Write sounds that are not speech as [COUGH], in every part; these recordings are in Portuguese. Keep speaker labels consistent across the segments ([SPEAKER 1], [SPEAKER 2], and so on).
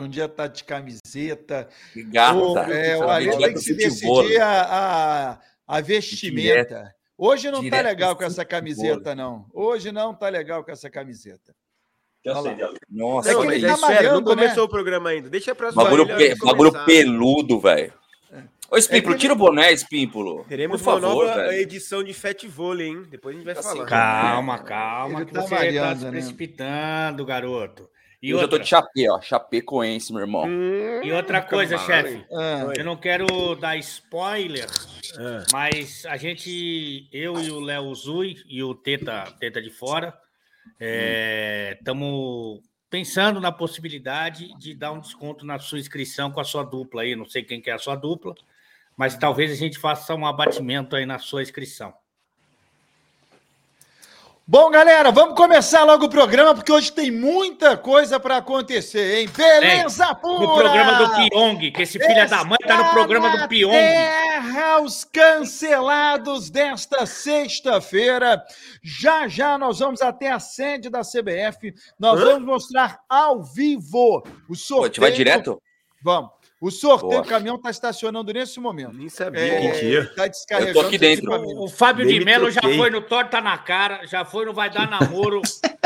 [SPEAKER 1] um dia tá de camiseta.
[SPEAKER 2] Que gata.
[SPEAKER 1] o,
[SPEAKER 3] tá.
[SPEAKER 1] é, o Alê tem que se decidir
[SPEAKER 3] né?
[SPEAKER 1] a, a, a vestimenta. Hoje não tá
[SPEAKER 2] Direto
[SPEAKER 1] legal
[SPEAKER 2] do
[SPEAKER 1] com essa camiseta, não. Hoje não tá legal com essa camiseta.
[SPEAKER 4] Já
[SPEAKER 1] Olha
[SPEAKER 4] sei,
[SPEAKER 1] lá.
[SPEAKER 4] já sei.
[SPEAKER 2] Nossa,
[SPEAKER 1] É
[SPEAKER 5] Não,
[SPEAKER 1] que ele
[SPEAKER 2] velho.
[SPEAKER 5] mas
[SPEAKER 1] tá
[SPEAKER 5] é sério,
[SPEAKER 1] malhando,
[SPEAKER 5] não começou
[SPEAKER 1] né?
[SPEAKER 5] o programa ainda. Deixa pra próxima.
[SPEAKER 2] Bagulho,
[SPEAKER 5] hora
[SPEAKER 2] pe-
[SPEAKER 5] que
[SPEAKER 2] bagulho
[SPEAKER 5] começar.
[SPEAKER 2] peludo, velho. Ô, Espímpolo,
[SPEAKER 1] É ele-
[SPEAKER 2] tira o boné, Espímpolo.
[SPEAKER 5] Teremos
[SPEAKER 2] Por
[SPEAKER 5] uma
[SPEAKER 2] favor,
[SPEAKER 5] nova
[SPEAKER 2] velho.
[SPEAKER 5] edição de Fat Vôlei, hein? Depois a gente vai
[SPEAKER 2] Assim,
[SPEAKER 5] falar.
[SPEAKER 2] cara.
[SPEAKER 3] [LAUGHS] Calma, calma,
[SPEAKER 1] Ele
[SPEAKER 3] que
[SPEAKER 1] tá
[SPEAKER 3] você tá
[SPEAKER 1] variando,
[SPEAKER 3] se
[SPEAKER 1] né?
[SPEAKER 3] precipitando, garoto. E
[SPEAKER 2] Hoje eu tô
[SPEAKER 3] outra,
[SPEAKER 2] de chapê, ó. Chapê coense, meu irmão.
[SPEAKER 5] Hum,
[SPEAKER 3] e outra coisa,
[SPEAKER 5] Calma,
[SPEAKER 3] chefe.
[SPEAKER 1] Ah,
[SPEAKER 5] Oi.
[SPEAKER 3] Eu não quero dar spoiler,
[SPEAKER 5] Ah.
[SPEAKER 3] mas a gente, eu e o Léo Zui e o Teta, Teta de Fora, estamos pensando na possibilidade de dar um desconto na sua inscrição com a sua dupla aí. Não sei quem que é a sua dupla, mas talvez a gente faça um abatimento aí na sua inscrição.
[SPEAKER 1] Bom, galera, vamos começar logo o programa, porque hoje tem muita coisa para acontecer, hein? Beleza pura!
[SPEAKER 3] No programa do Pyong, que esse filho da mãe tá no programa
[SPEAKER 1] Está na
[SPEAKER 3] do Pyong.
[SPEAKER 1] Terra, os cancelados desta sexta-feira. Já já nós vamos até a sede da CBF. Nós
[SPEAKER 5] Hã?
[SPEAKER 1] vamos mostrar ao vivo o
[SPEAKER 2] Pô, a
[SPEAKER 1] sorteio.
[SPEAKER 2] gente vai direto?
[SPEAKER 1] Vamos. O sorteio,
[SPEAKER 2] Boa.
[SPEAKER 1] o caminhão está estacionando nesse momento.
[SPEAKER 5] Nem sabia
[SPEAKER 1] É,
[SPEAKER 5] quem que ia.
[SPEAKER 1] Tá descarregando
[SPEAKER 2] Eu tô aqui
[SPEAKER 1] os
[SPEAKER 2] dentro.
[SPEAKER 1] equipamentos.
[SPEAKER 3] O Fábio
[SPEAKER 5] Nem
[SPEAKER 3] de
[SPEAKER 5] me
[SPEAKER 3] Mello já
[SPEAKER 5] troquei.
[SPEAKER 3] foi no Torta na Cara, já foi no Vai Dar Namoro,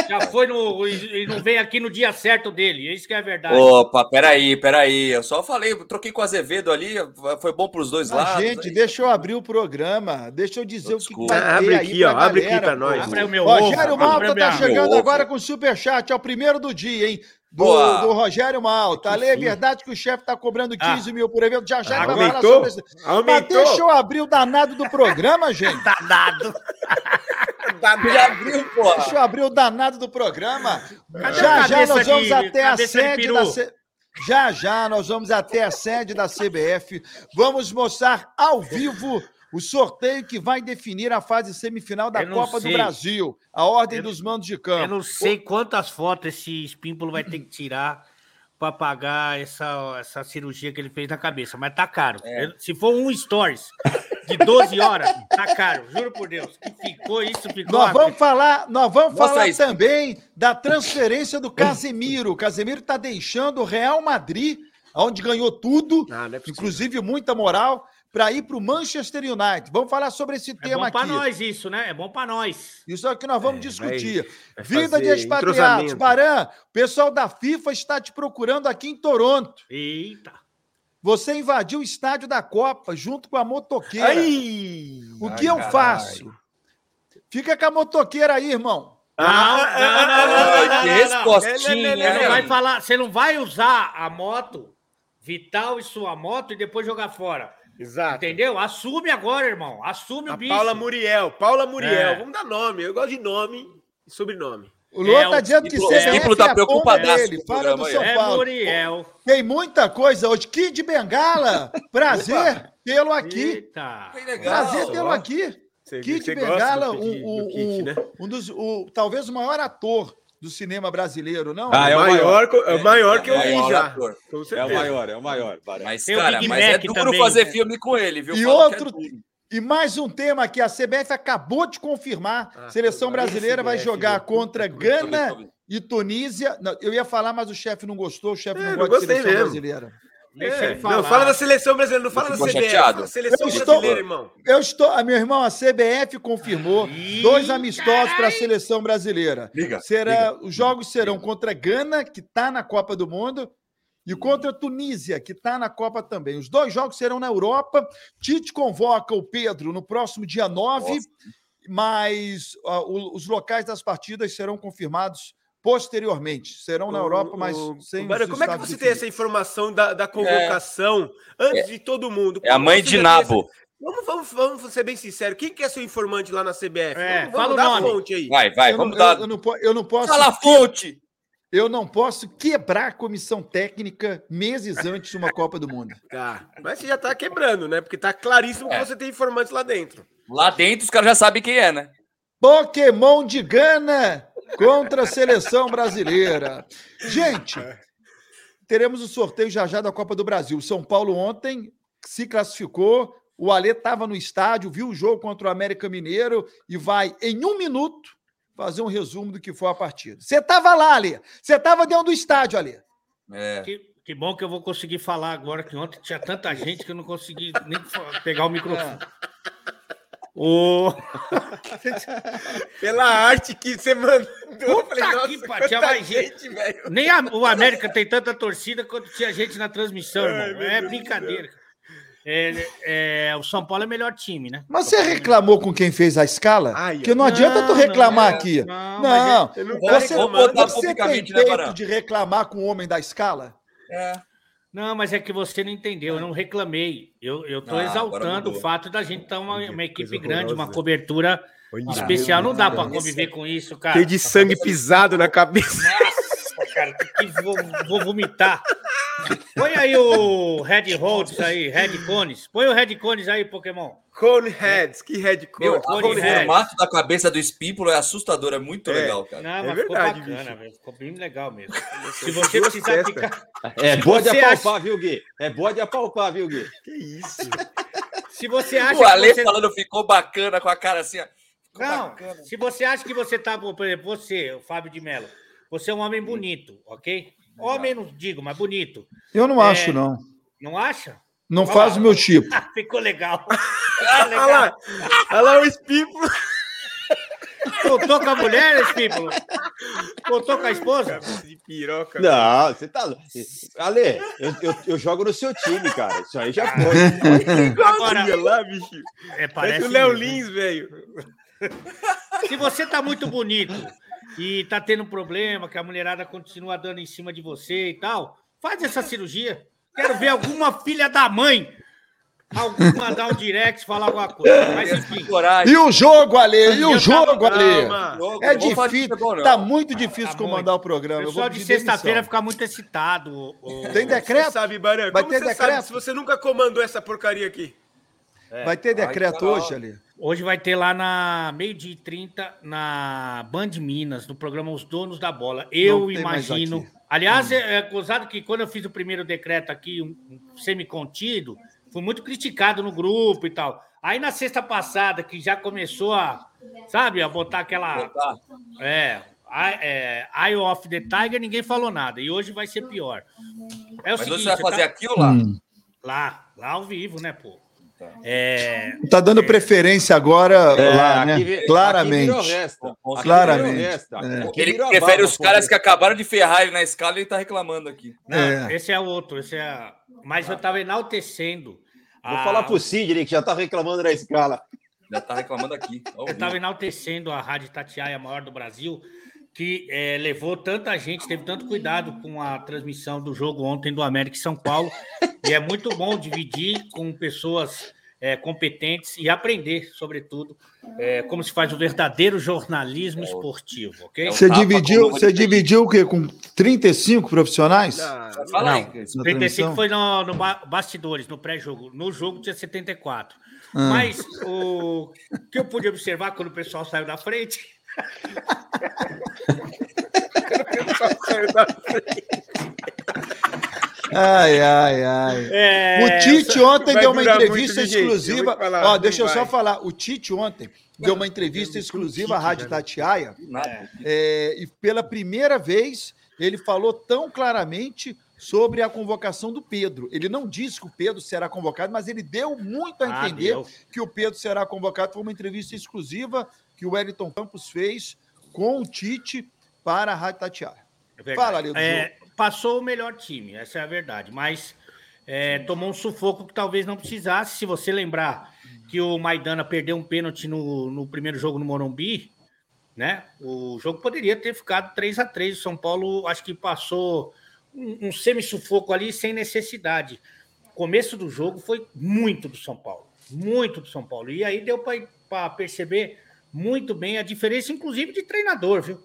[SPEAKER 3] já foi no. E e não veio aqui no dia certo dele. Isso que é verdade.
[SPEAKER 2] Opa, peraí, peraí. Eu só falei, eu troquei com o Azevedo ali, foi bom pros dois
[SPEAKER 1] Ah,
[SPEAKER 2] lados.
[SPEAKER 1] gente, deixa eu abrir o programa. Deixa eu dizer o que, que
[SPEAKER 2] Desculpa.
[SPEAKER 1] vai ter
[SPEAKER 5] Abre
[SPEAKER 1] aí
[SPEAKER 5] aqui,
[SPEAKER 1] pra
[SPEAKER 5] ó, abre aqui
[SPEAKER 1] galera,
[SPEAKER 5] pra
[SPEAKER 1] pô.
[SPEAKER 5] nós.
[SPEAKER 3] Abre o meu
[SPEAKER 1] Rogério
[SPEAKER 3] ovo, abre
[SPEAKER 1] Malta
[SPEAKER 3] minha-
[SPEAKER 1] tá chegando
[SPEAKER 2] Meu
[SPEAKER 1] agora
[SPEAKER 2] ovo.
[SPEAKER 1] com o superchat, é o primeiro do dia, hein? Do,
[SPEAKER 2] Boa.
[SPEAKER 1] do Rogério Malta. Ale, é
[SPEAKER 5] sim.
[SPEAKER 1] verdade que o chefe tá cobrando
[SPEAKER 3] Ah.
[SPEAKER 1] 15 mil por evento. Já já ele vai falar
[SPEAKER 5] Aumentou?
[SPEAKER 1] sobre isso. Mas
[SPEAKER 5] Aumentou?
[SPEAKER 1] deixa eu abrir o danado do programa, gente.
[SPEAKER 3] Danado.
[SPEAKER 2] [LAUGHS] Já viu, porra?
[SPEAKER 1] Deixa eu abrir o danado do programa.
[SPEAKER 3] Cadê
[SPEAKER 1] já
[SPEAKER 3] a
[SPEAKER 1] já
[SPEAKER 3] cabeça
[SPEAKER 1] nós vamos
[SPEAKER 3] de-
[SPEAKER 1] até a
[SPEAKER 3] cabeça de
[SPEAKER 1] sede
[SPEAKER 3] peru?
[SPEAKER 1] da C- Já já nós vamos até a sede da CBF. Vamos mostrar ao vivo o sorteio que vai definir a fase semifinal da
[SPEAKER 3] Eu não
[SPEAKER 1] Copa
[SPEAKER 3] sei.
[SPEAKER 1] do Brasil, a ordem
[SPEAKER 3] Eu-
[SPEAKER 1] dos mandos de
[SPEAKER 3] Eu
[SPEAKER 1] campo.
[SPEAKER 3] não sei quantas fotos esse espímpulo vai ter que tirar para pagar essa, essa cirurgia que ele fez na cabeça, mas tá caro.
[SPEAKER 1] É.
[SPEAKER 3] Eu- Se for um stories de 12 horas, tá caro. Juro por Deus. Que ficou isso, ficou.
[SPEAKER 1] Nós vamos falar, nós vamos
[SPEAKER 2] Mostra
[SPEAKER 1] falar
[SPEAKER 2] isso.
[SPEAKER 1] também da transferência do Casemiro. O Casemiro está deixando o Real Madrid, onde ganhou tudo,
[SPEAKER 5] Ah, não é possível.
[SPEAKER 1] inclusive muita moral, para ir para o Manchester United. Vamos falar sobre esse
[SPEAKER 3] É
[SPEAKER 1] tema
[SPEAKER 3] bom
[SPEAKER 1] aqui.
[SPEAKER 3] pra nós isso, né? É bom pra nós.
[SPEAKER 1] Isso é o que nós vamos
[SPEAKER 5] É,
[SPEAKER 1] discutir.
[SPEAKER 5] vai
[SPEAKER 1] Vida
[SPEAKER 5] fazer
[SPEAKER 1] de expatriados.
[SPEAKER 5] entrosamento.
[SPEAKER 1] Baran, o pessoal da FIFA está te procurando aqui em Toronto.
[SPEAKER 3] Eita.
[SPEAKER 1] Você invadiu o estádio da Copa junto com a motoqueira.
[SPEAKER 5] Ai!
[SPEAKER 1] o que eu faço? Fica com a motoqueira aí, irmão.
[SPEAKER 5] Ah,
[SPEAKER 3] Não, não, não, não, não, não, não,
[SPEAKER 2] Que
[SPEAKER 3] não.
[SPEAKER 2] respostinha,
[SPEAKER 3] Você não vai
[SPEAKER 2] hein?
[SPEAKER 3] falar, você não vai usar a moto, Vital e sua moto, e depois jogar fora.
[SPEAKER 5] ah. Exato.
[SPEAKER 3] Entendeu? Assume agora, irmão. Assume o
[SPEAKER 5] A
[SPEAKER 3] bicho.
[SPEAKER 5] Paula Muriel, Paula Muriel.
[SPEAKER 3] É.
[SPEAKER 5] Vamos dar nome. Eu gosto de nome e sobrenome.
[SPEAKER 1] O Luan
[SPEAKER 3] É,
[SPEAKER 1] tá
[SPEAKER 3] o
[SPEAKER 1] dizendo que
[SPEAKER 2] Ciplo-
[SPEAKER 1] CBF
[SPEAKER 2] o Ciplo
[SPEAKER 1] é
[SPEAKER 2] tá
[SPEAKER 1] a pomba
[SPEAKER 2] preocupadaço
[SPEAKER 1] dele.
[SPEAKER 2] com o
[SPEAKER 1] Fala do
[SPEAKER 2] programa aí.
[SPEAKER 1] São
[SPEAKER 3] é
[SPEAKER 1] Paulo.
[SPEAKER 3] Muriel.
[SPEAKER 1] Tem muita coisa hoje. Kid
[SPEAKER 5] [LAUGHS]
[SPEAKER 1] Bengala, prazer tê-lo aqui.
[SPEAKER 3] Eita.
[SPEAKER 2] Que legal.
[SPEAKER 1] Prazer tê-lo aqui.
[SPEAKER 5] Você,
[SPEAKER 1] Kid
[SPEAKER 5] você
[SPEAKER 1] Bengala, um,
[SPEAKER 5] do Kid-
[SPEAKER 1] um-
[SPEAKER 5] do Kid,
[SPEAKER 1] um-
[SPEAKER 5] né?
[SPEAKER 1] um dos, o, talvez o maior ator do cinema brasileiro, não?
[SPEAKER 5] Ah,
[SPEAKER 6] Ah,
[SPEAKER 5] é o maior, co- é o maior que eu
[SPEAKER 2] É, é o
[SPEAKER 5] vi
[SPEAKER 2] maior
[SPEAKER 5] já.
[SPEAKER 2] ator.
[SPEAKER 5] Com
[SPEAKER 6] É o
[SPEAKER 5] certeza.
[SPEAKER 6] maior, é o maior. Barão.
[SPEAKER 2] Mas,
[SPEAKER 3] Tem o
[SPEAKER 2] cara,
[SPEAKER 3] Big
[SPEAKER 2] mas é
[SPEAKER 3] Mac
[SPEAKER 2] duro
[SPEAKER 3] também. né?
[SPEAKER 2] fazer filme com ele, viu?
[SPEAKER 1] E
[SPEAKER 2] Falo que é
[SPEAKER 1] outro-
[SPEAKER 2] duro.
[SPEAKER 1] E mais um tema que a CBF acabou de confirmar.
[SPEAKER 5] Ah,
[SPEAKER 1] Seleção
[SPEAKER 5] agora
[SPEAKER 1] brasileira vai
[SPEAKER 5] CBF,
[SPEAKER 1] jogar
[SPEAKER 5] meu.
[SPEAKER 1] contra
[SPEAKER 5] [LAUGHS] Puta,
[SPEAKER 3] né?
[SPEAKER 1] Gana e Tunísia. Não, eu ia falar, mas o chefe não gostou. O chefe
[SPEAKER 5] É,
[SPEAKER 1] não
[SPEAKER 5] não
[SPEAKER 1] gosta de
[SPEAKER 5] gostei
[SPEAKER 1] seleção
[SPEAKER 5] mesmo.
[SPEAKER 1] brasileira.
[SPEAKER 3] Deixa
[SPEAKER 5] É.
[SPEAKER 3] ele falar.
[SPEAKER 5] Não, fala da seleção brasileira, não fala da
[SPEAKER 2] Ficou
[SPEAKER 5] CBF.
[SPEAKER 2] chateado.
[SPEAKER 5] Fala da seleção
[SPEAKER 1] Eu estou-
[SPEAKER 5] brasileira, irmão.
[SPEAKER 1] Eu estou, ah, meu irmão, a CBF confirmou
[SPEAKER 3] Ih,
[SPEAKER 1] dois amistosos para a seleção brasileira.
[SPEAKER 2] Liga,
[SPEAKER 1] Será, os jogos serão contra Gana, que está na Copa do Mundo, e
[SPEAKER 2] Uhum.
[SPEAKER 1] contra Tunísia, que está na Copa também. Os dois jogos serão na Europa. Tite convoca o Pedro no próximo dia 9,
[SPEAKER 2] Nossa.
[SPEAKER 1] mas ah, o- os locais das partidas serão confirmados posteriormente. Serão na Europa, mas
[SPEAKER 5] Ô, ô,
[SPEAKER 1] sem os
[SPEAKER 5] Barão, como é que
[SPEAKER 1] estados
[SPEAKER 5] você tem
[SPEAKER 1] definidos.
[SPEAKER 5] essa informação da, da convocação antes de todo mundo?
[SPEAKER 2] É a mãe de Nabo.
[SPEAKER 5] Vamos, vamos, vamos ser bem sinceros. Quem que é seu informante lá na CBF?
[SPEAKER 3] É,
[SPEAKER 5] vamos,
[SPEAKER 3] fala
[SPEAKER 5] vamos
[SPEAKER 3] o
[SPEAKER 5] dar a
[SPEAKER 3] nome.
[SPEAKER 5] fonte aí.
[SPEAKER 2] Vai, vai,
[SPEAKER 1] Eu não,
[SPEAKER 2] vamos
[SPEAKER 1] eu,
[SPEAKER 2] dar.
[SPEAKER 1] eu não, po- eu não posso
[SPEAKER 2] Fala a fonte!
[SPEAKER 1] Eu não posso quebrar a comissão técnica meses antes de uma Copa do Mundo.
[SPEAKER 5] Tá. Mas você já tá quebrando, né? Porque tá claríssimo
[SPEAKER 2] É.
[SPEAKER 5] que você tem informantes lá dentro.
[SPEAKER 2] Lá dentro os caras já sabem quem é, né?
[SPEAKER 1] Pokémon de Gana contra a seleção brasileira. Gente, teremos o sorteio já já da Copa do Brasil. O São Paulo ontem se classificou. O Alê estava no estádio, viu o jogo contra o América Mineiro e vai, em um minuto, fazer um resumo do que foi a partida. Você estava lá, Alê. Você estava dentro do estádio, Alê.
[SPEAKER 2] É.
[SPEAKER 3] Que, Que bom que eu vou conseguir falar agora, que ontem tinha tanta gente que eu não consegui nem fa- pegar o microfone. Ô,
[SPEAKER 5] Pela arte que você mandou. eu falei,
[SPEAKER 3] que
[SPEAKER 5] nossa,
[SPEAKER 3] pariu, tinha
[SPEAKER 5] quanta
[SPEAKER 3] mais gente."
[SPEAKER 5] velho.
[SPEAKER 3] nem a- o América tem tanta torcida quanto tinha gente na transmissão,
[SPEAKER 5] Ai,
[SPEAKER 3] irmão.
[SPEAKER 5] meu
[SPEAKER 3] É
[SPEAKER 5] Deus do
[SPEAKER 3] brincadeira. É, é, o São Paulo é o melhor time, né?
[SPEAKER 1] Mas você reclamou com quem fez a escala?
[SPEAKER 5] Ai,
[SPEAKER 1] que não adianta tu reclamar
[SPEAKER 3] não,
[SPEAKER 1] aqui.
[SPEAKER 3] não,
[SPEAKER 1] Não,
[SPEAKER 3] mas é
[SPEAKER 5] Eu não
[SPEAKER 2] Tá
[SPEAKER 1] você,
[SPEAKER 2] reclamando
[SPEAKER 1] você tem
[SPEAKER 2] publicamente, né, Barão?
[SPEAKER 1] peito de reclamar com o homem da escala?
[SPEAKER 2] É.
[SPEAKER 3] Não, mas é que você não entendeu, eu não reclamei. Eu estou
[SPEAKER 2] Ah, agora
[SPEAKER 3] exaltando
[SPEAKER 2] mudou.
[SPEAKER 3] o fato da gente estar uma,
[SPEAKER 5] Olha,
[SPEAKER 3] uma equipe
[SPEAKER 5] coisa
[SPEAKER 3] grande, uma
[SPEAKER 5] horrorosa.
[SPEAKER 3] cobertura especial. Não dá para conviver com isso, cara.
[SPEAKER 5] Tem de sangue pisado na cabeça.
[SPEAKER 3] Nossa, cara, que vou, vou vomitar. Põe aí o Red Holds aí, Red Cones. Põe o Red Cones aí, Pokémon.
[SPEAKER 5] Cone Heads, que head
[SPEAKER 2] Meu,
[SPEAKER 5] cone.
[SPEAKER 2] a- o
[SPEAKER 3] Cone Head.
[SPEAKER 2] formato da cabeça do espípulo é assustador, é muito
[SPEAKER 5] É.
[SPEAKER 2] legal, cara.
[SPEAKER 3] Não,
[SPEAKER 5] É
[SPEAKER 3] mas
[SPEAKER 5] verdade,
[SPEAKER 3] ficou bacana,
[SPEAKER 5] bicho.
[SPEAKER 3] velho. Ficou bem legal mesmo. Se você precisar
[SPEAKER 5] festas.
[SPEAKER 3] ficar,
[SPEAKER 4] É
[SPEAKER 3] Se
[SPEAKER 4] bode
[SPEAKER 3] você
[SPEAKER 4] apalpar,
[SPEAKER 3] acha-
[SPEAKER 4] viu, Gui? É bode apalpar, viu, Gui?
[SPEAKER 5] Que isso?
[SPEAKER 3] se você acha
[SPEAKER 2] o Ale
[SPEAKER 3] que você
[SPEAKER 2] falando ficou bacana com a cara assim, ó. Ficou
[SPEAKER 3] Não,
[SPEAKER 2] bacana.
[SPEAKER 3] se você acha que você tá, por exemplo, você, o Fábio de Mello, você é um homem bonito, ok? Homem, não digo, mas bonito.
[SPEAKER 1] Eu não
[SPEAKER 3] É.
[SPEAKER 1] acho, não.
[SPEAKER 3] Não acha? [LAUGHS]
[SPEAKER 1] Não
[SPEAKER 3] Olha
[SPEAKER 1] faz
[SPEAKER 3] lá.
[SPEAKER 1] o meu tipo.
[SPEAKER 5] [LAUGHS]
[SPEAKER 3] Ficou legal.
[SPEAKER 5] [LAUGHS] Olha lá, olha lá o espírito.
[SPEAKER 3] Voltou com a mulher, esse people? Voltou com a esposa?
[SPEAKER 5] De piroca.
[SPEAKER 4] [LAUGHS] Não, você tá louco. Ale, eu, eu- eu jogo no seu time, cara. Isso aí já foi.
[SPEAKER 3] Agora,
[SPEAKER 5] Olha lá, bicho.
[SPEAKER 3] é,
[SPEAKER 5] Parece
[SPEAKER 3] parece
[SPEAKER 5] o Léo
[SPEAKER 3] mesmo, hein?
[SPEAKER 5] Lins, velho.
[SPEAKER 3] Se você tá muito bonito e tá tendo um problema, que a mulherada continua dando em cima de você e tal, faz essa cirurgia. Quero ver alguma filha da mãe algum mandar um direct falar alguma coisa. Mas enfim.
[SPEAKER 2] é Coragem.
[SPEAKER 1] E o jogo, Ale? E o um jogo, Ale?
[SPEAKER 5] Calma.
[SPEAKER 2] jogo,
[SPEAKER 1] É
[SPEAKER 2] não vou falar de
[SPEAKER 1] difícil.
[SPEAKER 2] futebol, não.
[SPEAKER 1] Tá muito difícil
[SPEAKER 3] Tá
[SPEAKER 1] comandar o programa.
[SPEAKER 3] O
[SPEAKER 1] Eu
[SPEAKER 3] pessoal
[SPEAKER 1] vou
[SPEAKER 3] de
[SPEAKER 1] pedir
[SPEAKER 3] sexta-feira
[SPEAKER 1] demissão.
[SPEAKER 3] fica muito excitado. ô- ô-
[SPEAKER 1] Tem
[SPEAKER 5] Você
[SPEAKER 1] decreto?
[SPEAKER 5] sabe, Barão,
[SPEAKER 1] Vai
[SPEAKER 5] como
[SPEAKER 1] ter
[SPEAKER 5] você
[SPEAKER 1] decreto?
[SPEAKER 5] sabe se você nunca comandou essa porcaria aqui?
[SPEAKER 1] Vai ter decreto
[SPEAKER 2] caralho.
[SPEAKER 1] hoje, Ale?
[SPEAKER 3] Hoje vai ter lá na meio-dia e 30 na Band Minas, no programa Os Donos da Bola. Eu
[SPEAKER 1] Não tem mais
[SPEAKER 3] imagino.
[SPEAKER 1] aqui. Hum.
[SPEAKER 3] Aliás, é, é gozado que quando eu fiz o primeiro decreto aqui, um, um semicontido, fui muito criticado no grupo e tal. Aí na sexta passada, que já começou a, sabe, a botar aquela.
[SPEAKER 2] Tá.
[SPEAKER 3] É, a- é, Eye of the Tiger, ninguém falou nada. E hoje vai ser pior. É o
[SPEAKER 2] Mas
[SPEAKER 3] seguinte,
[SPEAKER 2] você vai
[SPEAKER 3] tá-
[SPEAKER 2] fazer aqui ou lá?
[SPEAKER 3] Lá, lá ao vivo, né, pô? É,
[SPEAKER 1] Tá dando preferência agora lá, né?
[SPEAKER 4] É, aqui vi- aqui virou
[SPEAKER 1] Claramente.
[SPEAKER 4] resta. Aqui
[SPEAKER 1] Claramente.
[SPEAKER 4] virou resta.
[SPEAKER 6] É,
[SPEAKER 4] Aqui
[SPEAKER 2] Ele
[SPEAKER 4] virou a
[SPEAKER 2] prefere
[SPEAKER 4] barba,
[SPEAKER 2] os caras
[SPEAKER 4] pô.
[SPEAKER 2] que acabaram de ferrar ele na escala e ele tá reclamando aqui.
[SPEAKER 3] não,
[SPEAKER 1] É.
[SPEAKER 3] esse é outro, esse é. Mas eu tava enaltecendo.
[SPEAKER 4] Vou
[SPEAKER 3] a-
[SPEAKER 4] falar pro Sidney, que já tá reclamando da escala.
[SPEAKER 2] Já tá reclamando aqui. ao
[SPEAKER 3] Eu tava
[SPEAKER 2] vivo.
[SPEAKER 3] enaltecendo a Rádio Tatiaia, a maior do Brasil, que eh, levou tanta gente, teve tanto cuidado com a transmissão do jogo ontem do América e São Paulo. e é muito bom dividir com pessoas eh, competentes e aprender, sobretudo, eh, como se faz o verdadeiro jornalismo esportivo,
[SPEAKER 2] É
[SPEAKER 3] ok?
[SPEAKER 2] o-
[SPEAKER 4] Tá,
[SPEAKER 1] Você
[SPEAKER 2] Tapa
[SPEAKER 1] dividiu,
[SPEAKER 2] com
[SPEAKER 1] você
[SPEAKER 2] luva de
[SPEAKER 1] dividiu o quê? Com 35 profissionais? Na
[SPEAKER 2] Fala aí.
[SPEAKER 3] Não.
[SPEAKER 2] Cris.
[SPEAKER 3] 35
[SPEAKER 1] transmissão?
[SPEAKER 3] foi no, no ba- bastidores, no pré-jogo. No jogo tinha 74.
[SPEAKER 1] Ah.
[SPEAKER 3] Mas o que eu pude observar quando o pessoal saiu da frente.
[SPEAKER 1] Ai, ai, ai.
[SPEAKER 3] é,
[SPEAKER 1] O Tite ontem
[SPEAKER 5] vai
[SPEAKER 1] deu uma
[SPEAKER 5] durar muito,
[SPEAKER 1] entrevista
[SPEAKER 5] viu, gente? Eu vou te
[SPEAKER 1] exclusiva.
[SPEAKER 5] falar,
[SPEAKER 1] Ó,
[SPEAKER 5] não
[SPEAKER 1] deixa eu só
[SPEAKER 5] vai.
[SPEAKER 1] falar. O Tite ontem deu uma entrevista exclusiva à Rádio Tatiaia.
[SPEAKER 2] Nada.
[SPEAKER 1] é, e pela primeira vez ele falou tão claramente sobre a convocação do Pedro. Ele não disse que o Pedro será convocado, mas ele deu muito a
[SPEAKER 3] Ah,
[SPEAKER 1] entender
[SPEAKER 3] deu.
[SPEAKER 1] que o Pedro será convocado. Foi uma entrevista exclusiva que o Wellington Campos fez com o Tite para a Rádio Tatiara.
[SPEAKER 3] É verdade.
[SPEAKER 1] Fala, Leandro.
[SPEAKER 3] É, passou o melhor time, essa é a verdade. Mas é, tomou um sufoco que talvez não precisasse. Se você lembrar que o Maidana perdeu um pênalti no, no primeiro jogo no Morumbi, né? O jogo poderia ter ficado 3 a 3 O São Paulo acho que passou um, um semi-sufoco ali sem necessidade. O começo do jogo foi muito do São Paulo. Muito do São Paulo. E aí deu para perceber muito bem a diferença, inclusive, de treinador, viu?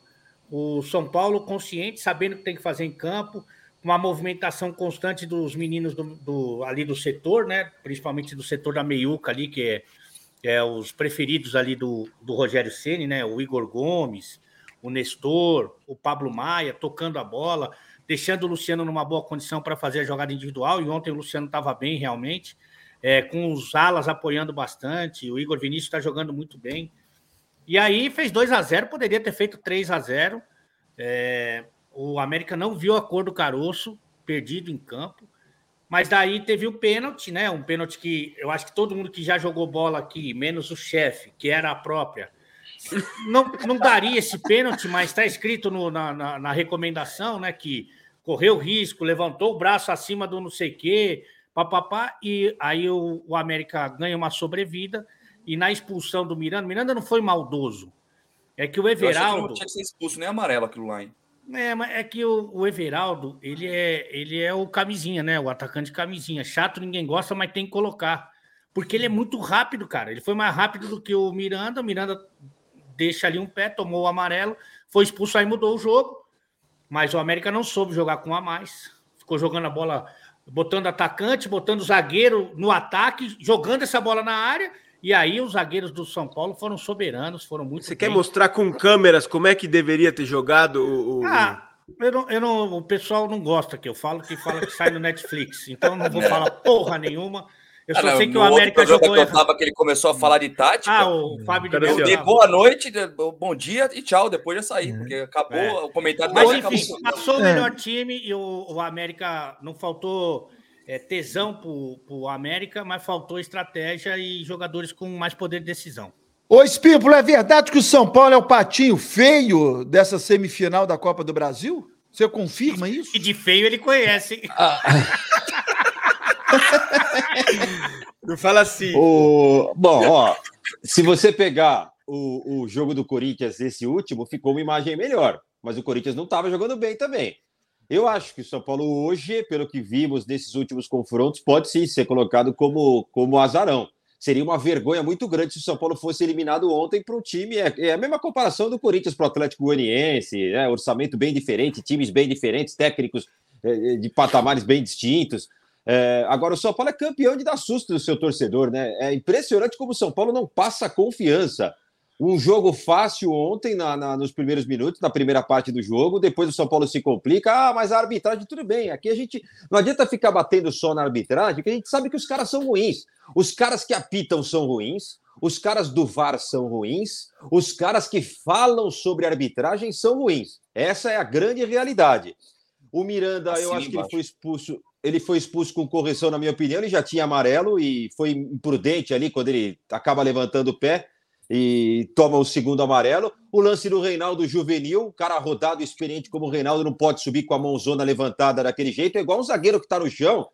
[SPEAKER 3] O São Paulo consciente, sabendo o que tem que fazer em campo, uma movimentação constante dos meninos do, do- ali do setor, né? Principalmente do setor da meiuca ali, que é, é os preferidos ali do, do Rogério Ceni, né? O Igor Gomes, o Nestor, o Pablo Maia, tocando a bola, deixando o Luciano numa boa condição para fazer a jogada individual. E ontem o Luciano estava bem realmente, é, com os alas apoiando bastante. O Igor Vinícius está jogando muito bem. E aí fez 2 a 0 poderia ter feito 3 a 0 É, o América não viu a cor do caroço, perdido em campo. Mas daí teve o pênalti, né? Um pênalti que eu acho que todo mundo que já jogou bola aqui, menos o chefe, que era a própria, não, não daria esse pênalti, mas está escrito no- na, na- na recomendação, né? Que correu risco, levantou o braço acima do não sei o quê, papapá, e aí o, o América ganha uma sobrevida. E na expulsão do Miranda, Miranda não foi maldoso. É que o
[SPEAKER 2] Eu achei que
[SPEAKER 3] Everaldo.
[SPEAKER 2] não tinha que ser expulso, nem amarelo aquilo lá, hein?
[SPEAKER 3] É, mas é que o, o Everaldo, ele é, ele é o camisinha, né? O atacante camisinha. Chato, ninguém gosta, mas tem que colocar. Porque ele é muito rápido, cara. Ele foi mais rápido do que o Miranda. O Miranda deixa ali um pé, tomou o amarelo, foi expulso, aí mudou o jogo. Mas o América não soube jogar com um a mais. Ficou jogando a bola, botando atacante, botando zagueiro no ataque, jogando essa bola na área. E aí os zagueiros do São Paulo foram soberanos, foram muito
[SPEAKER 5] Você quer
[SPEAKER 3] bem.
[SPEAKER 5] mostrar com câmeras como é que deveria ter jogado o. o-
[SPEAKER 3] Ah,
[SPEAKER 2] Uhum.
[SPEAKER 3] eu não, eu não- o pessoal não gosta que eu falo, que fala que sai no Netflix. Então eu não vou falar porra nenhuma. Eu só
[SPEAKER 2] Ah, não,
[SPEAKER 3] sei que
[SPEAKER 2] no
[SPEAKER 3] o América
[SPEAKER 2] outro
[SPEAKER 3] jogou
[SPEAKER 2] programa que eu
[SPEAKER 3] errado.
[SPEAKER 2] tava que ele começou a falar de tática.
[SPEAKER 3] Ah, o Fábio de
[SPEAKER 5] Cara,
[SPEAKER 3] Melo
[SPEAKER 2] eu dei
[SPEAKER 3] tava-
[SPEAKER 2] boa noite, de- bom dia e tchau. Depois já saí, porque acabou
[SPEAKER 3] É.
[SPEAKER 2] o comentário.
[SPEAKER 3] Mas
[SPEAKER 2] dele, acabou. É.
[SPEAKER 3] enfim, passou o melhor time e o, o América não faltou é, tesão pro, pro América, mas faltou estratégia e jogadores com mais poder de decisão.
[SPEAKER 1] Ô, Espímpolo, é verdade que o São Paulo é o patinho feio dessa semifinal da Copa do Brasil? Você confirma isso?
[SPEAKER 3] E de feio ele
[SPEAKER 2] [LAUGHS]
[SPEAKER 3] conhece. hein?
[SPEAKER 2] Ah,
[SPEAKER 5] Não fala assim.
[SPEAKER 4] O- Bom, ó, se você pegar o, o jogo do Corinthians, esse último, ficou uma imagem melhor. Mas o Corinthians não estava jogando bem também. Eu acho que o São Paulo hoje, pelo que vimos nesses últimos confrontos, pode sim ser colocado como, como azarão. Seria uma vergonha muito grande se o São Paulo fosse eliminado ontem para um time. É, é a mesma comparação do Corinthians para o Atlético Goianiense, né? orçamento bem diferente, times bem diferentes, técnicos eh, eh, de patamares bem distintos. É, agora, o São Paulo é campeão de dar susto no seu torcedor, né? É impressionante como o São Paulo não passa confiança. Um jogo fácil ontem, na, na- nos primeiros minutos, na primeira parte do jogo, depois o São Paulo se complica. Ah, mas a arbitragem, tudo bem. Aqui a gente não adianta ficar batendo só na arbitragem, porque a gente sabe que os caras são ruins. Os caras que apitam são ruins, os caras do VAR são ruins, os caras que falam sobre arbitragem são ruins. Essa é a grande realidade. O Miranda, eu
[SPEAKER 2] Assina
[SPEAKER 4] acho que ele
[SPEAKER 2] embaixo.
[SPEAKER 4] foi expulso ele foi expulso com correção, na minha opinião. Ele já tinha amarelo e foi imprudente ali quando ele acaba levantando o pé e toma o segundo amarelo. O lance do Reinaldo juvenil, um cara rodado, experiente como o Reinaldo, não pode subir com a mãozona levantada daquele jeito. É igual um zagueiro que está no chão,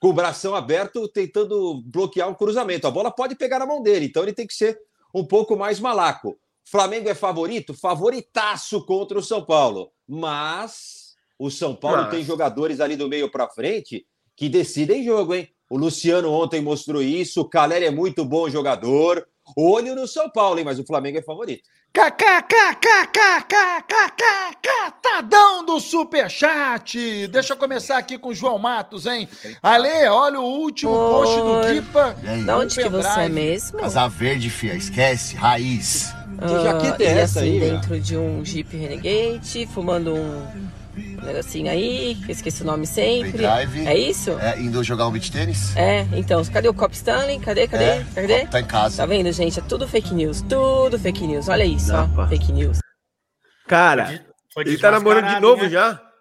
[SPEAKER 4] com o bração aberto, tentando bloquear um cruzamento. A bola pode pegar na mão dele, então ele tem que ser um pouco mais malaco. Flamengo é favorito? Favoritaço contra o São Paulo. Mas o São Paulo
[SPEAKER 5] Mas-
[SPEAKER 4] tem jogadores ali do meio para frente que decidem jogo, hein? O Luciano ontem mostrou isso, o Caleri é muito bom jogador. Olho no São Paulo, hein? Mas o Flamengo é favorito.
[SPEAKER 1] KKKKKKKKKKKKKKKKKKKKKKKKKKKKKKKKKKKKKKKKKKKKKKKKKKKKKKKKKKKKKKDão do tá Superchat! Deixa eu começar aqui com o João Matos, hein? Ale, olha o último post do
[SPEAKER 6] Oi.
[SPEAKER 1] Kipa.
[SPEAKER 7] E aí?
[SPEAKER 6] Da onde que você é
[SPEAKER 1] pendrive.
[SPEAKER 6] mesmo?
[SPEAKER 7] Hum. Casa verde, fia, esquece, raiz.
[SPEAKER 6] Ah,
[SPEAKER 4] jaqueta é
[SPEAKER 6] e
[SPEAKER 4] essa
[SPEAKER 6] assim,
[SPEAKER 4] aí, velho?
[SPEAKER 6] dentro de um Jeep Renegade, fumando um negocinho aí, que eu esqueci o nome sempre.
[SPEAKER 7] Pendrive.
[SPEAKER 6] É isso?
[SPEAKER 7] É, indo jogar um beat tênis?
[SPEAKER 6] É, então, cadê o Cop Stanley? Cadê, cadê,
[SPEAKER 7] É,
[SPEAKER 6] cadê?
[SPEAKER 7] Tá em casa.
[SPEAKER 6] Tá vendo, gente? É tudo fake news, tudo fake news. Olha isso,
[SPEAKER 5] Dá,
[SPEAKER 6] ó,
[SPEAKER 5] pá.
[SPEAKER 6] fake news.
[SPEAKER 5] Cara,
[SPEAKER 3] Foi
[SPEAKER 5] ele tá namorando de
[SPEAKER 3] desmascarado,
[SPEAKER 5] novo
[SPEAKER 3] né?
[SPEAKER 5] já?
[SPEAKER 2] tá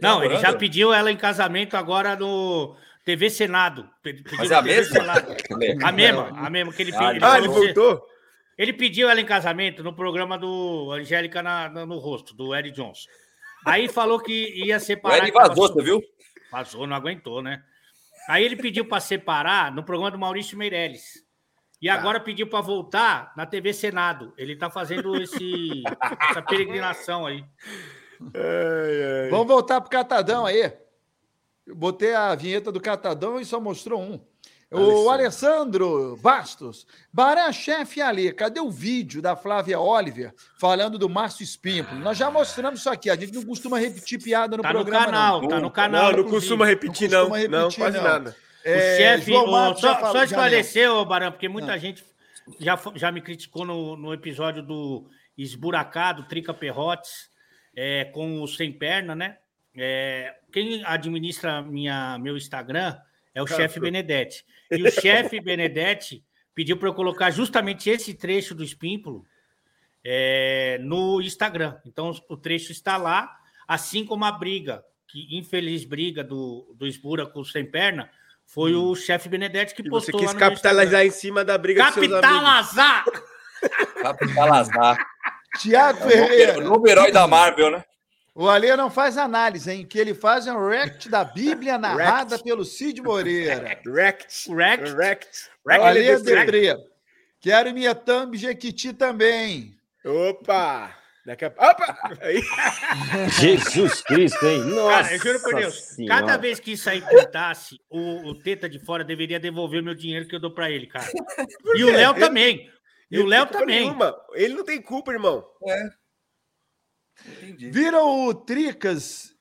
[SPEAKER 3] Não, ele
[SPEAKER 2] namorando?
[SPEAKER 3] já pediu ela em casamento agora no TV Senado. Pe- pediu
[SPEAKER 2] Mas
[SPEAKER 3] no
[SPEAKER 2] é a
[SPEAKER 3] TV
[SPEAKER 2] mesma?
[SPEAKER 3] Senado. A mesma, a mesma que ele, pe-
[SPEAKER 2] Ah,
[SPEAKER 3] ele
[SPEAKER 5] Ah,
[SPEAKER 3] falou
[SPEAKER 5] ele
[SPEAKER 3] que você- tá
[SPEAKER 5] voltou?
[SPEAKER 3] ele pediu ela em casamento no programa do Angélica na- na- no rosto, do Eric Johnson. Aí falou que ia
[SPEAKER 2] O
[SPEAKER 3] separar.
[SPEAKER 2] Eric
[SPEAKER 3] que tava
[SPEAKER 2] vazou,
[SPEAKER 3] so-
[SPEAKER 2] você viu?
[SPEAKER 3] Vazou, não aguentou, né? Aí ele pediu para separar no programa do Maurício Meirelles. E agora pediu para voltar na TV Senado. Ele tá fazendo esse, essa peregrinação aí.
[SPEAKER 5] Ai, ai.
[SPEAKER 1] Vamos voltar pro Catadão aí. Eu botei a vinheta do Catadão e só mostrou um. O Alessandro Bastos. Bará, chefe Ali, cadê o vídeo da Flávia Oliver falando do Márcio Espímpolo? Nós já mostramos isso aqui. A gente não costuma repetir piada no
[SPEAKER 3] Tá no
[SPEAKER 1] programa,
[SPEAKER 3] canal,
[SPEAKER 1] não.
[SPEAKER 3] tá no
[SPEAKER 5] Não,
[SPEAKER 3] canal.
[SPEAKER 5] não
[SPEAKER 3] inclusive.
[SPEAKER 5] costuma repetir,
[SPEAKER 1] Não
[SPEAKER 5] não.
[SPEAKER 1] costuma
[SPEAKER 5] Não,
[SPEAKER 1] repetir,
[SPEAKER 5] quase
[SPEAKER 1] não.
[SPEAKER 5] nada.
[SPEAKER 3] O
[SPEAKER 1] É,
[SPEAKER 3] chefe,
[SPEAKER 1] João
[SPEAKER 3] o-
[SPEAKER 1] Marcos já
[SPEAKER 3] só,
[SPEAKER 1] falou,
[SPEAKER 3] só
[SPEAKER 1] já Ah. leu.
[SPEAKER 3] esclareceu, ô, Barão, porque muita gente já, fo- já me criticou no, no episódio do esburacado Trica Perrotes é, com o Sem Perna, né? É, quem administra minha, meu Instagram é o
[SPEAKER 5] Cara,
[SPEAKER 3] chefe
[SPEAKER 5] pô.
[SPEAKER 3] Benedetti. E o
[SPEAKER 1] [LAUGHS]
[SPEAKER 3] chefe Benedetti pediu para eu colocar justamente esse trecho do Espímpulo é, no Instagram. Então o trecho está lá, assim como a briga que infeliz briga do, do Esbura com o Sem Perna foi o chefe Benedetti que
[SPEAKER 5] Hum. E você
[SPEAKER 3] postou
[SPEAKER 5] quis
[SPEAKER 3] lá no meu
[SPEAKER 5] capitalizar em cima da briga dos seus amigos.
[SPEAKER 3] Capitalizar!
[SPEAKER 2] Capital Azar.
[SPEAKER 3] [LAUGHS]
[SPEAKER 1] Tiago
[SPEAKER 2] tá
[SPEAKER 3] É,
[SPEAKER 2] O
[SPEAKER 1] Ferreira.
[SPEAKER 2] novo herói da Marvel, né?
[SPEAKER 1] O Alê não faz análise, hein? O que ele faz é um rect da Bíblia narrada pelo Cid Moreira.
[SPEAKER 5] Wrecked.
[SPEAKER 3] O Rex,
[SPEAKER 5] Wrecked.
[SPEAKER 1] O
[SPEAKER 5] Olha
[SPEAKER 1] Alê
[SPEAKER 5] esse Wrecked.
[SPEAKER 1] Debré. Quero minha thumb Jequiti também.
[SPEAKER 5] Opa! Daqui a... Opa! Aí.
[SPEAKER 4] Jesus Cristo, hein? Nossa
[SPEAKER 3] cara, eu juro por Deus.
[SPEAKER 4] Senhora.
[SPEAKER 3] Cada vez que isso aí pintasse, o, o Teta de Fora deveria devolver o meu dinheiro que eu dou pra ele, cara. E o
[SPEAKER 5] quê?
[SPEAKER 3] Léo
[SPEAKER 5] Ele-
[SPEAKER 3] também. E
[SPEAKER 5] Ele
[SPEAKER 3] o
[SPEAKER 5] não
[SPEAKER 3] Léo
[SPEAKER 5] tem culpa
[SPEAKER 3] também.
[SPEAKER 5] nenhuma. Ele não tem culpa, irmão.
[SPEAKER 2] Entendi.
[SPEAKER 1] Viram o Tricas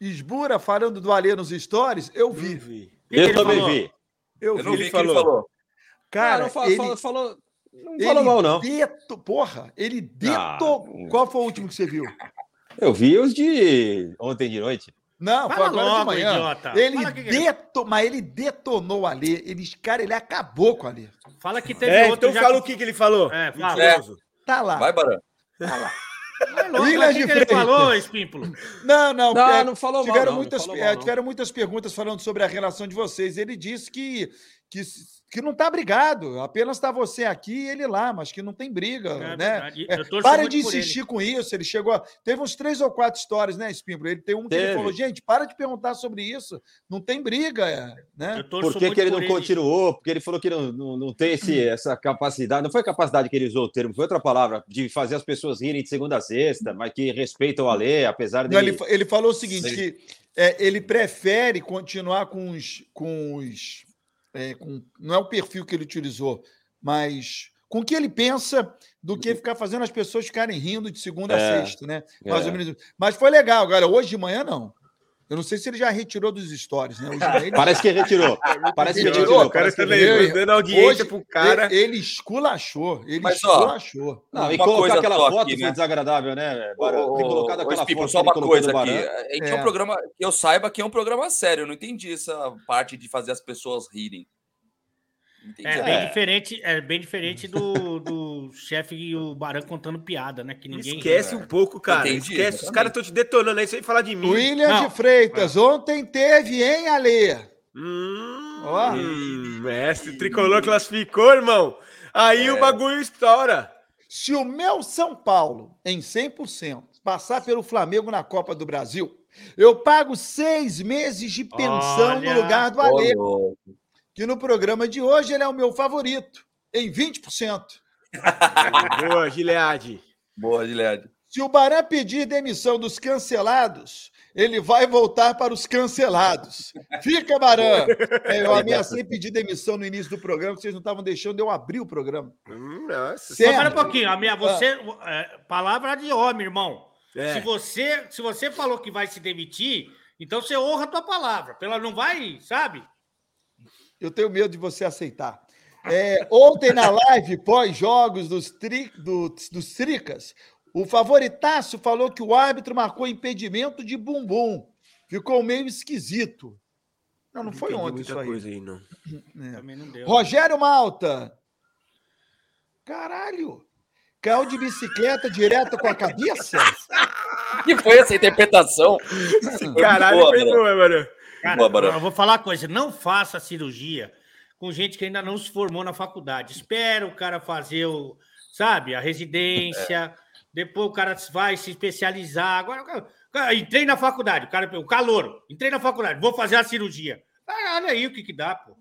[SPEAKER 1] Esbura falando do Alê nos stories? Eu
[SPEAKER 3] Hum.
[SPEAKER 1] vi.
[SPEAKER 3] O que que
[SPEAKER 4] Eu
[SPEAKER 3] ele
[SPEAKER 4] também
[SPEAKER 3] falou?
[SPEAKER 4] vi.
[SPEAKER 1] Eu
[SPEAKER 2] Eu
[SPEAKER 1] vi.
[SPEAKER 2] não vi o que
[SPEAKER 5] falou.
[SPEAKER 2] ele falou.
[SPEAKER 1] Cara,
[SPEAKER 4] Ah, não fala-
[SPEAKER 1] ele,
[SPEAKER 4] fala- falou, não
[SPEAKER 1] ele
[SPEAKER 4] falou mal, não.
[SPEAKER 1] deto- porra, ele
[SPEAKER 3] Ah,
[SPEAKER 1] detou.
[SPEAKER 3] hum.
[SPEAKER 1] Qual foi o último que você viu?
[SPEAKER 4] Eu vi os de ontem de noite.
[SPEAKER 1] Não,
[SPEAKER 3] Fala
[SPEAKER 1] foi agora de
[SPEAKER 3] logo,
[SPEAKER 1] manhã.
[SPEAKER 3] idiota.
[SPEAKER 1] Ele,
[SPEAKER 3] Fala que é. que ele-
[SPEAKER 1] deto... Mas ele detonou o Alê. Ele, cara, ele acabou com o Alê.
[SPEAKER 3] Fala que teve
[SPEAKER 5] É,
[SPEAKER 3] outro
[SPEAKER 5] então
[SPEAKER 3] já
[SPEAKER 5] fala o
[SPEAKER 3] que...
[SPEAKER 5] que, que ele falou.
[SPEAKER 3] É, fala.
[SPEAKER 5] Mentiroso.
[SPEAKER 1] Tá lá.
[SPEAKER 2] Vai, Barão.
[SPEAKER 3] Vai logo,
[SPEAKER 1] Willian
[SPEAKER 3] mas o que
[SPEAKER 1] de
[SPEAKER 3] que ele
[SPEAKER 1] Freitas.
[SPEAKER 3] falou, Espímpolo?
[SPEAKER 1] Não, não, é,
[SPEAKER 4] Não, não falou mal.
[SPEAKER 1] tiveram,
[SPEAKER 4] não, não
[SPEAKER 1] muitas,
[SPEAKER 4] falou
[SPEAKER 1] é,
[SPEAKER 4] mal, não.
[SPEAKER 1] tiveram muitas perguntas falando sobre a relação de vocês. Ele disse que, que, que não tá brigado, apenas está você aqui e ele lá, mas que não tem briga,
[SPEAKER 3] É
[SPEAKER 1] né?
[SPEAKER 3] verdade,
[SPEAKER 1] É,
[SPEAKER 3] eu torço
[SPEAKER 1] para
[SPEAKER 3] muito
[SPEAKER 1] de
[SPEAKER 3] por
[SPEAKER 1] insistir com isso. Ele chegou. A, teve uns três ou quatro histórias, né, Espímbulo? Ele tem um que ele
[SPEAKER 4] Teve.
[SPEAKER 1] falou: gente, para de perguntar sobre isso. Não tem briga, é, né?
[SPEAKER 3] Eu torço
[SPEAKER 4] Por que,
[SPEAKER 3] muito
[SPEAKER 4] que ele não
[SPEAKER 3] por
[SPEAKER 4] continuou? Porque ele falou que não, não, não tem esse,
[SPEAKER 1] Uhum.
[SPEAKER 4] essa capacidade. Não foi a capacidade que ele usou o termo, foi outra palavra, de fazer as pessoas rirem de segunda a sexta, mas que respeitam a lei, apesar de.
[SPEAKER 1] Não, ele, fa- ele falou o seguinte:
[SPEAKER 4] Sim.
[SPEAKER 1] que é, ele prefere continuar com os. Com os é, com- não é o perfil que ele utilizou, mas com o que ele pensa do que ficar fazendo as pessoas ficarem rindo de segunda a
[SPEAKER 4] Hum. É,
[SPEAKER 1] sexta, né? Mais
[SPEAKER 4] É.
[SPEAKER 1] ou menos. Mas foi legal, agora, hoje de manhã não. Eu não sei se ele já retirou dos stories, né? Hoje de manhã ele-
[SPEAKER 4] Parece que
[SPEAKER 1] [LAUGHS]
[SPEAKER 4] retirou. Parece que
[SPEAKER 1] Retirou,
[SPEAKER 4] retirou.
[SPEAKER 5] o cara
[SPEAKER 4] Parece
[SPEAKER 5] tá
[SPEAKER 4] que
[SPEAKER 1] também.
[SPEAKER 4] retirou.
[SPEAKER 1] retirou.
[SPEAKER 5] levando dando audiência
[SPEAKER 1] Hoje-
[SPEAKER 5] pro cara.
[SPEAKER 1] ele, ele esculachou, ele
[SPEAKER 2] Mas, ó,
[SPEAKER 1] esculachou.
[SPEAKER 4] Não, e
[SPEAKER 2] Uma
[SPEAKER 4] colocar
[SPEAKER 2] coisa
[SPEAKER 4] aquela
[SPEAKER 2] só
[SPEAKER 4] foto
[SPEAKER 2] aqui,
[SPEAKER 4] foi
[SPEAKER 2] né?
[SPEAKER 4] desagradável, né? Barão? Ter colocado aquela
[SPEAKER 2] Espírito,
[SPEAKER 4] foto
[SPEAKER 2] só
[SPEAKER 4] que
[SPEAKER 2] uma
[SPEAKER 4] ele colocou
[SPEAKER 2] coisa
[SPEAKER 4] do
[SPEAKER 2] aqui.
[SPEAKER 4] Barão.
[SPEAKER 2] É, que é
[SPEAKER 1] É.
[SPEAKER 2] um programa, que eu saiba que é um programa sério. Eu não entendi essa parte de fazer as pessoas rirem. Não entendi.
[SPEAKER 3] É,
[SPEAKER 4] É.
[SPEAKER 3] bem diferente, é bem diferente do, do chefe e o Barão contando piada, né? Que ninguém
[SPEAKER 5] Esquece um pouco, cara.
[SPEAKER 2] Entendi,
[SPEAKER 5] Esquece. Os
[SPEAKER 2] exatamente.
[SPEAKER 5] caras estão te detonando aí sem falar de mim.
[SPEAKER 1] William
[SPEAKER 3] Não. é.
[SPEAKER 1] de Freitas, ontem teve, hein, Alê?
[SPEAKER 5] Hum,
[SPEAKER 1] Ó.
[SPEAKER 5] hum, mestre, tricolor classificou, irmão. Aí
[SPEAKER 3] É.
[SPEAKER 5] o bagulho estoura.
[SPEAKER 1] Se o meu São Paulo, em 100%, passar pelo Flamengo na Copa do Brasil, eu pago seis meses de pensão
[SPEAKER 3] Olha.
[SPEAKER 1] no lugar do
[SPEAKER 2] Ô,
[SPEAKER 1] Ale,
[SPEAKER 2] louco.
[SPEAKER 1] que no programa de hoje ele é o meu favorito, em 20%.
[SPEAKER 5] Boa, Gileade.
[SPEAKER 2] Boa, Gilead.
[SPEAKER 1] Se o Barã pedir demissão dos cancelados, ele vai voltar para os cancelados. Fica, Barã! É, eu ameacei pedir demissão no início do programa, vocês não estavam deixando eu abrir o programa.
[SPEAKER 5] Hum, nossa.
[SPEAKER 3] Só para um
[SPEAKER 1] Certo?
[SPEAKER 3] pouquinho, a minha, você, é, palavra de homem, irmão.
[SPEAKER 5] É.
[SPEAKER 3] Se, você, se você falou que vai se demitir, então você honra a tua palavra. Pela não vai, sabe?
[SPEAKER 1] Eu tenho medo de você aceitar. É, ontem na live pós-jogos dos, tri, do- dos Tricas, o favoritaço falou que o árbitro marcou impedimento de bumbum. Ficou meio esquisito. Não, não foi
[SPEAKER 5] Entendi
[SPEAKER 1] ontem
[SPEAKER 5] muita
[SPEAKER 1] isso aí.
[SPEAKER 5] coisa aí, não.
[SPEAKER 1] É.
[SPEAKER 3] Também não deu.
[SPEAKER 1] Rogério Malta. Caralho. Caiu de bicicleta direto com a cabeça?
[SPEAKER 2] que foi essa interpretação? [LAUGHS]
[SPEAKER 5] Caralho,
[SPEAKER 2] boa,
[SPEAKER 5] foi
[SPEAKER 2] Barão.
[SPEAKER 5] boa, mano.
[SPEAKER 3] Cara,
[SPEAKER 2] Boa, Barão.
[SPEAKER 3] eu vou falar uma coisa: não faça cirurgia com gente que ainda não se formou na faculdade. Espera o cara fazer o, sabe, a residência, depois o cara vai se especializar. Agora, o cara- o cara- entrei na faculdade, o cara, o calor, entrei na faculdade, vou fazer a cirurgia. Ah, olha aí o que que dá, pô.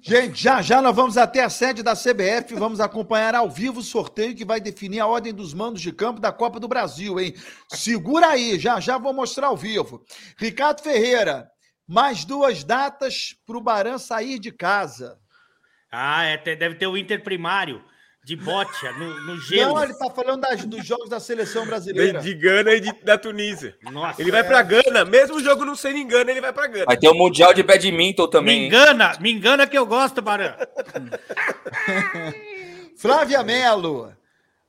[SPEAKER 1] Gente, já já nós vamos até a sede da CBF, vamos acompanhar ao vivo o sorteio que vai definir a ordem dos mandos de campo da Copa do Brasil, hein? Segura aí, já já vou mostrar ao vivo. Ricardo Ferreira, mais duas datas para o Barã sair de casa.
[SPEAKER 3] Ah, é, te- deve ter o Inter primário de bote no, no gelo.
[SPEAKER 1] Não, ele tá falando das- dos jogos da seleção brasileira.
[SPEAKER 5] De Gana e de- da Tunísia.
[SPEAKER 3] Nossa,
[SPEAKER 5] Ele vai pra Gana, mesmo o jogo não sendo em Gana, ele vai pra Gana.
[SPEAKER 2] Vai ter o Mundial de Badminton
[SPEAKER 3] me
[SPEAKER 2] também. hein?
[SPEAKER 3] engana, me engana que eu gosto, Barão.
[SPEAKER 1] Flávia Melo,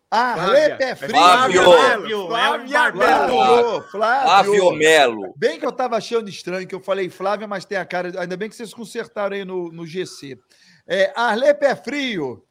[SPEAKER 1] Arlê
[SPEAKER 5] Flávia.
[SPEAKER 1] Pé Frio.
[SPEAKER 2] Flávio.
[SPEAKER 3] Flávio, é um barbado.
[SPEAKER 1] Flávio, Flávio.
[SPEAKER 2] Flávio Melo.
[SPEAKER 1] Bem que eu tava achando estranho que eu falei Flávia, mas tem a cara. Ainda bem que vocês consertaram aí no, no GC. É, Arlê Pé Frio.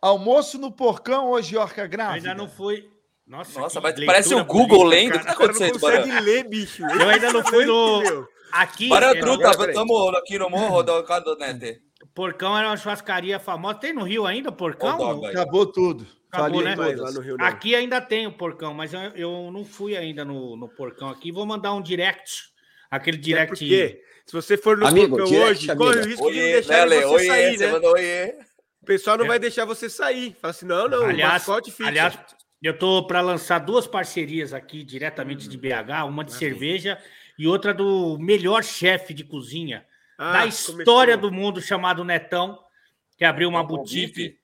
[SPEAKER 1] Almoço no porcão hoje, Orca Grávida.
[SPEAKER 5] Ah,
[SPEAKER 3] Ainda não fui, Nossa,
[SPEAKER 2] Nossa,
[SPEAKER 3] que
[SPEAKER 2] mas
[SPEAKER 3] leitura
[SPEAKER 2] parece o Google
[SPEAKER 3] bonita,
[SPEAKER 2] lendo. O que tá
[SPEAKER 3] cara.
[SPEAKER 5] O cara não
[SPEAKER 2] acontecendo, Baran?
[SPEAKER 5] consegue ler, bicho.
[SPEAKER 3] Eu ainda não fui no-
[SPEAKER 5] Meu.
[SPEAKER 3] Aqui, é,
[SPEAKER 2] Barandru,
[SPEAKER 5] agora,
[SPEAKER 2] tá,
[SPEAKER 5] peraí.
[SPEAKER 2] estamos aqui no morro do Cado Nete.
[SPEAKER 3] Porcão era uma churrascaria famosa. Tem no Rio ainda,
[SPEAKER 2] Hot dog,
[SPEAKER 3] Porcão?
[SPEAKER 2] velho.
[SPEAKER 1] Acabou tudo.
[SPEAKER 3] Acabou,
[SPEAKER 1] Falei
[SPEAKER 3] né?
[SPEAKER 1] todas.
[SPEAKER 5] Lá no Rio, não.
[SPEAKER 3] Aqui ainda tem o Porcão, mas eu, eu não fui ainda no, no Porcão aqui. Vou mandar um direct. Aquele
[SPEAKER 5] Até
[SPEAKER 3] direct.
[SPEAKER 5] porque se você for no
[SPEAKER 4] Amigo,
[SPEAKER 5] Porcão
[SPEAKER 4] direct,
[SPEAKER 5] hoje,
[SPEAKER 4] amigo.
[SPEAKER 5] corre o risco de não
[SPEAKER 2] Oiê,
[SPEAKER 5] deixar
[SPEAKER 2] Lele,
[SPEAKER 5] você
[SPEAKER 2] oiê,
[SPEAKER 5] sair,
[SPEAKER 2] você
[SPEAKER 5] né?
[SPEAKER 2] mandou oiê.
[SPEAKER 5] O pessoal não
[SPEAKER 3] É.
[SPEAKER 5] vai deixar você sair. Fala assim, não, não,
[SPEAKER 3] Aliás-
[SPEAKER 5] o mascote fica.
[SPEAKER 3] Aliás, eu tô para lançar duas parcerias aqui diretamente
[SPEAKER 5] Hum.
[SPEAKER 3] de BH, uma de cerveja e outra do melhor chefe de cozinha
[SPEAKER 5] Ah,
[SPEAKER 3] da história
[SPEAKER 5] começou.
[SPEAKER 3] do mundo chamado Netão, que abriu uma
[SPEAKER 2] Netão com
[SPEAKER 3] boutique.
[SPEAKER 2] bife?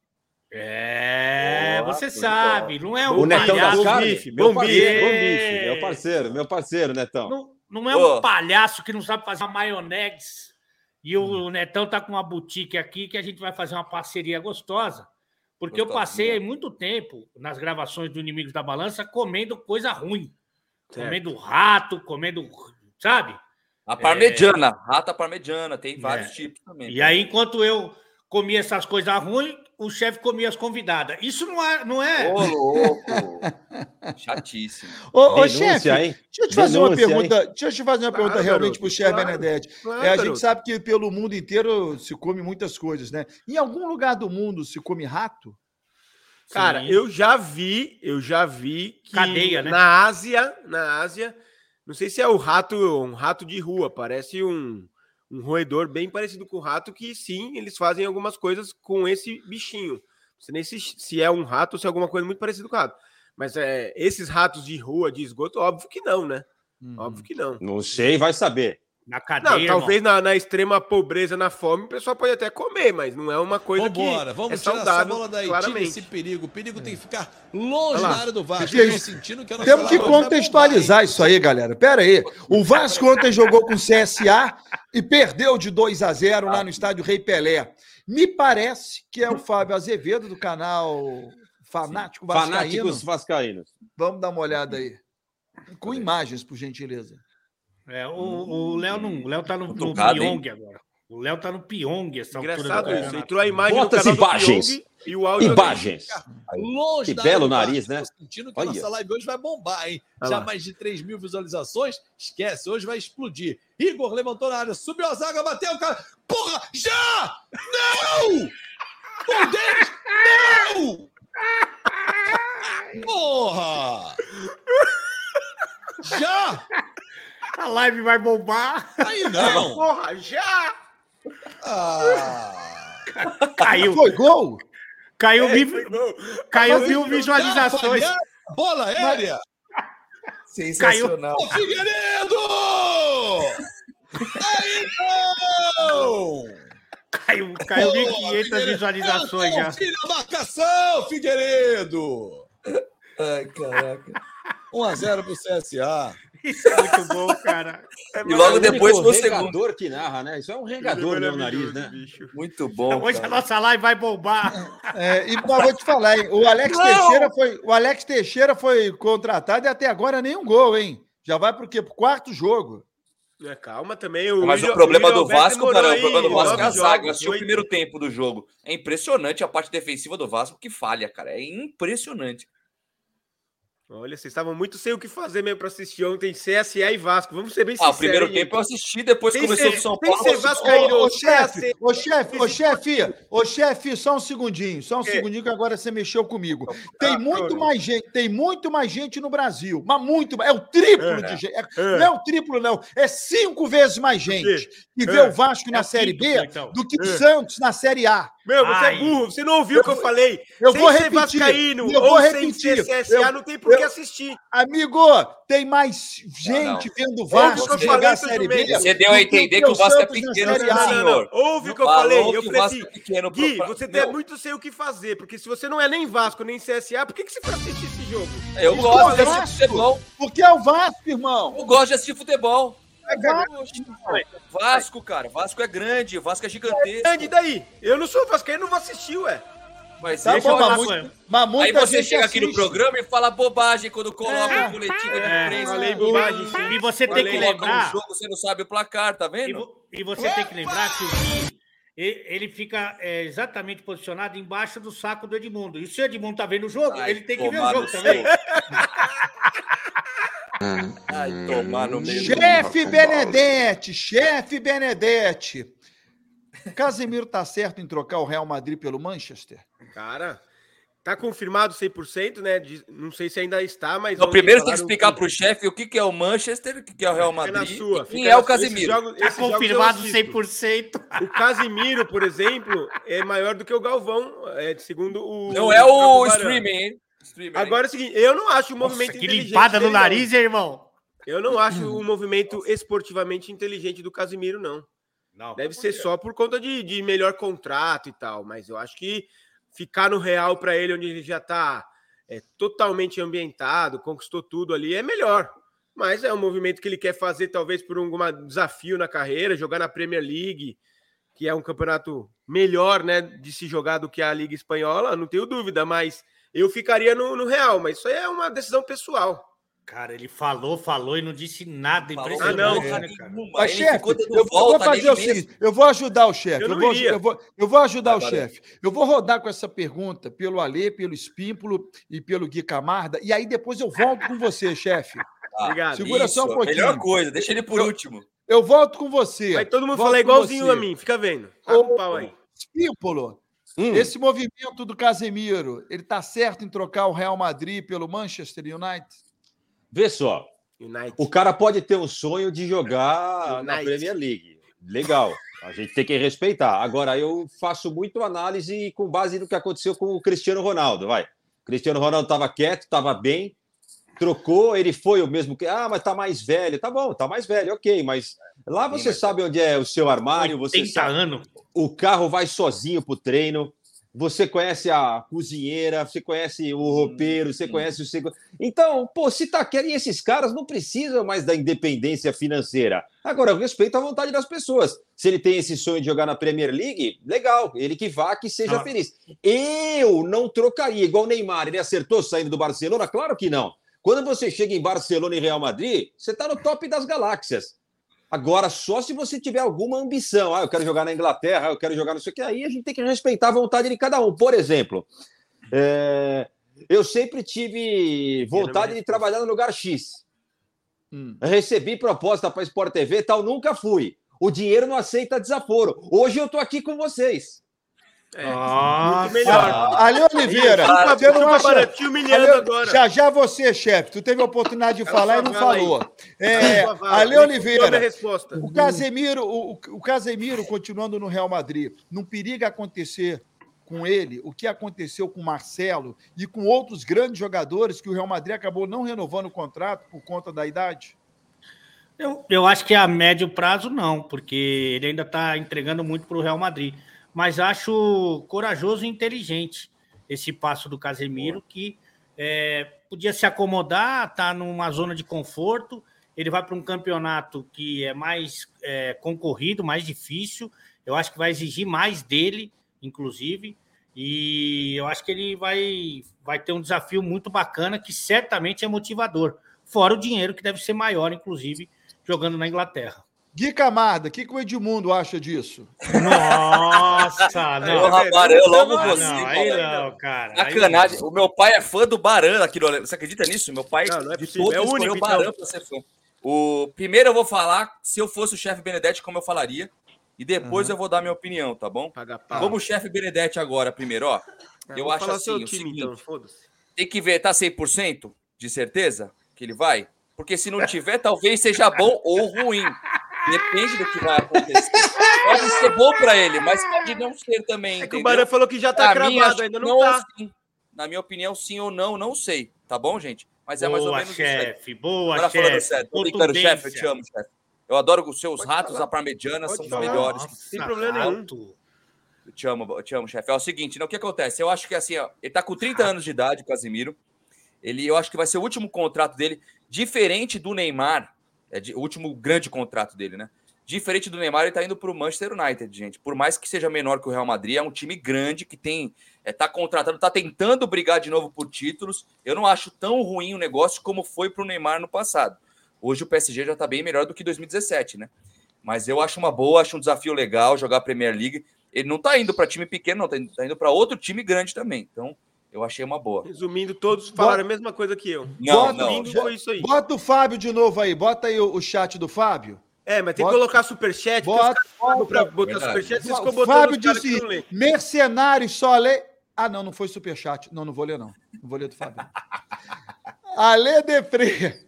[SPEAKER 3] É,
[SPEAKER 2] Boa,
[SPEAKER 3] você
[SPEAKER 2] tudo
[SPEAKER 3] sabe, não é um
[SPEAKER 4] O Netão
[SPEAKER 3] palhaço.
[SPEAKER 4] da Carne,
[SPEAKER 5] bife,
[SPEAKER 4] meu
[SPEAKER 5] bom
[SPEAKER 4] parceiro,
[SPEAKER 3] bife.
[SPEAKER 4] bom bife, meu parceiro, meu parceiro, Netão.
[SPEAKER 3] Não, não é
[SPEAKER 2] Ô.
[SPEAKER 3] um palhaço que não sabe fazer uma maionese. E o Netão tá com uma boutique aqui que a gente vai fazer uma parceria gostosa. Porque eu
[SPEAKER 2] Gostosinha.
[SPEAKER 3] passei aí muito tempo nas gravações do Inimigos da Balança comendo coisa ruim.
[SPEAKER 5] Certo.
[SPEAKER 3] Comendo rato, comendo. Sabe?
[SPEAKER 2] A parmegiana,
[SPEAKER 5] É.
[SPEAKER 2] rata parmegiana, tem
[SPEAKER 3] É.
[SPEAKER 2] vários tipos também.
[SPEAKER 3] E aí, enquanto eu comia essas coisas ruins, o chefe comia as convidadas. Isso não é. Não é...
[SPEAKER 2] Ô, louco! [LAUGHS] Chatíssimo.
[SPEAKER 1] Ô, ô chefe,
[SPEAKER 4] Denúncia, hein?
[SPEAKER 1] deixa eu te fazer uma
[SPEAKER 4] Denúncia,
[SPEAKER 1] pergunta. Deixa eu te fazer uma
[SPEAKER 5] Claro,
[SPEAKER 1] pergunta realmente
[SPEAKER 5] garoto,
[SPEAKER 1] para o chefe
[SPEAKER 5] claro.
[SPEAKER 1] Benedetti.
[SPEAKER 5] Claro,
[SPEAKER 1] É, a
[SPEAKER 5] garoto.
[SPEAKER 1] gente sabe que pelo mundo inteiro se come muitas coisas, né? Em algum lugar do mundo se come rato?
[SPEAKER 5] Cara,
[SPEAKER 3] Sim.
[SPEAKER 5] eu já vi, eu já vi que
[SPEAKER 3] Cadeia, né?
[SPEAKER 5] na Ásia, na Ásia, não sei se é o rato, um rato de rua, parece um, um roedor bem parecido com o rato, que sim, eles fazem algumas coisas com esse bichinho. Não sei nem se, se é um rato ou se é alguma coisa muito parecida com o rato. Mas é, esses ratos de rua, de esgoto, óbvio que não, né?
[SPEAKER 1] Uhum.
[SPEAKER 5] Óbvio que não.
[SPEAKER 4] Não sei, vai saber.
[SPEAKER 3] Na
[SPEAKER 5] Não,
[SPEAKER 3] cadeia.
[SPEAKER 5] talvez na, na extrema pobreza, na fome, o pessoal pode até comer, mas não é uma coisa
[SPEAKER 8] Vambora,
[SPEAKER 5] que
[SPEAKER 8] vamos
[SPEAKER 5] é
[SPEAKER 8] tirar essa
[SPEAKER 5] saudável,
[SPEAKER 8] bola daí, tira
[SPEAKER 5] claramente.
[SPEAKER 8] esse perigo. O perigo tem que ficar longe
[SPEAKER 5] Olha lá.
[SPEAKER 8] da área do Vasco.
[SPEAKER 1] Tem-
[SPEAKER 8] Eu tô sentindo a nossa
[SPEAKER 1] Temos que
[SPEAKER 8] bola vai bombar, hein?
[SPEAKER 1] contextualizar isso aí, galera. Pera aí. O Vasco ontem jogou com o CSA e perdeu de 2 a 0 lá no estádio Rei Pelé. Me parece que é o Fábio Azevedo do canal Fanático Vascaíno.
[SPEAKER 4] Fanáticos vascaínos.
[SPEAKER 1] Vamos dar uma olhada aí. Com imagens, por gentileza.
[SPEAKER 3] É, o, o Léo não. O Léo tá no, no
[SPEAKER 2] Cutucado, hein?
[SPEAKER 3] Pyong agora. O Léo tá no Pyong essa altura do
[SPEAKER 5] Engraçado isso.
[SPEAKER 3] campeonato.
[SPEAKER 5] Entrou a imagem
[SPEAKER 4] Bota as
[SPEAKER 5] do canal do
[SPEAKER 4] imagens.
[SPEAKER 5] Pyong e o áudio.
[SPEAKER 4] Imagens.
[SPEAKER 8] Longe
[SPEAKER 4] É Que
[SPEAKER 8] da área
[SPEAKER 4] belo
[SPEAKER 8] do Vasco.
[SPEAKER 4] nariz, né?
[SPEAKER 8] Tô sentindo que a
[SPEAKER 4] Olha.
[SPEAKER 8] nossa live hoje vai bombar, hein?
[SPEAKER 5] Olha
[SPEAKER 8] Já
[SPEAKER 5] lá.
[SPEAKER 8] mais de 3 mil visualizações. Esquece, hoje vai explodir. Igor levantou na área, subiu a zaga, bateu o cara. Porra! Já! Não! Com 10! Não! Porra! Já!
[SPEAKER 3] A live vai
[SPEAKER 8] [LAUGHS]
[SPEAKER 3] bombar.
[SPEAKER 8] Aí não!
[SPEAKER 5] Porra, já!
[SPEAKER 8] Ah!
[SPEAKER 3] Caiu.
[SPEAKER 1] Foi gol?
[SPEAKER 3] Caiu, mil, caiu mil visualizações.
[SPEAKER 8] Já, Bola aérea!
[SPEAKER 2] Sensacional.
[SPEAKER 8] Ô, Figueiredo! Aí É, não!
[SPEAKER 3] Caiu, caiu
[SPEAKER 8] Pô,
[SPEAKER 3] 1.500
[SPEAKER 8] Figueiredo,
[SPEAKER 3] visualizações
[SPEAKER 8] eu
[SPEAKER 3] já.
[SPEAKER 8] sou o É, Filho da marcação, Figueiredo!
[SPEAKER 2] Ai, caraca.
[SPEAKER 8] 1x0 pro CSA.
[SPEAKER 3] Isso é muito bom, cara.
[SPEAKER 2] E logo depois foi o segundo.
[SPEAKER 4] regador que narra, né? Isso é um regador no nariz, né?
[SPEAKER 2] Muito
[SPEAKER 5] Então,
[SPEAKER 2] bom.
[SPEAKER 3] Hoje a
[SPEAKER 2] cara.
[SPEAKER 3] nossa live vai bombar.
[SPEAKER 1] É, e mas vou te falar, hein? O Alex, Teixeira foi, o Alex Teixeira foi contratado e até agora nenhum gol, hein? Já vai pro quê? Pro quarto jogo.
[SPEAKER 5] É, calma também. O
[SPEAKER 2] Mas o
[SPEAKER 5] William-
[SPEAKER 2] problema
[SPEAKER 5] William
[SPEAKER 2] do
[SPEAKER 5] Alberto
[SPEAKER 2] Vasco,
[SPEAKER 5] demorou
[SPEAKER 2] cara, o problema do
[SPEAKER 5] aí
[SPEAKER 2] Vasco é a
[SPEAKER 5] nove
[SPEAKER 2] zaga. Eu
[SPEAKER 5] jogos,
[SPEAKER 2] assisti o
[SPEAKER 5] oito.
[SPEAKER 2] primeiro tempo do jogo. É impressionante a parte defensiva do Vasco que falha, cara. É impressionante.
[SPEAKER 5] Olha, vocês estavam muito sem o que fazer mesmo pra assistir ontem. CSA e Vasco. Vamos ser bem
[SPEAKER 2] Ah,
[SPEAKER 5] sinceros.
[SPEAKER 2] o primeiro
[SPEAKER 5] hein?
[SPEAKER 2] tempo eu assisti, depois
[SPEAKER 5] Tem
[SPEAKER 2] começou
[SPEAKER 5] ser-
[SPEAKER 2] do São
[SPEAKER 5] tem
[SPEAKER 2] Paulo.
[SPEAKER 5] ser
[SPEAKER 2] eu assisti-
[SPEAKER 5] Vasco-
[SPEAKER 1] Ô, ô,
[SPEAKER 5] cacete.
[SPEAKER 1] chefe, ô chefe, ô chefe, ô chefe, só um segundinho, só um segundinho que agora você mexeu comigo.
[SPEAKER 5] Tá
[SPEAKER 1] Tem muito mais gente, tem muito mais gente no Brasil, mas muito, mais- é o triplo de gente. É-
[SPEAKER 5] É.
[SPEAKER 1] Não é o triplo não, é cinco vezes mais gente que vê
[SPEAKER 5] É.
[SPEAKER 1] o Vasco na
[SPEAKER 3] o
[SPEAKER 1] Série
[SPEAKER 3] quinto,
[SPEAKER 1] B
[SPEAKER 3] então.
[SPEAKER 1] do que o Santos na Série A.
[SPEAKER 5] Meu, você
[SPEAKER 3] Ai.
[SPEAKER 5] é burro. Você não ouviu o que eu falei.
[SPEAKER 1] Eu
[SPEAKER 5] sem
[SPEAKER 1] vou
[SPEAKER 5] ser
[SPEAKER 1] repetir.
[SPEAKER 5] Vascaíno
[SPEAKER 1] eu
[SPEAKER 5] ou
[SPEAKER 1] vou
[SPEAKER 5] sem
[SPEAKER 1] repetir.
[SPEAKER 5] ser CSA,
[SPEAKER 1] Eu-
[SPEAKER 5] não tem por que
[SPEAKER 1] eu-
[SPEAKER 5] assistir.
[SPEAKER 1] Amigo, tem mais
[SPEAKER 2] não.
[SPEAKER 1] gente vendo o
[SPEAKER 5] Ouve o que
[SPEAKER 1] Vasco
[SPEAKER 5] eu
[SPEAKER 1] jogar
[SPEAKER 5] falei
[SPEAKER 1] a Série B.
[SPEAKER 5] também.
[SPEAKER 1] do
[SPEAKER 2] Você deu a entender que o Vasco é
[SPEAKER 1] Santos na
[SPEAKER 2] pequeno,
[SPEAKER 1] Série A.
[SPEAKER 2] sim, senhor.
[SPEAKER 5] Ouve o que eu
[SPEAKER 2] Falou
[SPEAKER 5] falei.
[SPEAKER 2] que
[SPEAKER 5] Eu
[SPEAKER 2] o
[SPEAKER 5] falei
[SPEAKER 2] Vasco
[SPEAKER 5] assim,
[SPEAKER 2] é pequeno pro-
[SPEAKER 5] Gui,
[SPEAKER 2] pra-
[SPEAKER 5] você tem
[SPEAKER 2] Meu,
[SPEAKER 5] muito sem o que fazer, porque se você não é nem Vasco, nem CSA, por que, que você foi assistir esse jogo?
[SPEAKER 2] Eu
[SPEAKER 1] Escuta,
[SPEAKER 2] gosto de
[SPEAKER 1] Vasco.
[SPEAKER 2] assistir futebol.
[SPEAKER 1] Porque é o Vasco, irmão.
[SPEAKER 2] Eu gosto de assistir futebol.
[SPEAKER 1] É Vasco.
[SPEAKER 2] Vasco, cara. Vasco é grande, Vasco é gigantesco.
[SPEAKER 5] Grande daí. Eu não sou Vascaíno, não vou assistir, ué.
[SPEAKER 2] Mas
[SPEAKER 1] Tá
[SPEAKER 2] deixa
[SPEAKER 1] bom,
[SPEAKER 2] eu
[SPEAKER 3] falar
[SPEAKER 1] mas,
[SPEAKER 2] falar.
[SPEAKER 3] com
[SPEAKER 1] muito,
[SPEAKER 3] ele.
[SPEAKER 1] mas muita
[SPEAKER 2] Aí você
[SPEAKER 1] gente
[SPEAKER 2] chega aqui no
[SPEAKER 1] assiste.
[SPEAKER 2] programa e fala bobagem quando coloca
[SPEAKER 1] É.
[SPEAKER 2] a coletiva
[SPEAKER 3] É.
[SPEAKER 2] de imprensa.
[SPEAKER 5] Falei
[SPEAKER 2] quando
[SPEAKER 5] bobagem, sim.
[SPEAKER 3] E você tem
[SPEAKER 5] Falei,
[SPEAKER 3] que
[SPEAKER 2] coloca um
[SPEAKER 3] lembrar.
[SPEAKER 2] jogo, você não sabe o placar, tá
[SPEAKER 3] E,
[SPEAKER 2] vendo?
[SPEAKER 3] vo- e você tem que lembrar que o Gui, e- ele fica é, exatamente posicionado embaixo do saco do Edmundo. E se o Edmundo tá vendo o jogo,
[SPEAKER 2] Ai,
[SPEAKER 3] ele tem que ver o
[SPEAKER 2] tomar
[SPEAKER 3] jogo tá
[SPEAKER 2] no
[SPEAKER 3] também.
[SPEAKER 2] Ai, tomar no meio. do-
[SPEAKER 1] Chefe Benedetti, chefe Benedetti. Casemiro tá certo em trocar o Real Madrid pelo Manchester?
[SPEAKER 5] Cara, tá confirmado 100%, né? Diz- Não sei se ainda está, mas.
[SPEAKER 2] Não, Então,
[SPEAKER 5] ontem
[SPEAKER 2] primeiro tem que
[SPEAKER 5] falaram
[SPEAKER 2] explicar pro chefe o que, que é o Manchester, o que, que é o Real
[SPEAKER 5] Fica na
[SPEAKER 2] Madrid
[SPEAKER 5] sua,
[SPEAKER 2] e quem
[SPEAKER 5] fica
[SPEAKER 2] é
[SPEAKER 5] na
[SPEAKER 2] o
[SPEAKER 5] sua. Esses
[SPEAKER 2] Casemiro.
[SPEAKER 5] jogos-
[SPEAKER 3] Tá
[SPEAKER 5] esses jogos eu
[SPEAKER 3] confirmado
[SPEAKER 5] assisto.
[SPEAKER 3] 100%.
[SPEAKER 5] O Casimiro, por exemplo, é maior do que o Galvão, é, segundo o.
[SPEAKER 2] Não é o
[SPEAKER 5] Franco Varane.
[SPEAKER 2] streaming, hein? Streaming.
[SPEAKER 5] Agora é o seguinte, eu não acho o
[SPEAKER 3] Nossa,
[SPEAKER 5] movimento
[SPEAKER 3] que
[SPEAKER 5] inteligente
[SPEAKER 3] limpada no
[SPEAKER 5] dele, não.
[SPEAKER 3] nariz, hein, irmão.
[SPEAKER 5] Eu não acho o movimento esportivamente inteligente do Casimiro, não.
[SPEAKER 8] Não,
[SPEAKER 5] Deve
[SPEAKER 8] por
[SPEAKER 5] ser
[SPEAKER 8] quê?
[SPEAKER 5] só por conta de, de melhor contrato e tal, mas eu acho que ficar no Real para ele, onde ele já está totalmente ambientado, conquistou tudo ali, é melhor. Mas é um movimento que ele quer fazer, talvez por algum desafio na carreira, jogar na Premier League, que é um campeonato melhor né, de se jogar do que a Liga Espanhola, não tenho dúvida, mas eu ficaria no, no Real, mas isso aí é uma decisão pessoal.
[SPEAKER 3] Cara, ele falou, falou e não disse nada.
[SPEAKER 2] Falou Ah,
[SPEAKER 3] Impressionante,
[SPEAKER 5] nada,
[SPEAKER 3] né,
[SPEAKER 2] cara.
[SPEAKER 3] cara?
[SPEAKER 2] nenhuma.
[SPEAKER 1] Mas,
[SPEAKER 2] Ele
[SPEAKER 1] chefe,
[SPEAKER 2] ficou
[SPEAKER 1] eu,
[SPEAKER 2] dando
[SPEAKER 1] eu vou
[SPEAKER 2] volta
[SPEAKER 1] fazer
[SPEAKER 2] nele
[SPEAKER 1] o
[SPEAKER 2] mesmo.
[SPEAKER 1] seguinte: eu vou ajudar o chefe.
[SPEAKER 5] Eu
[SPEAKER 1] Eu,
[SPEAKER 5] não
[SPEAKER 1] vou,
[SPEAKER 5] iria.
[SPEAKER 1] eu, vou, eu vou ajudar
[SPEAKER 2] Vai,
[SPEAKER 1] o
[SPEAKER 2] vai,
[SPEAKER 1] chefe. Eu vou rodar com essa pergunta pelo Alê, pelo Espímpulo e pelo Gui Camarda. E aí depois eu volto com você, chefe.
[SPEAKER 2] Ah,
[SPEAKER 5] Obrigado.
[SPEAKER 1] Segura só um
[SPEAKER 2] isso,
[SPEAKER 1] pouquinho.
[SPEAKER 2] Melhor coisa, deixa ele por último.
[SPEAKER 1] Eu volto com você.
[SPEAKER 5] Aí todo mundo
[SPEAKER 1] Volto
[SPEAKER 5] fala é
[SPEAKER 1] com
[SPEAKER 5] igualzinho
[SPEAKER 1] você.
[SPEAKER 5] a mim, fica vendo. Tá com
[SPEAKER 1] Ô,
[SPEAKER 5] pau aí.
[SPEAKER 1] Espímpolo,
[SPEAKER 4] Hum,
[SPEAKER 1] esse movimento do Casemiro, ele tá certo em trocar o Real Madrid pelo Manchester United?
[SPEAKER 4] Vê só,
[SPEAKER 5] United.
[SPEAKER 4] o cara pode ter um sonho de jogar na
[SPEAKER 5] Nice.
[SPEAKER 4] Premier League. Legal, a gente tem que respeitar. Agora, eu faço muito análise com base no que aconteceu com o Cristiano Ronaldo, vai. O Cristiano Ronaldo estava quieto, estava bem, trocou, ele foi o mesmo que... Ah, mas tá mais velho. Tá bom, tá mais velho, ok, mas... Lá você sabe onde é o seu armário, você
[SPEAKER 3] 80
[SPEAKER 4] sabe...
[SPEAKER 3] anos.
[SPEAKER 4] o carro vai sozinho pro treino. Você conhece a cozinheira, você conhece o roupeiro, você conhece o segundo. Então, pô, se tá querendo, e esses caras não precisam mais da independência financeira. Agora, eu respeito a vontade das pessoas. Se ele tem esse sonho de jogar na Premier League, legal, ele que vá, que seja
[SPEAKER 3] Ah.
[SPEAKER 4] feliz. Eu não trocaria, igual o Neymar, ele acertou saindo do Barcelona? Claro que não. Quando você chega em Barcelona e Real Madrid, você tá no top das galáxias. Agora, só se você tiver alguma ambição. Ah, eu quero jogar na Inglaterra, eu quero jogar não sei o que. Aí a gente tem que respeitar a vontade de cada um. Por exemplo, é, eu sempre tive vontade de trabalhar no lugar X.
[SPEAKER 1] Hum.
[SPEAKER 4] Recebi proposta para Sport TV e tal, nunca fui. O dinheiro não aceita desaforo. Hoje eu tô aqui com vocês.
[SPEAKER 3] Nossa.
[SPEAKER 5] melhor.
[SPEAKER 2] Ah.
[SPEAKER 1] Ali Oliveira,
[SPEAKER 5] Chupa,
[SPEAKER 1] você não
[SPEAKER 5] chupa
[SPEAKER 1] acha...
[SPEAKER 5] Paraty humilhando
[SPEAKER 1] Ale...
[SPEAKER 5] agora.
[SPEAKER 1] Já já você, chefe. Tu teve a oportunidade de
[SPEAKER 5] Cala
[SPEAKER 1] falar e
[SPEAKER 5] sua
[SPEAKER 1] não
[SPEAKER 5] vala aí.
[SPEAKER 1] falou. É,
[SPEAKER 5] Chupa, vai.
[SPEAKER 1] Ale
[SPEAKER 5] Ele soube a
[SPEAKER 1] Oliveira,
[SPEAKER 5] resposta.
[SPEAKER 1] o Casemiro, o, o Casemiro continuando no Real Madrid, não periga acontecer com ele o que aconteceu com o Marcelo e com outros grandes jogadores que o Real Madrid acabou não renovando o contrato por conta da idade?
[SPEAKER 3] Eu, eu acho que a médio prazo não, porque ele ainda está entregando muito para o Real Madrid. Mas acho corajoso e inteligente esse passo do Casemiro, que é, podia se acomodar, está numa zona de conforto. Ele vai para um campeonato que é mais é, concorrido, mais difícil. Eu acho que vai exigir mais dele, inclusive. E eu acho que ele vai, vai ter um desafio muito bacana, que certamente é motivador. Fora o dinheiro, que deve ser maior, inclusive, jogando na Inglaterra.
[SPEAKER 1] Gui Camarda, o que, que o Edmundo acha disso?
[SPEAKER 3] [LAUGHS] Nossa,
[SPEAKER 2] Ô,
[SPEAKER 3] não.
[SPEAKER 2] Rabar, eu logo
[SPEAKER 3] Ah,
[SPEAKER 2] você.
[SPEAKER 3] não,
[SPEAKER 2] cara.
[SPEAKER 3] aí não, cara. Aí
[SPEAKER 2] Sacanagem. O meu pai é fã do Baran aqui no Você acredita nisso? Meu pai
[SPEAKER 5] Não, não é
[SPEAKER 2] de
[SPEAKER 5] possível.
[SPEAKER 2] todos
[SPEAKER 5] É o
[SPEAKER 2] escolheu
[SPEAKER 5] único,
[SPEAKER 2] o Baran pra ser fã. O... Primeiro eu vou falar, se eu fosse o chefe Benedetti, como eu falaria. E depois eu vou dar minha opinião, tá bom?
[SPEAKER 5] Paga pau.
[SPEAKER 2] Vamos, chefe Benedetti, agora primeiro, ó.
[SPEAKER 5] Ah,
[SPEAKER 2] eu
[SPEAKER 5] vou
[SPEAKER 2] acho
[SPEAKER 5] falar
[SPEAKER 2] assim,
[SPEAKER 5] seu
[SPEAKER 2] o
[SPEAKER 5] time,
[SPEAKER 2] seguinte.
[SPEAKER 5] então, foda-se.
[SPEAKER 2] Tem que ver, tá 100% de certeza que ele vai? Porque se não tiver, talvez seja bom ou ruim. Depende do que vai acontecer. Pode ser bom pra ele, mas pode não ser também.
[SPEAKER 5] É que o
[SPEAKER 2] entendeu?
[SPEAKER 5] Baran falou que já tá
[SPEAKER 2] Pra mim, acho é
[SPEAKER 5] cravado,
[SPEAKER 2] que
[SPEAKER 5] ainda não tá.
[SPEAKER 2] ou sim. Na minha opinião, sim ou não, não sei. Tá bom, gente? Mas é mais ou
[SPEAKER 3] Boa,
[SPEAKER 2] menos isso. aí.
[SPEAKER 3] chefe. Boa,
[SPEAKER 2] Agora falando
[SPEAKER 3] chefe.
[SPEAKER 2] sério, tô brincando, chefe, eu te
[SPEAKER 3] contundência.
[SPEAKER 2] amo, chefe. Eu adoro os seus
[SPEAKER 5] Pode
[SPEAKER 2] ratos,
[SPEAKER 5] falar.
[SPEAKER 2] a parmegiana
[SPEAKER 5] Pode
[SPEAKER 2] são os
[SPEAKER 5] falar.
[SPEAKER 2] melhores.
[SPEAKER 5] Sem problema
[SPEAKER 3] rato.
[SPEAKER 2] Eu te amo, eu te amo, chefe. É o seguinte, não, o que acontece? Eu acho que assim, ó, ele tá com 30 anos de idade, o Casimiro. Ele, eu acho que vai ser o último contrato dele, diferente do Neymar. É de- o último grande contrato dele, né? Diferente do Neymar, ele tá indo pro Manchester United, gente. Por mais que seja menor que o Real Madrid, é um time grande que tem. É, tá contratando, tá tentando brigar de novo por títulos. Eu não acho tão ruim o negócio como foi pro Neymar no passado. Hoje o PSG já tá bem melhor do que 2017, né? Mas eu acho uma boa, acho um desafio legal jogar a Premier League. Ele não tá indo para time pequeno, não, tá indo, tá indo para outro time grande também. Então, eu achei uma boa.
[SPEAKER 5] Resumindo, todos falaram a mesma coisa que eu.
[SPEAKER 2] Não,
[SPEAKER 1] Bota-
[SPEAKER 2] não.
[SPEAKER 5] Resumindo, foi isso aí.
[SPEAKER 1] Bota o Fábio de novo aí. Bota aí o, o chat do Fábio.
[SPEAKER 5] É, mas tem
[SPEAKER 1] Bota-
[SPEAKER 5] É que colocar superchat, porque
[SPEAKER 1] Bota-
[SPEAKER 5] os caras pagam pra botar
[SPEAKER 2] Verdade.
[SPEAKER 5] superchat, vocês
[SPEAKER 1] O
[SPEAKER 5] ficam botando
[SPEAKER 1] Fábio
[SPEAKER 5] os caras
[SPEAKER 1] disse:
[SPEAKER 5] que não lê.
[SPEAKER 1] mercenários só lê. Ah, não, não foi superchat. Não, não vou ler, não. Não vou ler do Fábio. [LAUGHS] Alê Depré.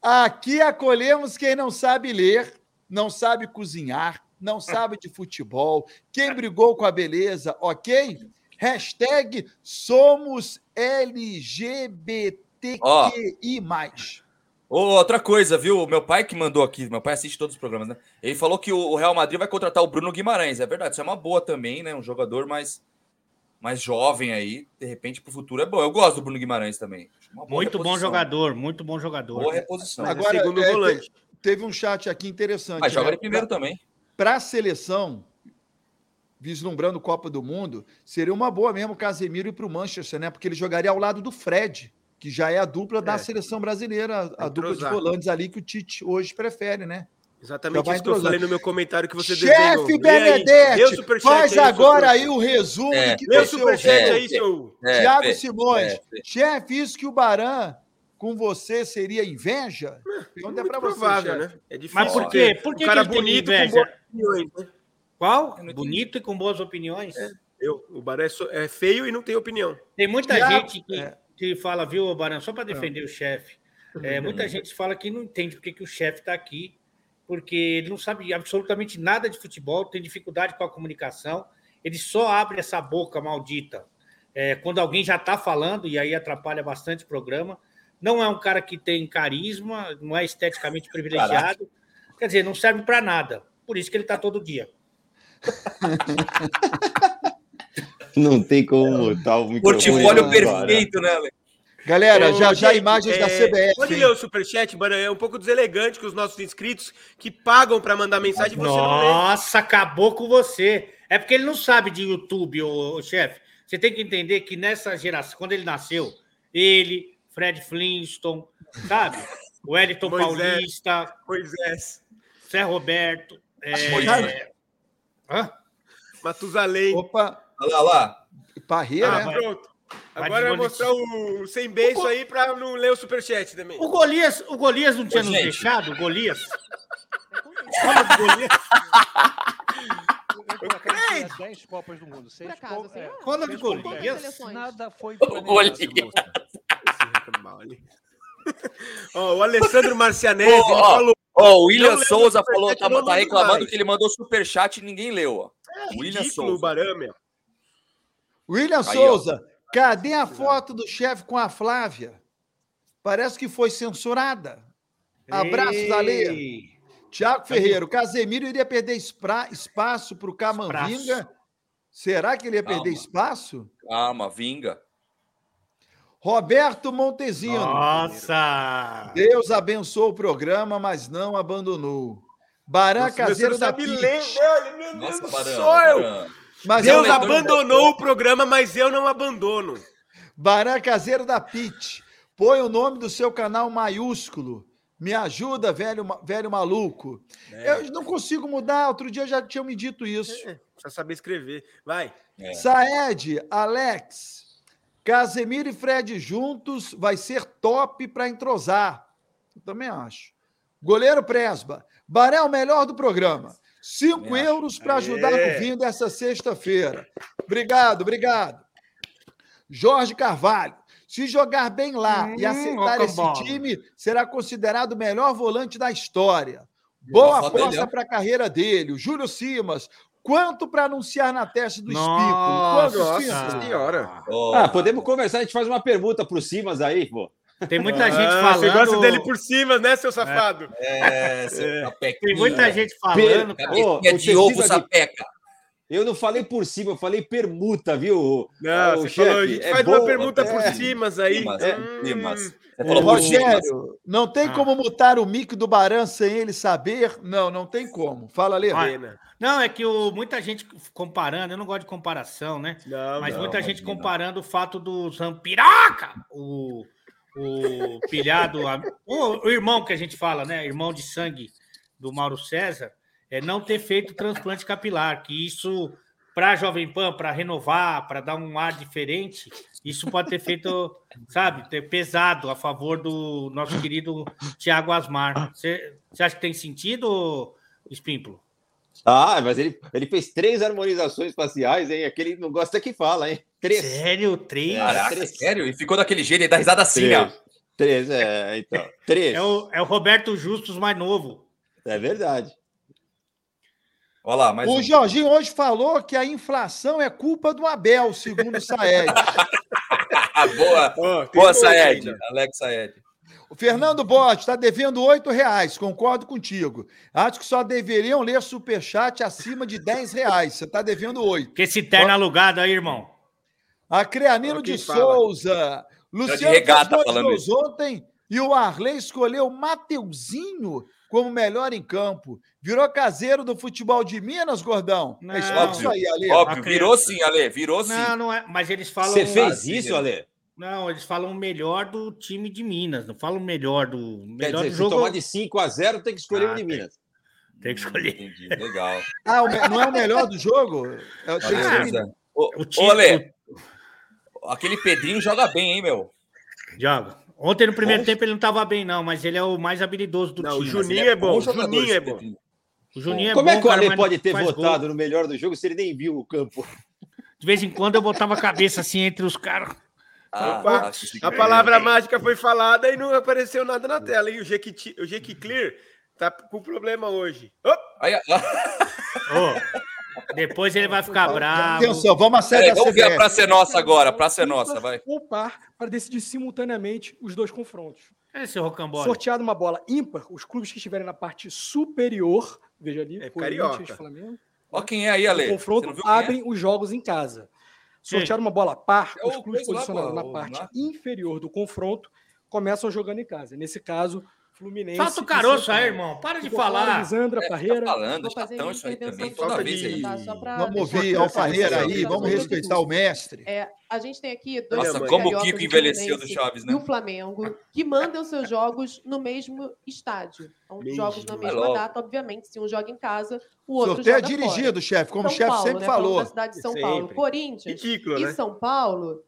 [SPEAKER 1] Aqui acolhemos quem não sabe ler, não sabe cozinhar, não sabe de futebol, quem brigou com a beleza, ok? Hashtag somos LGBTQI+.
[SPEAKER 2] Ô, outra coisa, viu? O meu pai que mandou aqui, meu pai assiste todos os programas, né? Ele falou que o o Real Madrid vai contratar o Bruno Guimarães. É verdade, isso é uma boa também, né? Um jogador mais, mais jovem aí, de repente pro futuro é bom. Eu gosto do Bruno Guimarães também. Acho uma boa
[SPEAKER 3] Muito bom
[SPEAKER 2] reposição.
[SPEAKER 3] jogador, muito bom jogador.
[SPEAKER 2] Boa reposição.
[SPEAKER 5] Mas é
[SPEAKER 1] Agora,
[SPEAKER 5] segundo
[SPEAKER 1] é,
[SPEAKER 5] volante.
[SPEAKER 1] Teve um chat aqui interessante.
[SPEAKER 2] Mas joga
[SPEAKER 1] né?
[SPEAKER 2] ele primeiro também.
[SPEAKER 1] para a seleção, vislumbrando Copa do Mundo, seria uma boa mesmo o Casemiro ir para o Manchester, né? Porque ele jogaria ao lado do Fred, que já é a dupla da
[SPEAKER 5] É.
[SPEAKER 1] seleção brasileira, a, a
[SPEAKER 5] Vai
[SPEAKER 1] dupla de
[SPEAKER 5] entrosar.
[SPEAKER 1] volantes ali que o Tite hoje prefere, né? Já
[SPEAKER 5] Exatamente
[SPEAKER 1] vai
[SPEAKER 5] isso que eu
[SPEAKER 1] entrosar.
[SPEAKER 5] falei no meu comentário que você desenhou.
[SPEAKER 1] Chefe
[SPEAKER 5] Lê aí. Lê o
[SPEAKER 1] Benedetti,
[SPEAKER 5] superchat
[SPEAKER 1] faz
[SPEAKER 5] aí, seu
[SPEAKER 1] agora
[SPEAKER 5] trouxa.
[SPEAKER 1] aí o resumo
[SPEAKER 2] É.
[SPEAKER 1] do que
[SPEAKER 5] Lê o
[SPEAKER 1] você ouviu.
[SPEAKER 2] É,
[SPEAKER 5] superchat aí, seu...
[SPEAKER 2] É,
[SPEAKER 1] Thiago
[SPEAKER 2] Fê,
[SPEAKER 1] Simões,
[SPEAKER 2] é, Fê.
[SPEAKER 1] chefe, isso que o Baran com você seria inveja?
[SPEAKER 3] Então
[SPEAKER 1] Pergunta
[SPEAKER 5] Muito
[SPEAKER 1] pra você,
[SPEAKER 5] provável,
[SPEAKER 1] chefe.
[SPEAKER 5] né? É difícil.
[SPEAKER 3] Mas por quê? Por que,
[SPEAKER 5] um cara
[SPEAKER 3] que ele tem
[SPEAKER 5] bonito com
[SPEAKER 3] inveja?
[SPEAKER 5] boas opiniões, né?
[SPEAKER 3] Qual?
[SPEAKER 2] Eu não entendi.
[SPEAKER 3] Bonito e com boas opiniões.
[SPEAKER 5] Eu, o Baré é so- é feio e não tem opinião.
[SPEAKER 3] Tem muita
[SPEAKER 1] Thiago-
[SPEAKER 3] gente que,
[SPEAKER 1] É.
[SPEAKER 3] que fala, viu, Barão, só para defender o chefe. É, muita gente fala que não entende porque que o chefe está aqui, porque ele não sabe absolutamente nada de futebol, tem dificuldade com a comunicação, ele só abre essa boca maldita é, quando alguém já está falando, e aí atrapalha bastante o programa. Não é um cara que tem carisma, não é esteticamente privilegiado, quer dizer, não serve para nada. Por isso que ele está todo dia.
[SPEAKER 4] Não tem como tal.
[SPEAKER 2] Portfólio perfeito, né, Ale?
[SPEAKER 1] Galera,
[SPEAKER 5] Ô,
[SPEAKER 1] já já
[SPEAKER 5] gente,
[SPEAKER 1] imagens da
[SPEAKER 5] é,
[SPEAKER 1] CBF.
[SPEAKER 5] Pode
[SPEAKER 1] hein?
[SPEAKER 5] ler o superchat, Baré. É um pouco deselegante com os nossos inscritos que pagam pra mandar mensagem e você não lê.
[SPEAKER 3] Nossa, acabou com você. É porque ele não sabe de YouTube, ô, ô, chefe. Você tem que entender que nessa geração, quando ele nasceu, ele, Fred Flintstone, sabe?
[SPEAKER 5] [LAUGHS]
[SPEAKER 3] O Wellington
[SPEAKER 5] Moisés.
[SPEAKER 3] Paulista,
[SPEAKER 5] Pois é.
[SPEAKER 3] Zé Roberto. É...
[SPEAKER 2] Moisés.
[SPEAKER 3] Hã?
[SPEAKER 5] Matusalém.
[SPEAKER 1] Opa,
[SPEAKER 2] Olha lá, olha lá.
[SPEAKER 1] Parreira,
[SPEAKER 5] é Ah,
[SPEAKER 1] né?
[SPEAKER 3] vai.
[SPEAKER 5] pronto.
[SPEAKER 3] Vai
[SPEAKER 5] Agora eu vou mostrar
[SPEAKER 3] desmonetizar.
[SPEAKER 5] o sem beijo aí pra não ler o superchat também.
[SPEAKER 3] O Golias, o Golias não tinha
[SPEAKER 2] Ô,
[SPEAKER 3] nos
[SPEAKER 2] gente.
[SPEAKER 3] deixado? O Golias? Olha o
[SPEAKER 5] [LAUGHS]
[SPEAKER 3] Golias.
[SPEAKER 5] Crente!
[SPEAKER 9] 10 Copas do Mundo. Seis
[SPEAKER 10] acaso,
[SPEAKER 9] Copas-
[SPEAKER 10] assim,
[SPEAKER 9] é,
[SPEAKER 10] ó.
[SPEAKER 3] Ronald
[SPEAKER 9] seis
[SPEAKER 3] Golias.
[SPEAKER 9] Copas-
[SPEAKER 10] Seleções.
[SPEAKER 9] Nada foi
[SPEAKER 2] Olha.
[SPEAKER 9] planejado, moça.
[SPEAKER 5] Ó, o Alessandro Marcianese ele
[SPEAKER 2] Ô, ó.
[SPEAKER 5] falou.
[SPEAKER 2] Ó, o William
[SPEAKER 5] Não leu
[SPEAKER 2] Souza
[SPEAKER 5] o superchat,
[SPEAKER 2] falou, tá,
[SPEAKER 5] não
[SPEAKER 2] tá
[SPEAKER 5] manda
[SPEAKER 2] reclamando
[SPEAKER 5] mais.
[SPEAKER 2] que ele mandou superchat e ninguém leu, ó.
[SPEAKER 1] É
[SPEAKER 2] William
[SPEAKER 5] Ridículo o
[SPEAKER 2] Souza.
[SPEAKER 5] Barão, meu.
[SPEAKER 1] William
[SPEAKER 2] Aí,
[SPEAKER 1] Souza, cadê a foto do chefe com a Flávia? Parece que foi censurada. Abraços, Ale.
[SPEAKER 3] Ei.
[SPEAKER 1] Tiago Ferreira, o Casemiro iria perder espra- espaço para o Camanvinga? Será que ele ia perder
[SPEAKER 2] Calma.
[SPEAKER 1] espaço?
[SPEAKER 2] Calma, vinga.
[SPEAKER 1] Roberto Montezino,
[SPEAKER 5] Ah.
[SPEAKER 3] Nossa!
[SPEAKER 1] Deus abençoou o programa, mas não abandonou.
[SPEAKER 3] É
[SPEAKER 1] Barã
[SPEAKER 5] Nossa, você não
[SPEAKER 1] Caseiro da
[SPEAKER 5] sabe ler,
[SPEAKER 1] Pit.
[SPEAKER 5] velho. Meu Deus
[SPEAKER 2] Nossa,
[SPEAKER 5] do
[SPEAKER 2] Barão.
[SPEAKER 5] céu.
[SPEAKER 2] Barão.
[SPEAKER 1] Mas
[SPEAKER 5] Deus
[SPEAKER 1] não-
[SPEAKER 2] Leandro
[SPEAKER 5] abandonou o programa, mas eu não abandono.
[SPEAKER 1] Barã Caseiro da Pit. Põe o nome do seu canal maiúsculo. Me ajuda, velho, ma- velho maluco. Eu não consigo mudar, outro dia já tinham me dito isso.
[SPEAKER 5] Precisa saber escrever. Vai.
[SPEAKER 2] É.
[SPEAKER 1] Saed, Alex, Casemiro e Fred juntos vai ser top para entrosar. Eu também acho. Goleiro Presba, Baré é o melhor do programa. Cinco
[SPEAKER 2] Também acho.
[SPEAKER 1] euros para ajudar
[SPEAKER 5] Aê.
[SPEAKER 1] no fim dessa sexta-feira. Obrigado, obrigado. Jorge Carvalho, se jogar bem lá e
[SPEAKER 3] Hum,
[SPEAKER 1] aceitar esse
[SPEAKER 3] Rocambole.
[SPEAKER 1] time, será considerado o melhor volante da história.
[SPEAKER 2] Nossa,
[SPEAKER 1] Boa aposta
[SPEAKER 2] melhor.
[SPEAKER 1] para a carreira dele. O Júlio Simas, quanto para anunciar na testa do
[SPEAKER 3] Nossa.
[SPEAKER 1] espírito? Quanto, Simas?
[SPEAKER 5] senhora.
[SPEAKER 2] Ó,
[SPEAKER 4] Ah, podemos conversar, a gente faz uma pergunta pro Simas aí, pô.
[SPEAKER 3] Tem muita gente
[SPEAKER 5] Ah,
[SPEAKER 3] falando.
[SPEAKER 5] Você gosta dele por cima, né, seu safado?
[SPEAKER 2] É, seu sapequinha.
[SPEAKER 3] Tem muita gente
[SPEAKER 4] Pera-
[SPEAKER 3] falando. cara.
[SPEAKER 4] Ô, o
[SPEAKER 2] Cabecinha de
[SPEAKER 4] tecido
[SPEAKER 2] ovo
[SPEAKER 4] ali-
[SPEAKER 2] sapeca.
[SPEAKER 4] Eu não falei por cima, eu falei permuta, viu?
[SPEAKER 5] Não,
[SPEAKER 4] Ah,
[SPEAKER 5] você
[SPEAKER 4] chefe,
[SPEAKER 5] falou, a gente
[SPEAKER 4] é
[SPEAKER 5] faz
[SPEAKER 4] bom,
[SPEAKER 5] uma pergunta
[SPEAKER 4] é.
[SPEAKER 5] por cima aí.
[SPEAKER 2] Simas,
[SPEAKER 5] Hum,
[SPEAKER 2] Simas. Você
[SPEAKER 1] Ô,
[SPEAKER 2] falou por cima.
[SPEAKER 1] Rogério, não tem como mutar o mic do Baran sem ele saber? Não, não tem como. Fala, Lê.
[SPEAKER 5] pena.
[SPEAKER 3] Não, é que o, muita gente comparando, eu não gosto de comparação, né?
[SPEAKER 5] Não,
[SPEAKER 3] Mas
[SPEAKER 5] não.
[SPEAKER 3] muita gente
[SPEAKER 2] imagina.
[SPEAKER 3] comparando o fato do Zampiroca, o, o pilhado, a- o, o irmão que a gente fala, né? Irmão de sangue do Mauro César, é não ter feito transplante capilar, que isso para a Jovem Pan, para renovar, para dar um ar diferente, isso pode ter feito, sabe, ter pesado a favor do nosso querido Tiago Asmar. Você você acha que tem sentido, Espímpolo?
[SPEAKER 4] Ah, mas ele, ele fez três harmonizações faciais, hein? Aquele não gosta que fala, hein? Três. É.
[SPEAKER 3] Sério, três?
[SPEAKER 2] Caraca,
[SPEAKER 4] três.
[SPEAKER 2] sério? E ficou daquele jeito, ele dá risada assim, ó.
[SPEAKER 4] Três. Três, é, então. Três.
[SPEAKER 3] É o, é o Roberto Justus mais novo.
[SPEAKER 4] É verdade.
[SPEAKER 2] Olha lá, mais
[SPEAKER 1] o
[SPEAKER 2] um.
[SPEAKER 1] Jorginho hoje falou que a inflação é culpa do Abel, segundo o Saed.
[SPEAKER 2] Ah,
[SPEAKER 5] [LAUGHS]
[SPEAKER 2] boa,
[SPEAKER 5] Ó, tem
[SPEAKER 2] boa,
[SPEAKER 5] dois
[SPEAKER 2] Saed.
[SPEAKER 5] ainda.
[SPEAKER 2] Alex Saed.
[SPEAKER 1] O Fernando Bote está devendo R$ reais, concordo contigo. Acho que só deveriam ler superchat acima de R$ reais. Você está devendo oito.
[SPEAKER 3] Que esse terno alugado aí, irmão.
[SPEAKER 1] A Creanino
[SPEAKER 5] Olha
[SPEAKER 1] de
[SPEAKER 5] quem fala.
[SPEAKER 1] Souza. Luciano
[SPEAKER 2] regata
[SPEAKER 1] Casmon
[SPEAKER 2] falando
[SPEAKER 1] nos ontem e o Arley escolheu Mateuzinho como melhor em campo. Virou caseiro do futebol de Minas, gordão.
[SPEAKER 3] Não.
[SPEAKER 1] é isso aí, Ale.
[SPEAKER 2] Óbvio,
[SPEAKER 3] a
[SPEAKER 2] virou
[SPEAKER 3] criança.
[SPEAKER 2] sim, Ale, virou sim.
[SPEAKER 3] Não, não é. Mas eles falam.
[SPEAKER 4] assim? Você fez
[SPEAKER 2] assim,
[SPEAKER 4] isso,
[SPEAKER 2] né?
[SPEAKER 4] Ale?
[SPEAKER 3] Não, eles falam melhor do time de Minas. Não falam melhor do.
[SPEAKER 4] Quer
[SPEAKER 3] Melhor
[SPEAKER 4] dizer,
[SPEAKER 3] do
[SPEAKER 4] se
[SPEAKER 3] jogo.
[SPEAKER 4] tomar de 5 a 0, tem que escolher
[SPEAKER 3] Ah,
[SPEAKER 4] um de
[SPEAKER 3] tem.
[SPEAKER 4] Minas.
[SPEAKER 3] Tem que escolher.
[SPEAKER 2] Entendi, legal.
[SPEAKER 1] Ah, o me- não é o melhor do jogo? É, tem que ser
[SPEAKER 2] Olha, Zé.
[SPEAKER 1] Minas.
[SPEAKER 2] Ô,
[SPEAKER 3] O
[SPEAKER 2] ô,
[SPEAKER 3] time
[SPEAKER 2] Ale, aquele Pedrinho joga bem, hein, meu?
[SPEAKER 3] joga. Ontem, no primeiro tempo, ele não estava bem, não, mas ele é o mais habilidoso do
[SPEAKER 5] Não, o
[SPEAKER 3] time. assim, né?
[SPEAKER 5] Juninho
[SPEAKER 2] Ele
[SPEAKER 5] é bom, o
[SPEAKER 2] jogador,
[SPEAKER 5] Juninho
[SPEAKER 2] esse
[SPEAKER 5] é bom.
[SPEAKER 2] Pedrinho.
[SPEAKER 3] O Juninho é
[SPEAKER 4] Como
[SPEAKER 3] bom,
[SPEAKER 4] é que o
[SPEAKER 3] cara,
[SPEAKER 4] Ale
[SPEAKER 3] mas não
[SPEAKER 4] pode ter
[SPEAKER 3] faz gol.
[SPEAKER 4] votado no melhor do jogo se ele nem viu o
[SPEAKER 3] [LAUGHS]
[SPEAKER 4] campo?
[SPEAKER 3] De vez em quando eu botava a cabeça assim entre os caras.
[SPEAKER 2] Ah,
[SPEAKER 5] Opa,
[SPEAKER 2] acho que-
[SPEAKER 5] A palavra mágica foi falada e não apareceu nada na tela. E o Jequiti, o Jequiclear tá com problema hoje. Opa,
[SPEAKER 2] Aí, ah,
[SPEAKER 3] Ô, depois ele vai ficar bravo.
[SPEAKER 1] Atenção, vamos à série
[SPEAKER 2] peraí,
[SPEAKER 1] da
[SPEAKER 2] vamos ver a
[SPEAKER 1] CBF.
[SPEAKER 2] praça é nossa agora, a praça é nossa, vai.
[SPEAKER 9] Ou um par para decidir simultaneamente os dois confrontos.
[SPEAKER 3] Esse É, rocambole.
[SPEAKER 9] Sorteado uma bola ímpar, os clubes que estiverem na parte superior, veja ali,
[SPEAKER 5] É carioca.
[SPEAKER 9] Flamengo,
[SPEAKER 2] Ó, quem é aí, Ale?
[SPEAKER 9] o
[SPEAKER 2] Você
[SPEAKER 9] confronto
[SPEAKER 2] não viu quem é?
[SPEAKER 9] abrem os jogos em casa.
[SPEAKER 3] Sim.
[SPEAKER 9] Sorteado uma bola par,
[SPEAKER 2] É
[SPEAKER 9] os
[SPEAKER 2] o
[SPEAKER 9] clubes
[SPEAKER 2] coisa lá,
[SPEAKER 9] posicionados
[SPEAKER 2] pô,
[SPEAKER 9] na
[SPEAKER 2] o
[SPEAKER 9] parte
[SPEAKER 2] Nath.
[SPEAKER 9] inferior do confronto começam jogando em casa. Nesse caso, Fluminense.
[SPEAKER 3] Solta o
[SPEAKER 9] e
[SPEAKER 3] caroço
[SPEAKER 9] São
[SPEAKER 3] aí,
[SPEAKER 9] Paulo.
[SPEAKER 3] irmão. Para de
[SPEAKER 9] Ficou fora
[SPEAKER 3] falar.
[SPEAKER 9] Lisandra
[SPEAKER 2] É,
[SPEAKER 9] Parreira.
[SPEAKER 2] Tá falando,
[SPEAKER 10] Vou fazer
[SPEAKER 2] chatão
[SPEAKER 10] minha
[SPEAKER 2] isso aí também,
[SPEAKER 10] intervenção
[SPEAKER 2] toda
[SPEAKER 10] só
[SPEAKER 2] vez
[SPEAKER 10] pra-
[SPEAKER 2] aí.
[SPEAKER 10] tá? Só pra
[SPEAKER 1] Vamos
[SPEAKER 10] deixar
[SPEAKER 1] ouvir
[SPEAKER 10] claro.
[SPEAKER 2] né?
[SPEAKER 1] Alfarreira aí,
[SPEAKER 10] Pelo
[SPEAKER 1] vamos
[SPEAKER 10] amor de
[SPEAKER 1] respeitar
[SPEAKER 10] Deus.
[SPEAKER 1] o mestre.
[SPEAKER 10] É, a gente tem aqui dois
[SPEAKER 2] Nossa,
[SPEAKER 10] times
[SPEAKER 2] como o
[SPEAKER 10] cariocas,
[SPEAKER 2] Kiko envelheceu do
[SPEAKER 10] Fluminense
[SPEAKER 2] Chaves,
[SPEAKER 10] E
[SPEAKER 2] né?
[SPEAKER 10] o Flamengo, que mandam seus jogos no mesmo estádio. Então,
[SPEAKER 5] Mesmo.
[SPEAKER 10] jogos na
[SPEAKER 2] Vai
[SPEAKER 10] mesma
[SPEAKER 2] logo.
[SPEAKER 10] data, obviamente. Se um joga em casa, o outro
[SPEAKER 1] Sorteio é
[SPEAKER 10] joga fora.
[SPEAKER 1] dirigido, chefe, como o
[SPEAKER 10] São
[SPEAKER 1] chefe
[SPEAKER 10] Paulo,
[SPEAKER 1] sempre
[SPEAKER 10] né? Falando
[SPEAKER 1] falou.
[SPEAKER 10] da cidade de São
[SPEAKER 5] Sempre.
[SPEAKER 10] Paulo. Corinthians
[SPEAKER 5] ridículo,
[SPEAKER 10] e
[SPEAKER 5] né?
[SPEAKER 10] São Paulo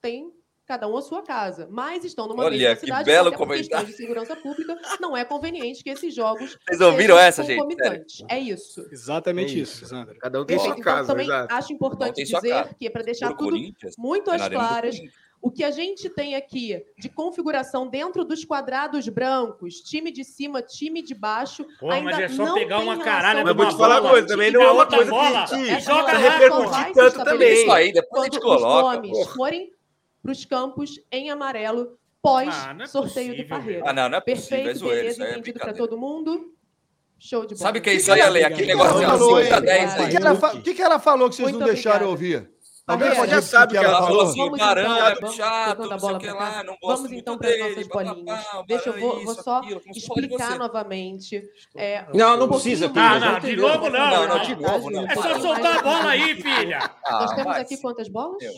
[SPEAKER 10] tem cada um a sua casa, mas estão numa
[SPEAKER 2] Olha,
[SPEAKER 10] mesma
[SPEAKER 2] que
[SPEAKER 10] cidade.
[SPEAKER 2] belo
[SPEAKER 10] até por
[SPEAKER 2] comentário.
[SPEAKER 10] questões de segurança pública, não é conveniente que esses jogos
[SPEAKER 2] Vocês ouviram
[SPEAKER 10] sejam
[SPEAKER 2] essa, gente? Sério.
[SPEAKER 10] concomitantes. É isso.
[SPEAKER 9] Exatamente
[SPEAKER 5] É
[SPEAKER 9] isso, Lisandra.
[SPEAKER 5] Cada um tem
[SPEAKER 10] Deixa,
[SPEAKER 5] sua
[SPEAKER 10] então,
[SPEAKER 5] casa,
[SPEAKER 10] também
[SPEAKER 5] exato.
[SPEAKER 10] acho
[SPEAKER 2] Não
[SPEAKER 10] importante
[SPEAKER 2] tem sua casa.
[SPEAKER 10] dizer que é para deixar
[SPEAKER 2] Pro
[SPEAKER 10] tudo
[SPEAKER 2] Corinthians. é
[SPEAKER 10] muito
[SPEAKER 2] na
[SPEAKER 10] às
[SPEAKER 2] Arena do
[SPEAKER 10] claras.
[SPEAKER 2] Corinthians.
[SPEAKER 10] O que a gente tem aqui de configuração dentro dos quadrados brancos, time de cima, time de baixo,
[SPEAKER 3] Pô,
[SPEAKER 10] ainda
[SPEAKER 3] mas é só
[SPEAKER 10] não
[SPEAKER 3] pegar
[SPEAKER 10] tem
[SPEAKER 3] uma
[SPEAKER 10] relação
[SPEAKER 3] caralha
[SPEAKER 5] Mas
[SPEAKER 3] de
[SPEAKER 5] vou
[SPEAKER 3] uma
[SPEAKER 5] te falar uma
[SPEAKER 3] bola.
[SPEAKER 5] coisa, também não é uma
[SPEAKER 3] outra
[SPEAKER 5] coisa
[SPEAKER 3] bola,
[SPEAKER 5] que
[SPEAKER 3] e
[SPEAKER 5] que
[SPEAKER 10] Essa
[SPEAKER 3] joga lá,
[SPEAKER 10] relação
[SPEAKER 5] repercutir
[SPEAKER 3] porra.
[SPEAKER 10] vai se
[SPEAKER 5] tanto
[SPEAKER 10] estabelecer
[SPEAKER 5] também.
[SPEAKER 2] Isso aí, depois a
[SPEAKER 10] quando
[SPEAKER 2] gente
[SPEAKER 10] os
[SPEAKER 2] coloca.
[SPEAKER 10] nomes
[SPEAKER 2] porra.
[SPEAKER 10] forem para os campos em amarelo pós
[SPEAKER 3] Ah, não é
[SPEAKER 10] sorteio
[SPEAKER 3] possível,
[SPEAKER 10] do Parreira.
[SPEAKER 2] Ah, não, não é possível, é
[SPEAKER 10] Perfeito,
[SPEAKER 2] zoeira, isso
[SPEAKER 10] beleza,
[SPEAKER 2] aí é
[SPEAKER 10] entendido para
[SPEAKER 2] brincadeira.
[SPEAKER 10] todo mundo. Show de bola.
[SPEAKER 2] Sabe o que é isso aí, Ale? Aquele
[SPEAKER 1] Obrigado.
[SPEAKER 2] negócio assim,
[SPEAKER 1] Falou,
[SPEAKER 2] ó, 5 a
[SPEAKER 1] hein?
[SPEAKER 2] 10
[SPEAKER 1] O
[SPEAKER 2] aí.
[SPEAKER 1] que, ela fa- o que que ela falou que vocês
[SPEAKER 10] Muito
[SPEAKER 1] não deixaram
[SPEAKER 10] obrigada.
[SPEAKER 1] ouvir?
[SPEAKER 10] Alguém
[SPEAKER 1] pode
[SPEAKER 10] já
[SPEAKER 1] dizer
[SPEAKER 5] sabe
[SPEAKER 1] o
[SPEAKER 5] que
[SPEAKER 2] Ela
[SPEAKER 10] Vamos,
[SPEAKER 2] falou assim, o
[SPEAKER 10] vamos
[SPEAKER 2] Barão
[SPEAKER 10] então,
[SPEAKER 2] é
[SPEAKER 10] vamos
[SPEAKER 2] chato,
[SPEAKER 10] jogando a
[SPEAKER 2] não sei
[SPEAKER 10] bola
[SPEAKER 2] o que
[SPEAKER 10] pra cá.
[SPEAKER 2] lá, não gosto
[SPEAKER 10] Vamos,
[SPEAKER 2] muito
[SPEAKER 10] então, pras
[SPEAKER 2] dele.
[SPEAKER 10] nossas
[SPEAKER 2] papapá,
[SPEAKER 10] bolinhas.
[SPEAKER 2] o
[SPEAKER 10] Deixa eu-
[SPEAKER 2] Barão é
[SPEAKER 10] vou- vou
[SPEAKER 2] isso,
[SPEAKER 10] só
[SPEAKER 2] aquilo, como se pode
[SPEAKER 10] Explicar
[SPEAKER 2] você.
[SPEAKER 10] novamente. é,
[SPEAKER 4] Não,
[SPEAKER 10] um
[SPEAKER 4] não
[SPEAKER 10] pouquinho
[SPEAKER 4] precisa,
[SPEAKER 10] mais-
[SPEAKER 4] Pires,
[SPEAKER 3] Ah, não,
[SPEAKER 4] tem
[SPEAKER 3] de
[SPEAKER 4] jogo.
[SPEAKER 3] novo não.
[SPEAKER 2] Não, não, de novo não.
[SPEAKER 3] É
[SPEAKER 10] Vai,
[SPEAKER 3] só
[SPEAKER 10] vai,
[SPEAKER 3] soltar a
[SPEAKER 10] vai.
[SPEAKER 3] bola aí, filha.
[SPEAKER 2] Ah,
[SPEAKER 10] Nós temos
[SPEAKER 2] vai
[SPEAKER 10] aqui
[SPEAKER 2] se
[SPEAKER 10] quantas bolas?
[SPEAKER 2] Meu.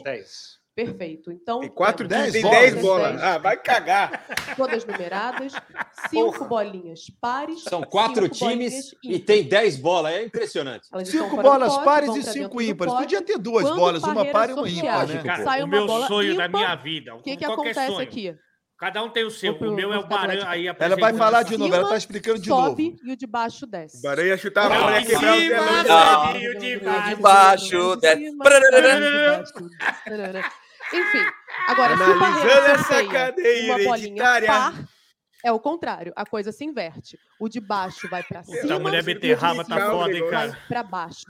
[SPEAKER 10] Perfeito. Então,
[SPEAKER 5] Tem quatro
[SPEAKER 10] temos
[SPEAKER 5] times,
[SPEAKER 1] Dez
[SPEAKER 5] tem
[SPEAKER 1] bolas.
[SPEAKER 5] 10 bolas.
[SPEAKER 10] dez,
[SPEAKER 5] Ah, vai cagar.
[SPEAKER 10] Todas numeradas, cinco bolinhas pares.
[SPEAKER 4] São quatro
[SPEAKER 10] cinco
[SPEAKER 4] times
[SPEAKER 10] bolinhas
[SPEAKER 4] e
[SPEAKER 10] ímpares.
[SPEAKER 4] tem 10 bolas, é impressionante.
[SPEAKER 10] Elas estão
[SPEAKER 1] Cinco
[SPEAKER 10] fora do
[SPEAKER 1] bolas
[SPEAKER 10] pote,
[SPEAKER 1] pares
[SPEAKER 10] vão
[SPEAKER 1] e
[SPEAKER 10] pra
[SPEAKER 1] cinco
[SPEAKER 10] dentro do
[SPEAKER 1] ímpares.
[SPEAKER 10] pote.
[SPEAKER 1] Podia ter duas
[SPEAKER 10] Quando
[SPEAKER 1] bolas, uma
[SPEAKER 10] Parreira
[SPEAKER 1] par e uma ímpar,
[SPEAKER 10] sortear,
[SPEAKER 1] né?
[SPEAKER 3] Cara,
[SPEAKER 10] Sai
[SPEAKER 3] o
[SPEAKER 10] uma
[SPEAKER 3] meu
[SPEAKER 10] bola
[SPEAKER 3] sonho da
[SPEAKER 10] ímpar,
[SPEAKER 3] minha vida.
[SPEAKER 10] O que, que
[SPEAKER 3] qualquer
[SPEAKER 10] acontece
[SPEAKER 3] sonho.
[SPEAKER 10] aqui?
[SPEAKER 3] Cada um tem o seu.
[SPEAKER 10] Vou pro-
[SPEAKER 3] o meu é o
[SPEAKER 10] vou ficar
[SPEAKER 3] Baran
[SPEAKER 10] quieto.
[SPEAKER 3] aí.
[SPEAKER 1] Ela vai
[SPEAKER 3] apresentando
[SPEAKER 1] falar
[SPEAKER 3] essa-
[SPEAKER 1] de novo, ela tá
[SPEAKER 10] Cima,
[SPEAKER 1] explicando de
[SPEAKER 10] Sobe
[SPEAKER 1] novo.
[SPEAKER 10] e o de baixo desce.
[SPEAKER 5] O Barão ia chutar a bola,
[SPEAKER 3] Não,
[SPEAKER 5] ia quebrar o
[SPEAKER 3] de cima,
[SPEAKER 5] telão.
[SPEAKER 2] Não.
[SPEAKER 3] velho, de
[SPEAKER 2] De
[SPEAKER 3] baixo.
[SPEAKER 2] baixo, desce.
[SPEAKER 10] Enfim, agora se o
[SPEAKER 5] Analisando
[SPEAKER 10] Parreira
[SPEAKER 5] essa
[SPEAKER 10] sorteia
[SPEAKER 5] cadeia
[SPEAKER 10] uma bolinha
[SPEAKER 5] hereditária.
[SPEAKER 10] par, é o contrário, a coisa se inverte. O de baixo vai para
[SPEAKER 3] Da
[SPEAKER 10] cima,
[SPEAKER 3] mulher beterraba tá
[SPEAKER 5] Calma,
[SPEAKER 3] foda, hein,
[SPEAKER 5] negócio.
[SPEAKER 3] cara.
[SPEAKER 10] vai para baixo.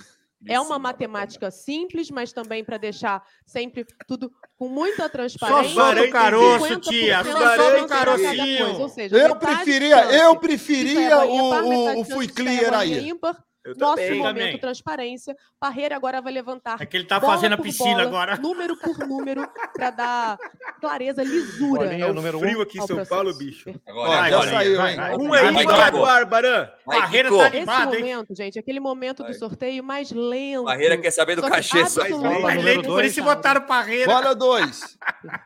[SPEAKER 10] É uma matemática simples, mas também para deixar sempre tudo com muita
[SPEAKER 3] Só
[SPEAKER 10] transparência.
[SPEAKER 3] solta o
[SPEAKER 5] Parei,
[SPEAKER 3] caroço,
[SPEAKER 10] 50%
[SPEAKER 3] tia.
[SPEAKER 10] de
[SPEAKER 3] Só solta
[SPEAKER 5] parei,
[SPEAKER 3] o
[SPEAKER 10] cada coisa,
[SPEAKER 3] carocinho.
[SPEAKER 10] ou seja,
[SPEAKER 1] Eu
[SPEAKER 10] metade de
[SPEAKER 1] preferia,
[SPEAKER 10] chance
[SPEAKER 1] eu
[SPEAKER 10] se sair a
[SPEAKER 1] preferia
[SPEAKER 10] bolinha par,
[SPEAKER 1] o,
[SPEAKER 10] metade
[SPEAKER 1] o, o
[SPEAKER 10] de
[SPEAKER 1] Fui
[SPEAKER 10] chance é de sair a
[SPEAKER 1] Clear
[SPEAKER 10] bolinha
[SPEAKER 1] aí.
[SPEAKER 10] ímpar.
[SPEAKER 5] Eu
[SPEAKER 10] Nosso
[SPEAKER 5] também. Tá
[SPEAKER 10] momento
[SPEAKER 3] Também.
[SPEAKER 10] transparência. Parreira agora vai levantar.
[SPEAKER 3] É que ele tá
[SPEAKER 10] bola
[SPEAKER 3] fazendo a
[SPEAKER 10] por
[SPEAKER 3] piscina
[SPEAKER 10] bola,
[SPEAKER 3] agora.
[SPEAKER 10] Número por número, para dar clareza, lisura. É
[SPEAKER 9] Bolinha,
[SPEAKER 10] ao-
[SPEAKER 9] número um.
[SPEAKER 5] Frio aqui em
[SPEAKER 10] ao
[SPEAKER 5] São
[SPEAKER 10] processo.
[SPEAKER 5] Paulo, bicho.
[SPEAKER 2] Agora,
[SPEAKER 1] Ó,
[SPEAKER 3] Vai,
[SPEAKER 1] já
[SPEAKER 3] Bolinha,
[SPEAKER 1] saiu,
[SPEAKER 3] vai,
[SPEAKER 1] hein?
[SPEAKER 3] vai.
[SPEAKER 5] Um é
[SPEAKER 3] Vai,
[SPEAKER 5] ímpar
[SPEAKER 3] vai,
[SPEAKER 5] agora, Barão.
[SPEAKER 2] Vai,
[SPEAKER 3] Barreira
[SPEAKER 2] Kiko.
[SPEAKER 3] tá
[SPEAKER 10] Esse
[SPEAKER 3] animado, hein?
[SPEAKER 10] momento, gente, é aquele momento
[SPEAKER 2] Vai.
[SPEAKER 10] do sorteio mais lento.
[SPEAKER 2] Barreira é quer saber do
[SPEAKER 10] Só que
[SPEAKER 2] cachê só.
[SPEAKER 10] absolutamente
[SPEAKER 3] Mas nem por isso
[SPEAKER 10] sabe.
[SPEAKER 3] botaram parreira.
[SPEAKER 1] Bola dois.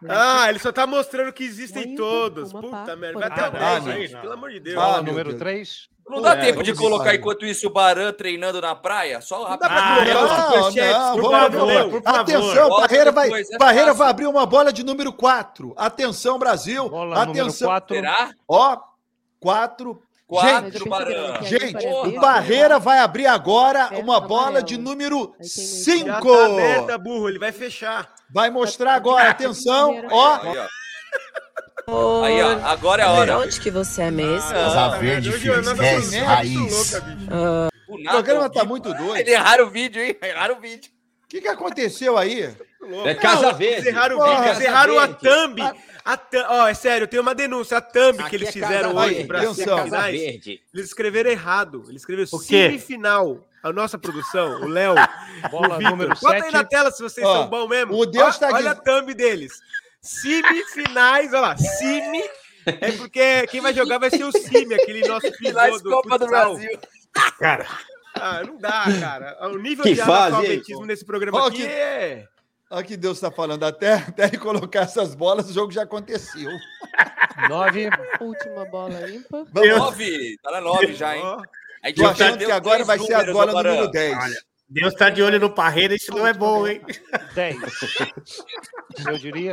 [SPEAKER 5] Ah, ele só tá mostrando que
[SPEAKER 10] Um
[SPEAKER 5] existem
[SPEAKER 10] ímpar,
[SPEAKER 5] todos.
[SPEAKER 10] uma
[SPEAKER 5] Puta
[SPEAKER 10] par,
[SPEAKER 5] merda.
[SPEAKER 10] por
[SPEAKER 5] Vai até o
[SPEAKER 3] Ah,
[SPEAKER 5] 10,
[SPEAKER 3] não,
[SPEAKER 5] gente.
[SPEAKER 3] não.
[SPEAKER 5] Pelo amor de Deus.
[SPEAKER 1] Ah,
[SPEAKER 9] Bola número 3,
[SPEAKER 2] Não dá
[SPEAKER 4] É,
[SPEAKER 2] tempo de
[SPEAKER 4] vamos
[SPEAKER 2] colocar,
[SPEAKER 4] falar.
[SPEAKER 2] enquanto isso, o Baran treinando na praia? Só rápido.
[SPEAKER 1] Ah, não, não, vamos lá, vamos lá. Atenção,
[SPEAKER 2] Bota
[SPEAKER 1] Barreira, vai,
[SPEAKER 2] depois, é
[SPEAKER 1] Barreira
[SPEAKER 2] fácil.
[SPEAKER 1] vai abrir uma bola de número 4. Atenção, Brasil.
[SPEAKER 9] Bola número
[SPEAKER 1] Atenção.
[SPEAKER 9] quatro.
[SPEAKER 2] Será?
[SPEAKER 1] Ó, 4.
[SPEAKER 2] Quatro,
[SPEAKER 1] Gente,
[SPEAKER 2] Baran.
[SPEAKER 1] gente,
[SPEAKER 2] Porra.
[SPEAKER 1] o Barreira vai abrir agora
[SPEAKER 10] Certo,
[SPEAKER 1] uma bola
[SPEAKER 10] amarelo.
[SPEAKER 1] de número
[SPEAKER 10] Aí tem muito.
[SPEAKER 1] 5.
[SPEAKER 5] Já tá aberta, burro, ele vai fechar.
[SPEAKER 1] Vai
[SPEAKER 10] Tá
[SPEAKER 1] mostrar agora, atenção. Ó,
[SPEAKER 2] Aí, ó.
[SPEAKER 6] Amor,
[SPEAKER 2] Aí, ó. Agora é a hora.
[SPEAKER 6] onde que você é mesmo?
[SPEAKER 7] Asa
[SPEAKER 5] Ah,
[SPEAKER 7] verde,
[SPEAKER 5] hoje
[SPEAKER 7] filho,
[SPEAKER 5] eu ando com
[SPEAKER 7] esquece,
[SPEAKER 5] merda,
[SPEAKER 7] raiz.
[SPEAKER 5] tô louca, bicho.
[SPEAKER 2] Do
[SPEAKER 1] o
[SPEAKER 2] nada,
[SPEAKER 1] programa
[SPEAKER 2] ao
[SPEAKER 1] tá
[SPEAKER 2] vivo.
[SPEAKER 1] muito doido.
[SPEAKER 2] Ele
[SPEAKER 10] é
[SPEAKER 2] erraram o vídeo, hein? Erraram o vídeo.
[SPEAKER 1] O que, que aconteceu aí?
[SPEAKER 4] É Casa
[SPEAKER 5] Eles
[SPEAKER 4] Verde.
[SPEAKER 5] erraram, o
[SPEAKER 1] Porra,
[SPEAKER 5] vídeo, eles
[SPEAKER 4] Casa
[SPEAKER 5] erraram a
[SPEAKER 4] Verde.
[SPEAKER 5] thumb. A thumb. Ó, é sério, eu tenho uma denúncia. A thumb
[SPEAKER 4] Aqui
[SPEAKER 5] que eles
[SPEAKER 4] é
[SPEAKER 5] fizeram
[SPEAKER 4] Casa
[SPEAKER 5] hoje
[SPEAKER 4] Verde,
[SPEAKER 5] para
[SPEAKER 1] atenção.
[SPEAKER 5] casais,
[SPEAKER 4] Casa Verde.
[SPEAKER 5] eles escreveram errado. Eles escreveram
[SPEAKER 3] O quê?
[SPEAKER 5] semifinal. A nossa produção, o Léo,
[SPEAKER 9] Bola
[SPEAKER 5] o Vitor.
[SPEAKER 9] número
[SPEAKER 5] Bota aí na
[SPEAKER 9] 7.
[SPEAKER 5] tela se vocês
[SPEAKER 1] Ó,
[SPEAKER 5] são bons mesmo.
[SPEAKER 1] o Deus
[SPEAKER 5] Ó,
[SPEAKER 1] tá
[SPEAKER 5] Olha a
[SPEAKER 1] diz-
[SPEAKER 5] thumb deles. Semifinais, olha lá, simi. É porque quem vai jogar vai ser o Simi, aquele nosso pivô
[SPEAKER 2] Finais
[SPEAKER 5] do
[SPEAKER 2] Copa do
[SPEAKER 5] futsal.
[SPEAKER 2] Brasil.
[SPEAKER 3] Cara,
[SPEAKER 5] Ah, não dá, cara. O nível
[SPEAKER 4] Que
[SPEAKER 5] de
[SPEAKER 4] fase,
[SPEAKER 5] analfabetismo nesse programa
[SPEAKER 1] Ó,
[SPEAKER 5] aqui
[SPEAKER 1] que-
[SPEAKER 5] é...
[SPEAKER 1] Olha que Deus tá falando. Até, até ele colocar essas bolas, o jogo já aconteceu.
[SPEAKER 9] 9.
[SPEAKER 10] Última bola ímpar.
[SPEAKER 1] Vamos lá.
[SPEAKER 2] Nove. Tá na nove já, hein?
[SPEAKER 5] Ó,
[SPEAKER 2] A gente
[SPEAKER 1] Tô
[SPEAKER 2] já
[SPEAKER 1] achando
[SPEAKER 2] perdeu
[SPEAKER 1] que agora
[SPEAKER 2] três
[SPEAKER 1] vai ser a
[SPEAKER 2] números,
[SPEAKER 1] bola
[SPEAKER 2] ô, Baran.
[SPEAKER 1] número 10.
[SPEAKER 3] Olha. Deus tá de olho no Parreira, isso não é bom, hein?
[SPEAKER 9] 10. Eu diria,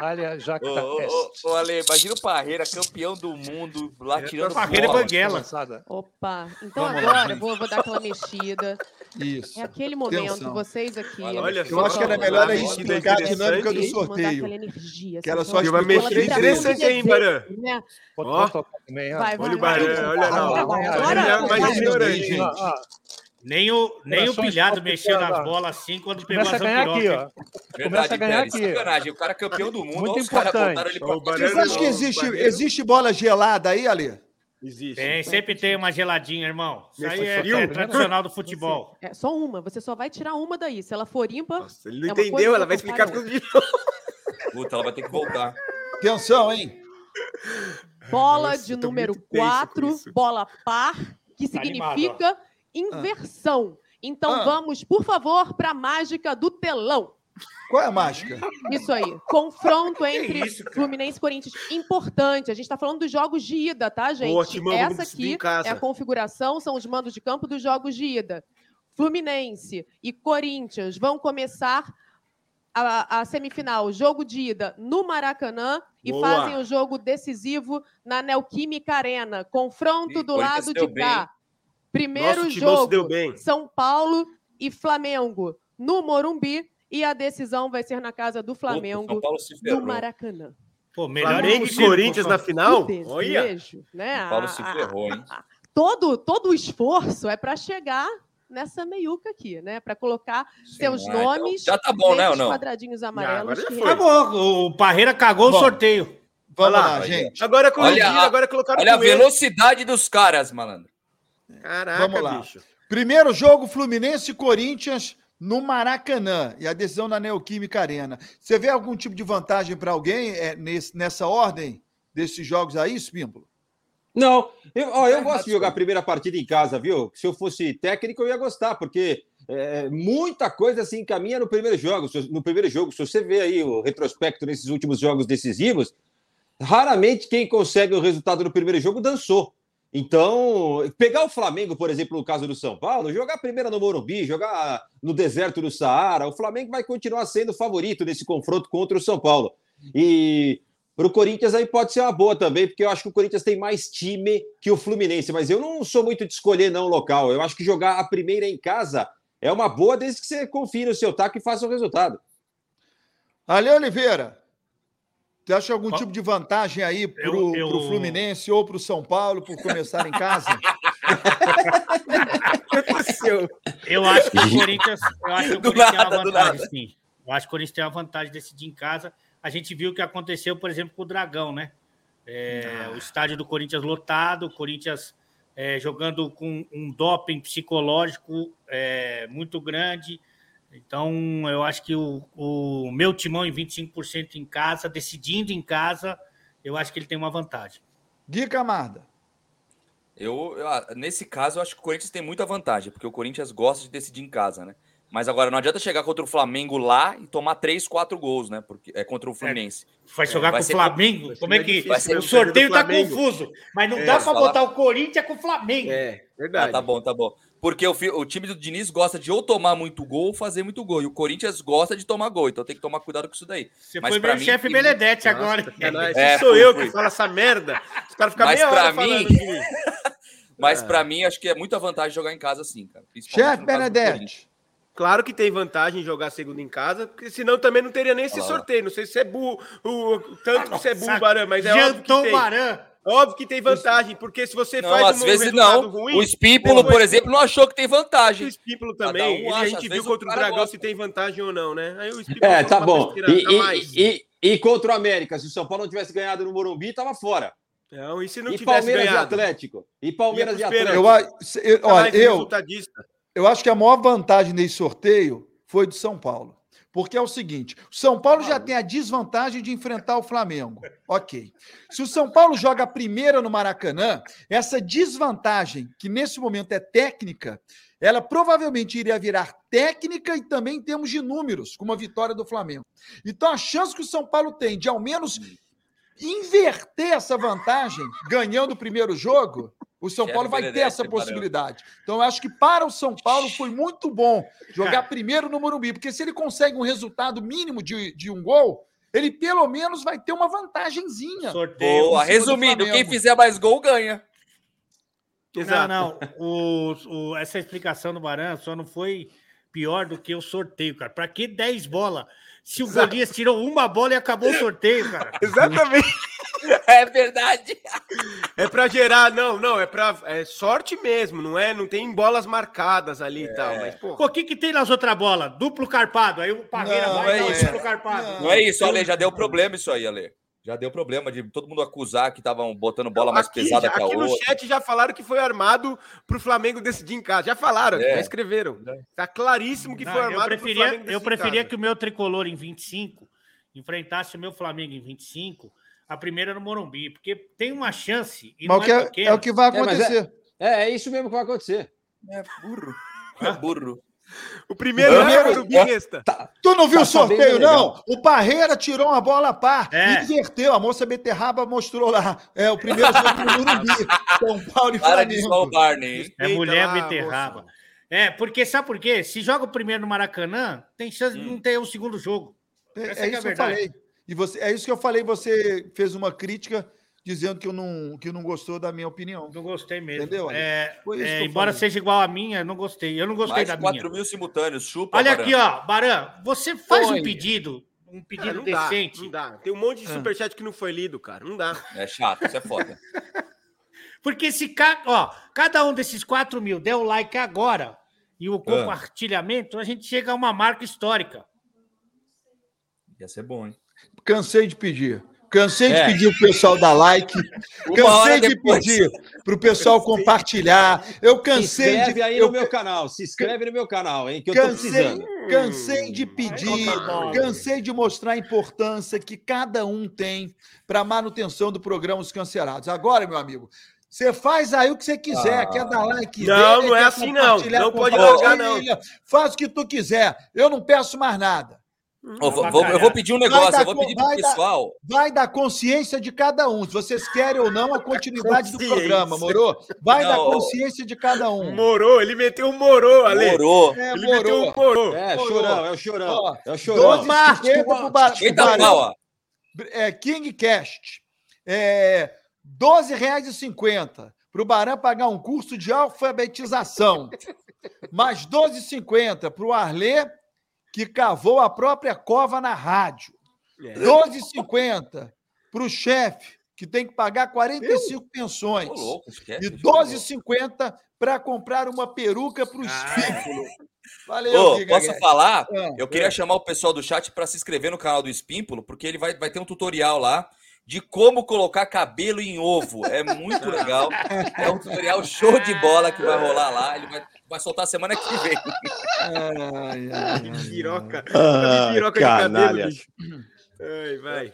[SPEAKER 9] olha, já que
[SPEAKER 2] Ô,
[SPEAKER 9] tá
[SPEAKER 2] ô, ô, ô, Ale, imagina o Parreira, campeão do mundo, lá
[SPEAKER 1] É,
[SPEAKER 2] tirando
[SPEAKER 3] Parreira e
[SPEAKER 2] bola.
[SPEAKER 3] Banguela.
[SPEAKER 10] Opa. Então
[SPEAKER 1] Vamos lá,
[SPEAKER 10] agora
[SPEAKER 1] gente.
[SPEAKER 10] eu vou, vou dar aquela mexida.
[SPEAKER 1] Isso.
[SPEAKER 10] É aquele momento,
[SPEAKER 1] Atenção.
[SPEAKER 10] vocês aqui.
[SPEAKER 2] Olha,
[SPEAKER 5] olha
[SPEAKER 1] Eu acho que era
[SPEAKER 10] é
[SPEAKER 1] melhor a gente
[SPEAKER 5] Mexida
[SPEAKER 1] explicar a
[SPEAKER 5] interessante.
[SPEAKER 1] dinâmica do
[SPEAKER 5] Mandar
[SPEAKER 1] sorteio.
[SPEAKER 10] energia,
[SPEAKER 1] Que ela
[SPEAKER 10] assim,
[SPEAKER 1] só
[SPEAKER 10] então,
[SPEAKER 5] Vai
[SPEAKER 1] explicou
[SPEAKER 5] mexer
[SPEAKER 1] três
[SPEAKER 5] interessante,
[SPEAKER 1] vezes.
[SPEAKER 5] hein, Baran?
[SPEAKER 10] né?
[SPEAKER 9] um, Pode
[SPEAKER 5] Ó.
[SPEAKER 9] pode tocar também, ó.
[SPEAKER 10] Vai, vai,
[SPEAKER 5] Olha o
[SPEAKER 10] vai.
[SPEAKER 5] Baran, olha lá. ó.
[SPEAKER 10] Agora,
[SPEAKER 5] Ele é
[SPEAKER 10] agora,
[SPEAKER 5] mais
[SPEAKER 10] agora.
[SPEAKER 5] ignorante,
[SPEAKER 1] Gente.
[SPEAKER 5] gente.
[SPEAKER 9] Ó, ó,
[SPEAKER 3] Nem o, nem o
[SPEAKER 9] Corações
[SPEAKER 3] pilhado
[SPEAKER 9] palpitando,
[SPEAKER 3] mexeu nas
[SPEAKER 9] ó.
[SPEAKER 3] bolas assim quando pegou
[SPEAKER 9] um Começa a
[SPEAKER 3] as
[SPEAKER 9] ganhar aqui, ó.
[SPEAKER 3] antirocas.
[SPEAKER 2] Verdade,
[SPEAKER 9] Começa a ganhar
[SPEAKER 2] Pérez,
[SPEAKER 9] aqui.
[SPEAKER 2] Sacanagem, o cara é campeão do mundo.
[SPEAKER 9] Muito
[SPEAKER 2] olha os caras
[SPEAKER 9] importante.
[SPEAKER 2] botaram ele pra
[SPEAKER 5] Ô, Baran,
[SPEAKER 1] Vocês acham que existe, existe bola gelada aí, Ale?
[SPEAKER 5] Existe.
[SPEAKER 3] Tem, sempre tem uma geladinha, irmão. Isso aí é,
[SPEAKER 5] Frio.
[SPEAKER 3] é tradicional do futebol.
[SPEAKER 10] É só uma, você só vai tirar uma daí. Se ela for ímpar,
[SPEAKER 5] Nossa, ele não
[SPEAKER 10] É uma coisa
[SPEAKER 5] entendeu, ela
[SPEAKER 10] que
[SPEAKER 5] vai
[SPEAKER 10] eu
[SPEAKER 5] explicar
[SPEAKER 10] comparo.
[SPEAKER 5] tudo de novo.
[SPEAKER 2] Puta, ela vai ter que voltar.
[SPEAKER 1] Atenção, hein?
[SPEAKER 10] bola
[SPEAKER 5] Ah, Nossa,
[SPEAKER 10] de
[SPEAKER 5] eu tô
[SPEAKER 10] número
[SPEAKER 5] muito tenso com
[SPEAKER 10] 4,
[SPEAKER 5] isso.
[SPEAKER 10] bola par, que
[SPEAKER 3] Tá
[SPEAKER 10] significa inversão. Então
[SPEAKER 1] Ah.
[SPEAKER 10] vamos, por favor, para a mágica do telão.
[SPEAKER 1] Qual é a mágica?
[SPEAKER 10] Isso aí. Confronto entre
[SPEAKER 3] isso, cara?
[SPEAKER 10] Fluminense e Corinthians. Importante. A gente está falando dos jogos de ida, tá, gente?
[SPEAKER 5] Boa, Timão, vamos
[SPEAKER 10] Essa
[SPEAKER 5] decidir
[SPEAKER 10] aqui
[SPEAKER 5] em casa.
[SPEAKER 10] é a configuração, são os mandos de campo dos jogos de ida. Fluminense e Corinthians vão começar a, a semifinal, jogo de ida no Maracanã e
[SPEAKER 5] Boa.
[SPEAKER 10] fazem o jogo decisivo na Neoquímica Arena. Confronto
[SPEAKER 2] Ih,
[SPEAKER 10] do
[SPEAKER 2] Corinthians
[SPEAKER 10] lado
[SPEAKER 2] deu
[SPEAKER 10] de
[SPEAKER 2] bem, hein?
[SPEAKER 10] cá. Primeiro
[SPEAKER 5] Nosso Timão se
[SPEAKER 10] jogo,
[SPEAKER 5] deu bem.
[SPEAKER 10] São Paulo e Flamengo no Morumbi e a decisão vai ser na casa do Flamengo
[SPEAKER 2] Puta, São Paulo se ferrou.
[SPEAKER 10] do Maracanã.
[SPEAKER 3] Pô, melhor
[SPEAKER 5] Flamengo e
[SPEAKER 3] impossível,
[SPEAKER 5] Corinthians
[SPEAKER 3] pô.
[SPEAKER 5] na final?
[SPEAKER 10] Que
[SPEAKER 5] Olha.
[SPEAKER 10] desejo, né?
[SPEAKER 2] São Paulo se
[SPEAKER 10] A- a-
[SPEAKER 2] ferrou, hein?
[SPEAKER 10] Todo, todo o esforço é para chegar nessa meiuca aqui, né? Para colocar seus
[SPEAKER 2] Ah, então
[SPEAKER 10] nomes
[SPEAKER 2] já tá bom, né, ou
[SPEAKER 10] nesses
[SPEAKER 2] não?
[SPEAKER 10] quadradinhos amarelos.
[SPEAKER 5] agora já
[SPEAKER 10] que-
[SPEAKER 5] foi.
[SPEAKER 3] Acabou, o Parreira cagou
[SPEAKER 1] Bom.
[SPEAKER 3] o sorteio.
[SPEAKER 1] Vamos
[SPEAKER 5] Olha
[SPEAKER 1] lá,
[SPEAKER 2] lá,
[SPEAKER 1] gente.
[SPEAKER 5] Agora corrigiram,
[SPEAKER 2] Olha a-
[SPEAKER 5] agora colocaram
[SPEAKER 2] Olha a
[SPEAKER 5] com ele.
[SPEAKER 2] velocidade dos caras, malandro.
[SPEAKER 5] Caraca,
[SPEAKER 1] Vamos lá.
[SPEAKER 5] bicho.
[SPEAKER 1] Primeiro jogo, Fluminense e Corinthians no Maracanã. E a decisão na Neoquímica Arena. Você vê algum tipo de vantagem para alguém é, nesse- nessa ordem desses jogos aí, Espímbulo?
[SPEAKER 4] Não, eu, ó, eu gosto de jogar a primeira partida em casa, viu? Se eu fosse técnico, eu ia gostar, porque é, muita coisa se encaminha no primeiro jogo. Se- No primeiro jogo, se você vê aí o retrospecto nesses últimos jogos decisivos, raramente quem consegue o resultado no primeiro jogo dançou. Então, pegar o Flamengo, por exemplo, no caso do São Paulo, jogar a primeira no Morumbi, jogar no deserto do Saara, o Flamengo vai continuar sendo favorito nesse confronto contra o São Paulo. E para o Corinthians aí pode ser uma boa também, porque eu acho que o Corinthians tem mais time que o Fluminense, mas eu não sou muito de escolher não o local. Eu acho que jogar a primeira em casa é uma boa desde que você confie no seu taco e faça o resultado.
[SPEAKER 1] Ale Oliveira, você acha algum
[SPEAKER 3] Ó.
[SPEAKER 1] tipo de vantagem aí para o
[SPEAKER 3] Eu- eu-
[SPEAKER 1] Fluminense ou para o São Paulo por começar em casa?
[SPEAKER 3] [LAUGHS] Eu acho que o Corinthians, eu acho que o
[SPEAKER 2] Do
[SPEAKER 3] Corinthians tem
[SPEAKER 2] nada,
[SPEAKER 3] uma
[SPEAKER 2] do
[SPEAKER 3] vantagem, sim. Eu acho que o Corinthians tem uma vantagem de decidir em casa. A gente viu o que aconteceu, por exemplo, com o Dragão, né? É, O estádio do Corinthians lotado, o Corinthians é, jogando com um doping psicológico é, muito grande. Então, eu acho que o, o meu timão em 25% em casa, decidindo em casa, eu acho que ele tem uma vantagem.
[SPEAKER 1] Gui Camarda.
[SPEAKER 2] Eu, eu- ah, nesse caso, eu acho que o Corinthians tem muita vantagem, porque o Corinthians gosta de decidir em casa, né? Mas agora não adianta chegar contra o Flamengo lá e tomar 3, 4 gols, né? Porque é contra o Fluminense.
[SPEAKER 3] Vai jogar
[SPEAKER 2] Vai
[SPEAKER 3] com o
[SPEAKER 2] ser-
[SPEAKER 3] Flamengo? Como é
[SPEAKER 5] ser
[SPEAKER 3] que.
[SPEAKER 5] difícil,
[SPEAKER 2] né?
[SPEAKER 3] o sorteio
[SPEAKER 5] Do
[SPEAKER 3] tá
[SPEAKER 5] Flamengo.
[SPEAKER 3] confuso, mas não
[SPEAKER 5] É,
[SPEAKER 3] dá
[SPEAKER 2] posso
[SPEAKER 3] pra
[SPEAKER 2] falar?
[SPEAKER 3] botar o Corinthians com o Flamengo.
[SPEAKER 5] É,
[SPEAKER 2] Ah,
[SPEAKER 5] verdade.
[SPEAKER 2] tá bom, tá bom. Porque o, fi- o time do Diniz gosta de ou tomar muito gol ou fazer muito gol. E o Corinthians gosta de tomar gol, então tem que tomar cuidado com isso daí.
[SPEAKER 3] Você
[SPEAKER 2] Mas
[SPEAKER 3] foi
[SPEAKER 2] pra
[SPEAKER 3] meu
[SPEAKER 2] mim,
[SPEAKER 3] chefe
[SPEAKER 2] tem
[SPEAKER 3] Benedetti
[SPEAKER 5] Nossa,
[SPEAKER 3] agora.
[SPEAKER 5] sacanagem.
[SPEAKER 2] É,
[SPEAKER 5] Se sou
[SPEAKER 2] foi,
[SPEAKER 5] eu
[SPEAKER 2] foi.
[SPEAKER 5] que falo essa merda. Os caras ficam
[SPEAKER 2] Mas
[SPEAKER 5] meia
[SPEAKER 2] pra
[SPEAKER 5] hora
[SPEAKER 2] mim-
[SPEAKER 5] falando de mim.
[SPEAKER 2] Mas
[SPEAKER 5] É.
[SPEAKER 2] pra mim, acho que é muita vantagem jogar em casa assim, cara. principalmente
[SPEAKER 1] Chefe
[SPEAKER 2] no caso do Corinthians.
[SPEAKER 1] Benedetti.
[SPEAKER 5] Claro que tem vantagem jogar segundo em casa, porque senão também não teria nem esse
[SPEAKER 2] Olha lá.
[SPEAKER 5] sorteio. Não sei se é burro, o, o- tanto que você é burro,
[SPEAKER 3] Nossa,
[SPEAKER 5] Baran, mas é óbvio que,
[SPEAKER 3] Jantou o
[SPEAKER 5] tem. É
[SPEAKER 3] Baran.
[SPEAKER 5] óbvio que tem vantagem, porque se você
[SPEAKER 2] Não,
[SPEAKER 1] um
[SPEAKER 5] faz um
[SPEAKER 2] às vezes não. o Espípulo,
[SPEAKER 5] depois-
[SPEAKER 2] por exemplo, não achou que tem vantagem.
[SPEAKER 5] O Espípulo
[SPEAKER 2] Cada
[SPEAKER 5] também,
[SPEAKER 2] um
[SPEAKER 5] ele-
[SPEAKER 2] acha,
[SPEAKER 5] a
[SPEAKER 2] às
[SPEAKER 5] gente viu
[SPEAKER 2] vezes um.
[SPEAKER 5] contra
[SPEAKER 2] o
[SPEAKER 5] o
[SPEAKER 2] cara
[SPEAKER 5] Dragão
[SPEAKER 2] gosta.
[SPEAKER 5] se tem vantagem ou não, né? Aí o Espípulo
[SPEAKER 4] É,
[SPEAKER 5] falou
[SPEAKER 4] tá
[SPEAKER 5] uma
[SPEAKER 4] bom.
[SPEAKER 5] besteira
[SPEAKER 4] E,
[SPEAKER 5] a mais.
[SPEAKER 4] e, e, e contra o América, se o São Paulo não tivesse ganhado no Morumbi, tava fora.
[SPEAKER 5] Não, e se não
[SPEAKER 4] e
[SPEAKER 5] tivesse
[SPEAKER 4] Palmeiras e
[SPEAKER 5] ganhado?
[SPEAKER 4] Atlético. E Palmeiras
[SPEAKER 5] Ia
[SPEAKER 4] e
[SPEAKER 5] pros
[SPEAKER 3] É,
[SPEAKER 4] Atlético.
[SPEAKER 1] Eu, a- se- eu-
[SPEAKER 3] tá
[SPEAKER 1] olha,
[SPEAKER 5] Caralho,
[SPEAKER 1] eu,
[SPEAKER 5] resultadista.
[SPEAKER 1] eu acho que a maior vantagem nesse sorteio foi do São Paulo. Porque é o seguinte: o São Paulo já tem a desvantagem de enfrentar o Flamengo. Ok. Se o São Paulo joga a primeira no Maracanã, essa desvantagem, que nesse momento é técnica, ela provavelmente iria virar técnica e também em termos de números, com uma vitória do Flamengo. Então a chance que o São Paulo tem de ao menos inverter essa vantagem, ganhando o primeiro jogo, o São
[SPEAKER 2] Chefe
[SPEAKER 1] Paulo vai ter
[SPEAKER 2] Benedetti,
[SPEAKER 1] essa
[SPEAKER 2] valeu.
[SPEAKER 1] possibilidade. Então eu acho que para o São Paulo foi muito bom jogar primeiro no Morumbi, porque se ele consegue um resultado mínimo de, de um gol, ele pelo menos vai ter uma vantagenzinha.
[SPEAKER 3] Sorteio.
[SPEAKER 1] um
[SPEAKER 2] Boa,
[SPEAKER 1] em cima do
[SPEAKER 2] resumindo, quem
[SPEAKER 1] Flamengo.
[SPEAKER 2] fizer mais gol ganha. [LAUGHS]
[SPEAKER 5] Exato.
[SPEAKER 3] Não, não. O- o- essa explicação do Baran só não foi pior do que o sorteio, cara. Pra que 10 bolas? Se o Golias tirou uma bola e acabou o sorteio, cara.
[SPEAKER 5] Exatamente.
[SPEAKER 2] É verdade.
[SPEAKER 5] É pra gerar, não, não, é pra é sorte mesmo, não é? Não tem bolas marcadas ali e
[SPEAKER 4] É.
[SPEAKER 5] tal, mas pô,
[SPEAKER 3] Pô, o que, que tem nas outras bolas? Duplo carpado. Aí o Parreira
[SPEAKER 1] Não,
[SPEAKER 3] vai
[SPEAKER 2] é
[SPEAKER 3] dar o
[SPEAKER 2] isso.
[SPEAKER 3] duplo carpado.
[SPEAKER 1] Não.
[SPEAKER 2] Não é isso, Ale, já deu problema isso aí, Ale. Já deu problema de todo mundo acusar que estavam botando bola mais
[SPEAKER 5] aqui,
[SPEAKER 2] pesada
[SPEAKER 5] já-
[SPEAKER 2] que a
[SPEAKER 5] aqui no
[SPEAKER 2] outra.
[SPEAKER 5] chat já falaram que foi armado pro Flamengo decidir em casa. Já falaram,
[SPEAKER 2] É.
[SPEAKER 5] já escreveram. Tá claríssimo que
[SPEAKER 3] Não,
[SPEAKER 5] foi
[SPEAKER 3] eu
[SPEAKER 5] armado
[SPEAKER 3] preferia, eu
[SPEAKER 5] decidir em
[SPEAKER 3] preferia
[SPEAKER 5] casa.
[SPEAKER 3] que o meu tricolor em 25 enfrentasse o meu Flamengo em 25, a primeira no Morumbi, porque tem uma chance e
[SPEAKER 1] Mas o
[SPEAKER 3] não
[SPEAKER 1] que
[SPEAKER 3] é
[SPEAKER 1] é,
[SPEAKER 3] pequena.
[SPEAKER 1] é o que vai
[SPEAKER 4] mas é-
[SPEAKER 1] acontecer.
[SPEAKER 4] É, é isso mesmo que vai acontecer.
[SPEAKER 2] É burro. É burro.
[SPEAKER 5] O primeiro
[SPEAKER 1] Eu-
[SPEAKER 5] era do Biesta.
[SPEAKER 1] Tu não viu
[SPEAKER 4] Tá
[SPEAKER 1] o sorteio,
[SPEAKER 4] sabendo
[SPEAKER 1] não? O Parreira tirou uma bola a par,
[SPEAKER 3] É.
[SPEAKER 1] inverteu. A moça beterraba mostrou lá. É, o primeiro jogo no
[SPEAKER 3] [LAUGHS]
[SPEAKER 1] Morumbi. São Paulo e
[SPEAKER 2] Para de zoar o
[SPEAKER 1] Flamengo.
[SPEAKER 2] Barney, hein?
[SPEAKER 3] É
[SPEAKER 5] Eita
[SPEAKER 3] mulher
[SPEAKER 5] lá,
[SPEAKER 3] beterraba.
[SPEAKER 5] moça.
[SPEAKER 3] É, porque sabe por quê? Se joga o primeiro no Maracanã, tem chance
[SPEAKER 5] Hum.
[SPEAKER 3] de não ter o segundo jogo. Essa
[SPEAKER 1] É,
[SPEAKER 3] que
[SPEAKER 1] é
[SPEAKER 3] é a
[SPEAKER 1] isso que eu
[SPEAKER 3] verdade.
[SPEAKER 1] falei. E você, é isso que eu falei. Você fez uma crítica dizendo que eu não, que não gostou da minha opinião.
[SPEAKER 3] Não gostei mesmo.
[SPEAKER 1] Entendeu, Ale?
[SPEAKER 3] É,
[SPEAKER 1] Foi isso
[SPEAKER 3] é,
[SPEAKER 1] que eu
[SPEAKER 3] embora
[SPEAKER 1] falei.
[SPEAKER 3] seja igual a minha, não gostei. Eu não gostei
[SPEAKER 2] Mais
[SPEAKER 3] da
[SPEAKER 2] de
[SPEAKER 3] minha.
[SPEAKER 2] 4 mil simultâneos, chupa.
[SPEAKER 3] Olha
[SPEAKER 2] Barão.
[SPEAKER 3] aqui, ó, Baran, você faz
[SPEAKER 4] Olha.
[SPEAKER 3] um pedido, um
[SPEAKER 5] Cara,
[SPEAKER 3] pedido
[SPEAKER 5] não dá,
[SPEAKER 3] decente. Ah.
[SPEAKER 5] não dá. Tem um monte de superchat que não foi lido, cara. Não dá.
[SPEAKER 2] É chato, isso é foda.
[SPEAKER 3] Porque se ca... ó, cada um desses 4 mil der o like agora e
[SPEAKER 5] Ah.
[SPEAKER 3] o compartilhamento, a gente chega a uma marca histórica.
[SPEAKER 2] Ia ser bom, hein?
[SPEAKER 1] Cansei de pedir. Cansei de
[SPEAKER 4] É.
[SPEAKER 1] pedir o pessoal dar like.
[SPEAKER 2] Uma hora
[SPEAKER 1] cansei de
[SPEAKER 2] depois.
[SPEAKER 1] pedir pro pessoal compartilhar. Eu
[SPEAKER 4] Se
[SPEAKER 1] cansei
[SPEAKER 4] inscreve
[SPEAKER 1] de
[SPEAKER 4] aí
[SPEAKER 1] eu
[SPEAKER 4] no meu canal. Se inscreve no meu canal, hein? Que eu tô
[SPEAKER 1] Cansei,
[SPEAKER 4] precisando.
[SPEAKER 1] cansei de pedir,
[SPEAKER 3] tomar.
[SPEAKER 1] cansei de mostrar a importância que cada um tem para manutenção do programa Os Cancelados. Agora, meu amigo, você faz aí o que você quiser,
[SPEAKER 2] Ah.
[SPEAKER 1] quer dar like,
[SPEAKER 5] Não,
[SPEAKER 1] dê,
[SPEAKER 5] não é
[SPEAKER 1] quer
[SPEAKER 5] assim, não.
[SPEAKER 1] compartilhar,
[SPEAKER 5] Não pode
[SPEAKER 1] compartilha,
[SPEAKER 5] largar,
[SPEAKER 1] Faz o que tu quiser, eu não peço mais nada.
[SPEAKER 2] Ô, vou- vou- eu vou pedir um
[SPEAKER 1] Vai
[SPEAKER 2] negócio,
[SPEAKER 1] dar
[SPEAKER 2] eu vou
[SPEAKER 1] com-
[SPEAKER 2] pedir pro
[SPEAKER 1] vai dar-
[SPEAKER 2] pessoal.
[SPEAKER 1] Vai da consciência de cada um, se vocês querem ou não a continuidade do
[SPEAKER 5] Consciência.
[SPEAKER 1] programa, moro? Vai da
[SPEAKER 2] Não.
[SPEAKER 1] consciência de cada um.
[SPEAKER 5] Morou, ele meteu um morou, Ale.
[SPEAKER 2] Morou.
[SPEAKER 1] É,
[SPEAKER 5] Ele meteu
[SPEAKER 1] moro.
[SPEAKER 5] um morou.
[SPEAKER 4] É,
[SPEAKER 1] Ó,
[SPEAKER 4] chorão, é o chorão.
[SPEAKER 1] ó,
[SPEAKER 4] é o chorão.
[SPEAKER 1] 12 Marte, pro Bar-
[SPEAKER 2] Eita
[SPEAKER 1] pro Barão.
[SPEAKER 2] pau, ó.
[SPEAKER 1] é, KingCast, é, R$ 12,50 para o Barão pagar um curso de
[SPEAKER 2] [LAUGHS]
[SPEAKER 1] alfabetização, mais R$ 12,50 para o Arlê, que cavou a própria cova na rádio,
[SPEAKER 5] É.
[SPEAKER 1] R$ 12,50 para o chefe, que tem que pagar 45 pensões,
[SPEAKER 2] Ô, louco, esquece.
[SPEAKER 1] e R$ 12,50 para comprar uma peruca para o espírito. Valeu,
[SPEAKER 2] Ah, é. Ô,
[SPEAKER 1] Giga
[SPEAKER 2] posso
[SPEAKER 1] Guedes.
[SPEAKER 2] falar?
[SPEAKER 1] Ah,
[SPEAKER 2] Eu queria chamar o pessoal do chat para se inscrever no canal do Espímpolo, porque ele vai, vai ter um tutorial lá de como colocar cabelo em ovo. É muito legal. É um tutorial show de bola que vai rolar lá. Ele vai, vai soltar semana que vem.
[SPEAKER 1] ai, ai.
[SPEAKER 5] Piroca.
[SPEAKER 4] Ah,
[SPEAKER 5] Piroca
[SPEAKER 4] canalha.
[SPEAKER 5] bicho. Ai, vai.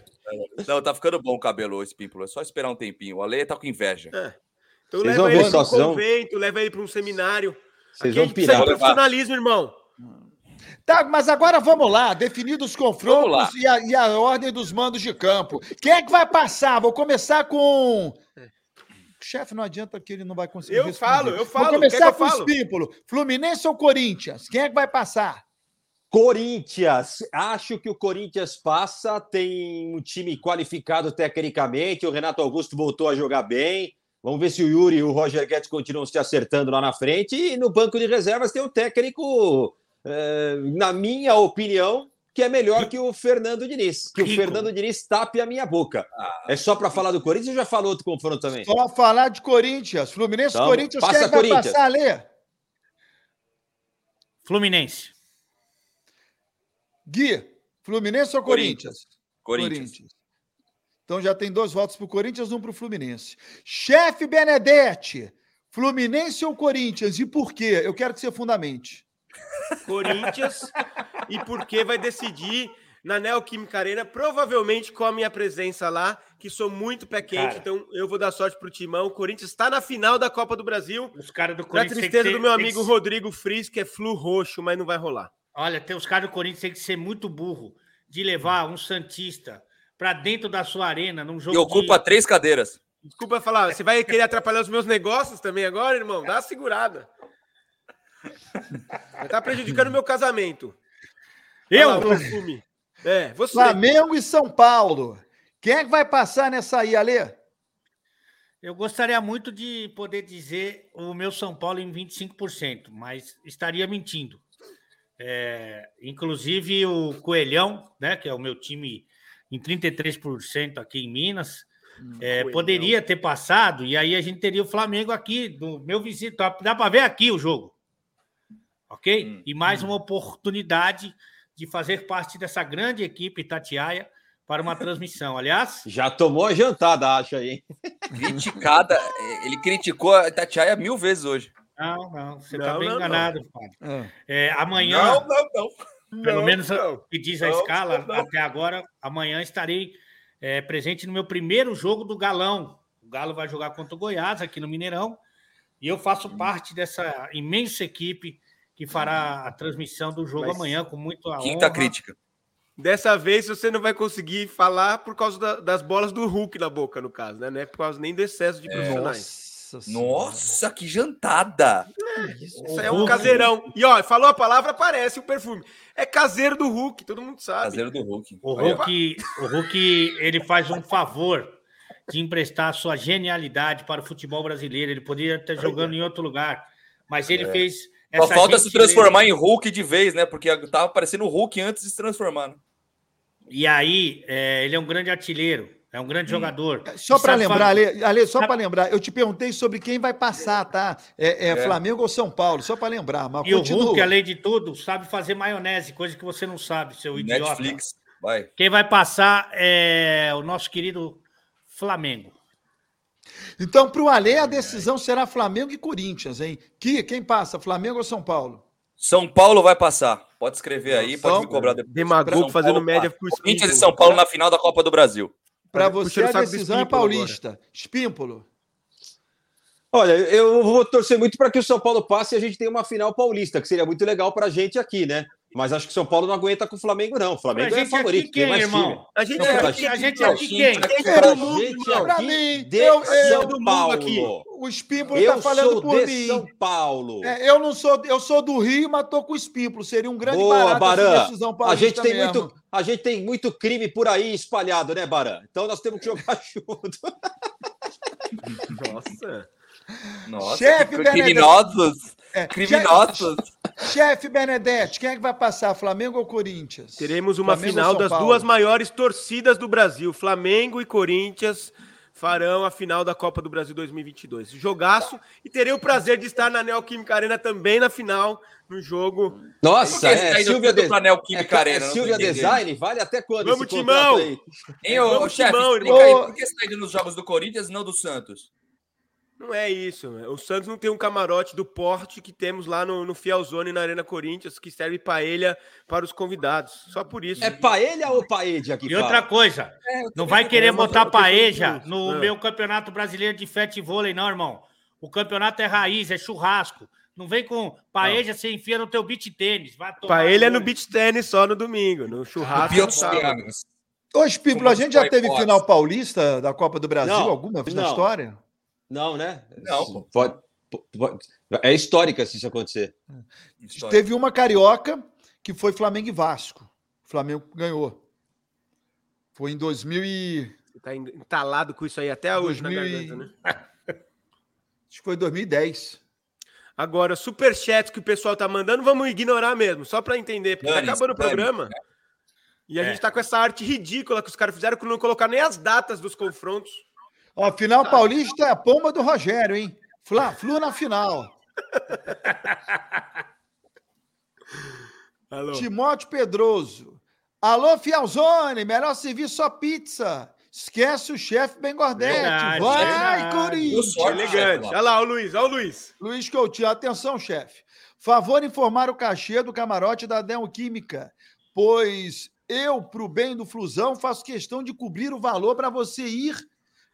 [SPEAKER 2] Não, tá ficando bom o cabelo, o Espímpolo. É só esperar um tempinho. O Ale tá com inveja.
[SPEAKER 5] Então
[SPEAKER 4] Vocês vão
[SPEAKER 5] leva
[SPEAKER 4] ver
[SPEAKER 5] ele para
[SPEAKER 4] só,
[SPEAKER 5] um
[SPEAKER 4] vocês vão-
[SPEAKER 5] convento, leva ele para um seminário. Aqui
[SPEAKER 4] Vocês
[SPEAKER 5] a
[SPEAKER 4] vão
[SPEAKER 5] gente precisa
[SPEAKER 4] pirar.
[SPEAKER 5] de profissionalismo, irmão.
[SPEAKER 1] Tá, mas agora vamos lá, definidos os
[SPEAKER 2] Vamos lá.
[SPEAKER 1] confrontos e a, e a ordem dos mandos de campo. Quem é que vai passar? Vou começar com. Chefe, não adianta que ele não vai conseguir.
[SPEAKER 5] Eu falo, eu falo,
[SPEAKER 1] Vou
[SPEAKER 5] quer que
[SPEAKER 1] começar
[SPEAKER 5] eu
[SPEAKER 1] com
[SPEAKER 5] falo?
[SPEAKER 1] o Espímpolo. Fluminense ou Corinthians? Quem é que vai passar?
[SPEAKER 4] Corinthians, acho que o Corinthians passa, tem um time qualificado tecnicamente, o Renato Augusto voltou a jogar bem. Vamos ver se o Yuri e o Roger Guedes continuam se acertando lá na frente. E no banco de reservas tem um técnico, eh, na minha opinião, que é melhor que o Fernando Diniz. Que o
[SPEAKER 3] Rico.
[SPEAKER 4] Fernando Diniz tape a minha boca. É só para falar do Corinthians ou já falou outro confronto também?
[SPEAKER 1] Só falar de Corinthians. Fluminense
[SPEAKER 4] Então,
[SPEAKER 1] Corinthians, quem é
[SPEAKER 4] passa
[SPEAKER 1] que vai
[SPEAKER 4] Corinthians.
[SPEAKER 1] passar, Lê?
[SPEAKER 3] Fluminense.
[SPEAKER 1] Gui, Fluminense ou Corinthians?
[SPEAKER 2] Corinthians.
[SPEAKER 1] Então já tem dois votos para o Corinthians, um para o Fluminense. Chefe Benedetti, Fluminense ou Corinthians? E por quê? Eu quero que você fundamente.
[SPEAKER 5] Corinthians e porque vai decidir na Neoquímica Arena, provavelmente com a minha presença lá, que sou muito pé quente,
[SPEAKER 3] Cara.
[SPEAKER 5] então eu vou dar sorte pro Timão. O Corinthians está na final da Copa do Brasil.
[SPEAKER 3] Os caras do
[SPEAKER 5] Na
[SPEAKER 3] Corinthians. tem que
[SPEAKER 5] tristeza
[SPEAKER 3] ser-
[SPEAKER 5] do meu
[SPEAKER 3] tem que
[SPEAKER 5] amigo
[SPEAKER 3] ser-
[SPEAKER 5] Rodrigo Fris, que é flu roxo, mas não vai rolar.
[SPEAKER 3] Olha, tem os caras do Corinthians têm que ser muito burro de levar um Santista pra dentro da sua arena num jogo.
[SPEAKER 2] E ocupa
[SPEAKER 3] de...
[SPEAKER 2] três cadeiras.
[SPEAKER 5] Desculpa falar, você vai querer atrapalhar os meus negócios também agora, irmão? Dá uma segurada. Vai tá prejudicando o meu casamento.
[SPEAKER 3] Eu?
[SPEAKER 5] Olha lá, o perfume. É, você.
[SPEAKER 1] Flamengo e São Paulo. Quem é que vai passar nessa aí, Alê?
[SPEAKER 3] Eu gostaria muito de poder dizer o meu São Paulo em 25%, mas estaria mentindo. É, inclusive o Coelhão, né, que é o meu time em 33% aqui em Minas, é,
[SPEAKER 5] Coelhão.
[SPEAKER 3] poderia ter passado e aí a gente teria o Flamengo aqui do meu vizinho. Tá- Dá para ver aqui o jogo, ok?
[SPEAKER 2] Hum,
[SPEAKER 3] E mais uma oportunidade de fazer parte dessa grande equipe Tatiaia para uma transmissão. Aliás,
[SPEAKER 4] Já tomou a jantada, acho aí. hein?
[SPEAKER 2] Criticada. Ele criticou a Itatiaia mil vezes hoje.
[SPEAKER 3] não, não, você
[SPEAKER 5] Não,
[SPEAKER 3] está bem
[SPEAKER 5] não, não.
[SPEAKER 3] enganado, Fábio. É, amanhã,
[SPEAKER 5] Não, não, não.
[SPEAKER 3] pelo
[SPEAKER 5] Não,
[SPEAKER 3] menos
[SPEAKER 5] não.
[SPEAKER 3] o que diz a
[SPEAKER 5] Não,
[SPEAKER 3] escala,
[SPEAKER 5] não.
[SPEAKER 3] até agora, amanhã estarei é, presente no meu primeiro jogo do Galão. O Galo vai jogar contra o Goiás aqui no Mineirão. E eu faço
[SPEAKER 5] Hum.
[SPEAKER 3] parte dessa imensa equipe que fará a transmissão do jogo
[SPEAKER 5] Mas tá
[SPEAKER 3] amanhã com muito a
[SPEAKER 2] Quinta
[SPEAKER 3] honra.
[SPEAKER 2] crítica.
[SPEAKER 5] Dessa vez você não vai conseguir falar por causa da- das bolas do Hulk na boca, no caso, né? Não é por causa nem do excesso de profissionais.
[SPEAKER 2] Nossa, que jantada!
[SPEAKER 5] Isso aí é um
[SPEAKER 3] Hulk.
[SPEAKER 5] caseirão. E ó, falou a palavra, aparece o perfume. É caseiro do Hulk, todo mundo sabe.
[SPEAKER 2] Caseiro do Hulk.
[SPEAKER 3] O
[SPEAKER 2] Aí, ó.
[SPEAKER 3] Hulk, o Hulk, ele faz um favor de emprestar a sua genialidade para o futebol brasileiro. Ele poderia estar jogando em outro lugar, mas ele
[SPEAKER 5] É.
[SPEAKER 3] fez
[SPEAKER 2] Só falta se
[SPEAKER 3] gentileza.
[SPEAKER 2] transformar em Hulk de vez, né? Porque tava parecendo o Hulk antes de se transformar. né?
[SPEAKER 3] E aí, é, ele é um grande artilheiro, é um grande jogador.
[SPEAKER 1] Hum. Só
[SPEAKER 3] E
[SPEAKER 1] para
[SPEAKER 3] sabe
[SPEAKER 1] lembrar,
[SPEAKER 3] fazer-
[SPEAKER 1] Ale, Ale, só para lembrar, eu te perguntei sobre quem vai passar, tá? É, é Flamengo ou São Paulo? Só para lembrar, mas
[SPEAKER 3] E o
[SPEAKER 1] continua.
[SPEAKER 3] Hulk, além de tudo, sabe fazer maionese, coisa que você não sabe, seu idiota.
[SPEAKER 2] Netflix. Vai.
[SPEAKER 3] Quem vai passar é o nosso querido Flamengo.
[SPEAKER 1] Então, para o Alê, a decisão será Flamengo e Corinthians, hein? Que, quem passa, Flamengo ou São Paulo?
[SPEAKER 2] São Paulo vai passar. Pode escrever aí, pode me
[SPEAKER 1] São-
[SPEAKER 2] é cobrar depois.
[SPEAKER 5] Demagogo
[SPEAKER 2] São
[SPEAKER 5] fazendo
[SPEAKER 2] Paulo
[SPEAKER 5] média
[SPEAKER 2] passa.
[SPEAKER 5] pro
[SPEAKER 2] Corinthians e
[SPEAKER 5] Espírito.
[SPEAKER 2] São Paulo na final da Copa do Brasil.
[SPEAKER 1] Para
[SPEAKER 5] Puxando
[SPEAKER 1] você,
[SPEAKER 5] o
[SPEAKER 1] a
[SPEAKER 5] saco do
[SPEAKER 1] decisão é
[SPEAKER 5] Espímpolo agora.
[SPEAKER 1] paulista. Espímpolo.
[SPEAKER 4] Olha, eu vou torcer muito para que o São Paulo passe e a gente tenha uma final paulista, que seria muito legal para a gente aqui, né? Mas acho que o São Paulo não aguenta com o Flamengo, não. O Flamengo é favorito. tem mais time.
[SPEAKER 5] A gente
[SPEAKER 4] Não,
[SPEAKER 5] é,
[SPEAKER 4] pra
[SPEAKER 5] aqui,
[SPEAKER 3] A gente
[SPEAKER 5] ó,
[SPEAKER 3] aqui quem?
[SPEAKER 5] Tem
[SPEAKER 4] Pra
[SPEAKER 5] todo mundo,
[SPEAKER 4] gente
[SPEAKER 5] irmão.
[SPEAKER 1] Pra
[SPEAKER 4] aqui
[SPEAKER 1] mim,
[SPEAKER 4] de
[SPEAKER 1] eu- eu-
[SPEAKER 4] São
[SPEAKER 5] todo mundo
[SPEAKER 4] Paulo.
[SPEAKER 5] aqui.
[SPEAKER 1] O Espímpolo
[SPEAKER 4] Eu
[SPEAKER 1] está falando
[SPEAKER 4] sou
[SPEAKER 1] por
[SPEAKER 4] de
[SPEAKER 1] mim.
[SPEAKER 4] São Paulo.
[SPEAKER 1] É, eu não sou, eu sou do Rio, mas tô com o Espímpolo. Seria um grande
[SPEAKER 4] Boa,
[SPEAKER 1] barato essa
[SPEAKER 4] Baran.
[SPEAKER 1] decisão
[SPEAKER 4] A
[SPEAKER 1] paulista
[SPEAKER 4] gente, tem
[SPEAKER 1] mesmo.
[SPEAKER 4] muito, a gente tem muito crime por aí espalhado, né, Baran? Então nós temos que jogar [LAUGHS] junto.
[SPEAKER 5] Nossa.
[SPEAKER 2] Nossa,
[SPEAKER 1] Chefe
[SPEAKER 2] que
[SPEAKER 1] Benedetti.
[SPEAKER 2] criminosos.
[SPEAKER 1] É,
[SPEAKER 2] Criminosos.
[SPEAKER 1] Che- Chefe Benedetti, quem é que vai passar, Flamengo ou Corinthians?
[SPEAKER 5] Teremos uma
[SPEAKER 1] Flamengo ou
[SPEAKER 5] final
[SPEAKER 1] São
[SPEAKER 5] das
[SPEAKER 1] Paulo?
[SPEAKER 5] duas maiores torcidas do Brasil. Flamengo e Corinthians farão a final da Copa do Brasil 2022. Jogaço. E terei o prazer de estar na Neoquímica Arena também na final, no jogo.
[SPEAKER 4] Nossa,
[SPEAKER 2] Por que tá esse
[SPEAKER 4] é
[SPEAKER 2] aí não
[SPEAKER 4] Silvia,
[SPEAKER 2] tem
[SPEAKER 4] de...
[SPEAKER 2] do Anel Kim
[SPEAKER 4] é,
[SPEAKER 2] Carena,
[SPEAKER 4] é
[SPEAKER 2] não tô
[SPEAKER 4] Silvia
[SPEAKER 2] entendendo.
[SPEAKER 4] Design, vale até quando
[SPEAKER 5] Vamos,
[SPEAKER 4] esse contrato
[SPEAKER 5] Timão!
[SPEAKER 4] aí?
[SPEAKER 2] Hein, ô, ô,
[SPEAKER 5] Vamos,
[SPEAKER 2] chefe,
[SPEAKER 5] Timão,
[SPEAKER 2] explica aí,
[SPEAKER 1] irmão.
[SPEAKER 2] por que você tá indo nos jogos do Corinthians e não do Santos?
[SPEAKER 5] Não é isso. né? O Santos não tem um camarote do porte que temos lá no, no Fielzone, na Arena Corinthians, que serve paella para os convidados. Só por isso.
[SPEAKER 4] É paella ou paede aqui,
[SPEAKER 3] E outra
[SPEAKER 4] fala?
[SPEAKER 3] coisa, não vai querer
[SPEAKER 5] É, eu vou-
[SPEAKER 3] botar
[SPEAKER 5] eu tô com
[SPEAKER 3] paeja
[SPEAKER 5] tudo.
[SPEAKER 3] no
[SPEAKER 5] Ah.
[SPEAKER 3] meu campeonato brasileiro de fete e vôlei, não, irmão. O campeonato é raiz, é churrasco. Não vem com paeja, você enfia no teu beat tênis. Vai tomar
[SPEAKER 5] Paella é no
[SPEAKER 3] cu.
[SPEAKER 5] beach tênis só no domingo, no churrasco. No sábado.
[SPEAKER 1] Ô, Espírito, a gente já teve final paulista da Copa do Brasil
[SPEAKER 4] Não,
[SPEAKER 1] alguma vez na
[SPEAKER 4] não.
[SPEAKER 1] história?
[SPEAKER 4] Não, né?
[SPEAKER 2] Não, pô.
[SPEAKER 4] Pode- pode- é histórica se isso acontecer.
[SPEAKER 2] História.
[SPEAKER 1] Teve uma carioca que foi Flamengo e Vasco. O Flamengo ganhou. Foi em 2000 e...
[SPEAKER 5] Você tá entalado com isso aí até hoje na
[SPEAKER 1] 2000 e-
[SPEAKER 5] garganta, né?
[SPEAKER 1] Acho que foi 2010.
[SPEAKER 5] Agora, superchats que o pessoal tá mandando, vamos ignorar mesmo, só para entender, porque
[SPEAKER 2] Dane-se,
[SPEAKER 5] tá acabando o
[SPEAKER 2] dane-se,
[SPEAKER 5] programa. E a
[SPEAKER 3] É.
[SPEAKER 5] gente tá com essa arte ridícula que os caras fizeram, que não colocaram nem as datas dos confrontos.
[SPEAKER 1] Ó, final paulista é a pomba do Rogério, hein? Fla, Flu na final.
[SPEAKER 5] Alô.
[SPEAKER 1] Timóteo Pedroso. Alô, Fialzone, melhor serviço só pizza. Esquece o chefe Ben Gordete.
[SPEAKER 3] Verdade,
[SPEAKER 1] Vai,
[SPEAKER 3] verdade.
[SPEAKER 2] Deu
[SPEAKER 1] Corinthians!
[SPEAKER 2] sorte,
[SPEAKER 5] Elegante.
[SPEAKER 2] chefe,
[SPEAKER 5] Olha
[SPEAKER 2] lá.
[SPEAKER 5] lá, o Luiz, olha o Luiz.
[SPEAKER 1] Luiz Coutinho, atenção, chefe. Favor informar o cachê do camarote da Neoquímica, pois eu, pro bem do Flusão, faço questão de cobrir o valor para você ir,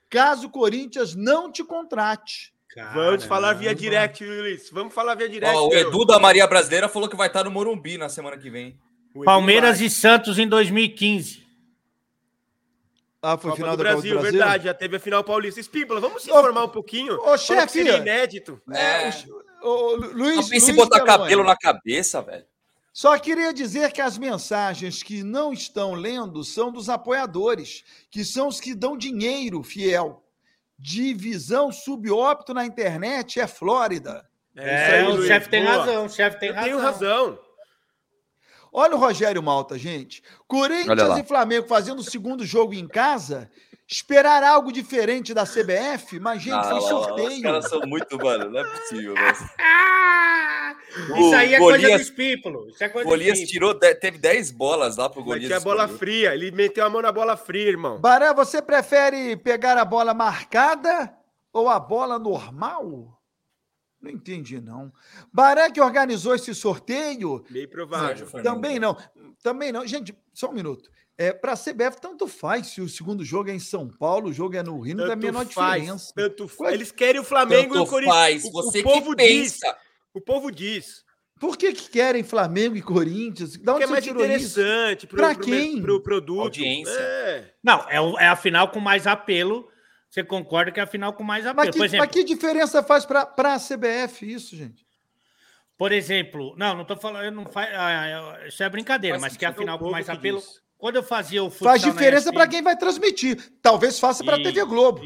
[SPEAKER 1] caso o Corinthians não te contrate.
[SPEAKER 5] Vamos falar via
[SPEAKER 3] Caramba.
[SPEAKER 5] direct, Luiz. Vamos falar via direct.
[SPEAKER 2] Ó, o
[SPEAKER 5] meu.
[SPEAKER 2] Edu da Maria Brasileira falou que vai estar no Morumbi na semana que vem.
[SPEAKER 5] O Edu
[SPEAKER 3] Palmeiras
[SPEAKER 5] vai.
[SPEAKER 3] e Santos em 2015.
[SPEAKER 1] Ah, foi
[SPEAKER 5] Copa
[SPEAKER 1] final
[SPEAKER 5] do
[SPEAKER 1] da Copa
[SPEAKER 5] Brasil, verdade. Já teve a final paulista. Espímbola, vamos se
[SPEAKER 1] Ô,
[SPEAKER 5] informar um pouquinho.
[SPEAKER 1] ô,
[SPEAKER 5] Falou que
[SPEAKER 1] chefe,
[SPEAKER 5] seria inédito.
[SPEAKER 1] É, o- o Lu-
[SPEAKER 2] Não
[SPEAKER 1] Luiz,
[SPEAKER 2] pense em
[SPEAKER 1] Luiz
[SPEAKER 2] botar
[SPEAKER 1] Peloni.
[SPEAKER 2] cabelo na cabeça, velho.
[SPEAKER 1] Só queria dizer que as mensagens que não estão lendo são dos apoiadores, que são os que dão dinheiro fiel. Divisão subópto na internet é Flórida.
[SPEAKER 3] É,
[SPEAKER 5] isso aí,
[SPEAKER 3] o
[SPEAKER 5] Luiz.
[SPEAKER 3] chefe tem
[SPEAKER 5] Boa.
[SPEAKER 3] razão, o chefe tem
[SPEAKER 5] Eu
[SPEAKER 3] razão.
[SPEAKER 5] tenho razão.
[SPEAKER 1] Olha o Rogério Malta, gente.
[SPEAKER 2] Olha
[SPEAKER 1] Corinthians
[SPEAKER 2] lá.
[SPEAKER 1] e Flamengo fazendo o segundo jogo em casa. Esperar algo diferente da CBF? Mas, gente,
[SPEAKER 2] Ah,
[SPEAKER 1] foi
[SPEAKER 2] lá, lá, lá, Os
[SPEAKER 1] sorteio.
[SPEAKER 2] caras são muito, mano. Não é possível, velho.
[SPEAKER 3] Ah!
[SPEAKER 2] O
[SPEAKER 3] Isso aí é coisa do
[SPEAKER 2] Golias-
[SPEAKER 3] espípulo. Isso é
[SPEAKER 2] O
[SPEAKER 3] coisa
[SPEAKER 2] Golias
[SPEAKER 3] do espípulo.
[SPEAKER 2] tirou, de- teve 10 bolas lá pro
[SPEAKER 5] Mas
[SPEAKER 2] Golias.
[SPEAKER 5] tinha bola
[SPEAKER 2] escolher.
[SPEAKER 5] fria. Ele meteu a mão na bola fria, irmão.
[SPEAKER 1] Baré, você prefere pegar a bola marcada ou a bola normal? Não entendi, não. Baré que organizou esse sorteio?
[SPEAKER 5] Meio
[SPEAKER 2] Sérgio
[SPEAKER 5] provável.
[SPEAKER 2] Fernando.
[SPEAKER 1] Também não. Também não. Gente, só um minuto. É, Para a CBF, tanto faz se o segundo jogo é em São Paulo, o jogo é no Rio, não dá a menor diferença.
[SPEAKER 5] Tanto faz.
[SPEAKER 1] Ué,
[SPEAKER 5] Eles querem o Flamengo e o
[SPEAKER 2] Tanto
[SPEAKER 5] Corinthians.
[SPEAKER 2] faz,
[SPEAKER 5] O-
[SPEAKER 2] você
[SPEAKER 5] o povo
[SPEAKER 2] que pensa.
[SPEAKER 5] diz. O povo diz.
[SPEAKER 1] Por que, que querem Flamengo e Corinthians? Da
[SPEAKER 5] Que
[SPEAKER 1] onde
[SPEAKER 5] é
[SPEAKER 1] você
[SPEAKER 5] mais
[SPEAKER 1] tirou isso?
[SPEAKER 5] interessante pro,
[SPEAKER 1] Pra
[SPEAKER 5] pro,
[SPEAKER 1] quem?
[SPEAKER 5] pro produto.
[SPEAKER 2] Audiência.
[SPEAKER 5] É.
[SPEAKER 3] Não, é, o- é a final com mais apelo. Você concorda que é a final com mais apelo.
[SPEAKER 1] Mas que,
[SPEAKER 3] por,
[SPEAKER 1] mas
[SPEAKER 3] exemplo,
[SPEAKER 1] que diferença faz para a CBF isso, gente?
[SPEAKER 3] por exemplo, não, não tô falando, eu não fa- ah, eu- isso é brincadeira,
[SPEAKER 5] Faz
[SPEAKER 3] mas que é a
[SPEAKER 5] sentido, é o
[SPEAKER 3] final com
[SPEAKER 5] povo
[SPEAKER 3] mais
[SPEAKER 5] que
[SPEAKER 3] apelo.
[SPEAKER 5] diz.
[SPEAKER 3] Quando eu fazia o futsal
[SPEAKER 1] Faz diferença para
[SPEAKER 3] para
[SPEAKER 1] quem vai transmitir. Talvez faça para a TV Globo.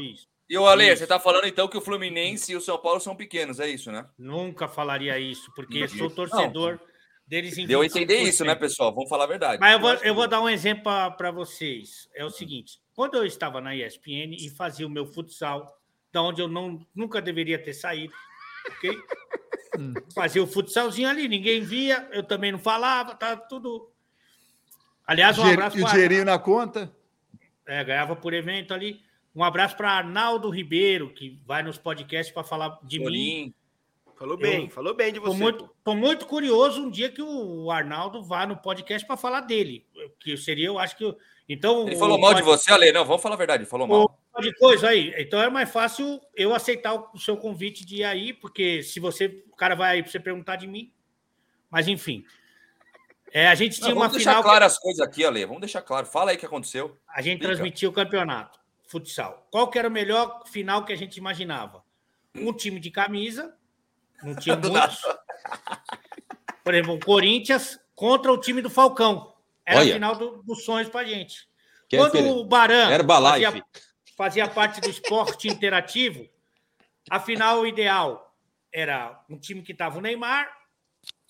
[SPEAKER 2] E o Ale,
[SPEAKER 3] Isso.
[SPEAKER 2] você tá falando então que o Fluminense e o São Paulo são pequenos, é isso, né?
[SPEAKER 3] Nunca falaria isso, porque eu
[SPEAKER 2] Isso.
[SPEAKER 3] sou torcedor deles em
[SPEAKER 2] Deu a entender isso, né,
[SPEAKER 3] 25%.
[SPEAKER 2] pessoal? Vamos falar a verdade.
[SPEAKER 3] Mas eu vou, eu vou dar um exemplo para vocês. É o seguinte: quando eu estava na ESPN e fazia o meu futsal, da onde eu não, nunca deveria ter saído, ok? fazia o futsalzinho ali, ninguém via, eu também não falava, tá tudo. Aliás, um
[SPEAKER 1] Dinhe-
[SPEAKER 3] abraço
[SPEAKER 1] e o
[SPEAKER 3] pra-
[SPEAKER 1] dinheirinho na conta?
[SPEAKER 3] é, ganhava por evento ali. Um abraço para Arnaldo Ribeiro, que vai nos podcasts para falar de mim.
[SPEAKER 2] Bolinho.
[SPEAKER 5] Falou bem, falou bem de
[SPEAKER 3] Tô
[SPEAKER 5] você.
[SPEAKER 3] muito, tô muito curioso um dia que o Arnaldo vá no podcast para falar dele. Que seria, eu acho que. eu- Então,
[SPEAKER 2] Ele
[SPEAKER 3] o
[SPEAKER 2] falou mal de
[SPEAKER 3] pod-
[SPEAKER 2] você, Ale. Não, vamos falar a verdade, ele falou mal.
[SPEAKER 3] o de coisa aí. Então é mais fácil eu aceitar o seu convite de ir aí, porque se você. O cara vai aí para você perguntar de mim. Mas enfim. É, a gente
[SPEAKER 2] Não,
[SPEAKER 3] tinha
[SPEAKER 2] vamos
[SPEAKER 3] uma
[SPEAKER 2] deixar
[SPEAKER 3] final. que-
[SPEAKER 2] claro as coisas aqui, Ale. Vamos deixar claro. Fala aí o que aconteceu.
[SPEAKER 3] A gente
[SPEAKER 2] Fica.
[SPEAKER 3] transmitia o campeonato, futsal. Qual que era o melhor final que a gente imaginava? Um time de camisa, não
[SPEAKER 4] [LAUGHS]
[SPEAKER 3] tinha
[SPEAKER 2] Do
[SPEAKER 3] muitos. Por exemplo, o Corinthians contra o time do Falcão. Era
[SPEAKER 4] Olha.
[SPEAKER 3] o final do- dos sonhos pra gente.
[SPEAKER 4] Que é
[SPEAKER 3] Quando
[SPEAKER 4] era-
[SPEAKER 3] o Baran
[SPEAKER 4] Herbalife.
[SPEAKER 3] fazia, fazia parte do esporte interativo, a final ideal era um time que tava o Neymar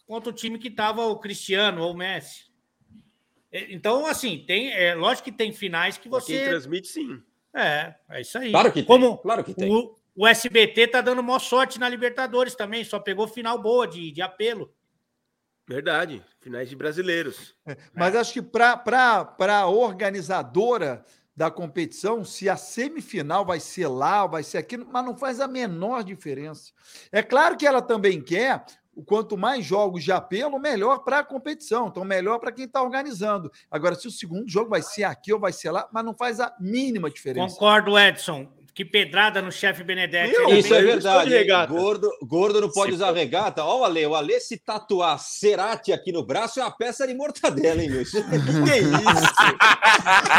[SPEAKER 3] contra o time que tava o Cristiano ou o Messi. É, Então, assim, tem, é lógico que tem finais que
[SPEAKER 5] Quem
[SPEAKER 3] você.
[SPEAKER 5] transmite, sim.
[SPEAKER 3] É, é isso aí.
[SPEAKER 4] Claro que tem.
[SPEAKER 3] Como
[SPEAKER 4] Claro que tem.
[SPEAKER 3] o, o SBT tá dando maior sorte na Libertadores também, só pegou final boa de, de apelo.
[SPEAKER 5] Verdade. Finais de brasileiros.
[SPEAKER 1] É. Mas acho que para a organizadora da competição, se a semifinal vai ser lá, vai ser aqui, mas não faz a menor diferença. É claro que ela também quer, o quanto mais jogos de apelo, melhor para a competição, então melhor para quem está organizando. Agora, se o segundo jogo vai ser aqui ou vai ser lá, mas não faz a mínima diferença.
[SPEAKER 3] Concordo, Edson. Que pedrada no chefe Benedetti.
[SPEAKER 4] Meu,
[SPEAKER 3] Ele
[SPEAKER 4] isso é
[SPEAKER 3] bem-
[SPEAKER 4] verdade.
[SPEAKER 5] de regata.
[SPEAKER 4] hein? Gordo, gordo não pode usar regata. Ó, o Ale, o Ale se tatuar Cerati aqui no braço é uma peça de mortadela, hein, meu? Isso-
[SPEAKER 5] Que isso?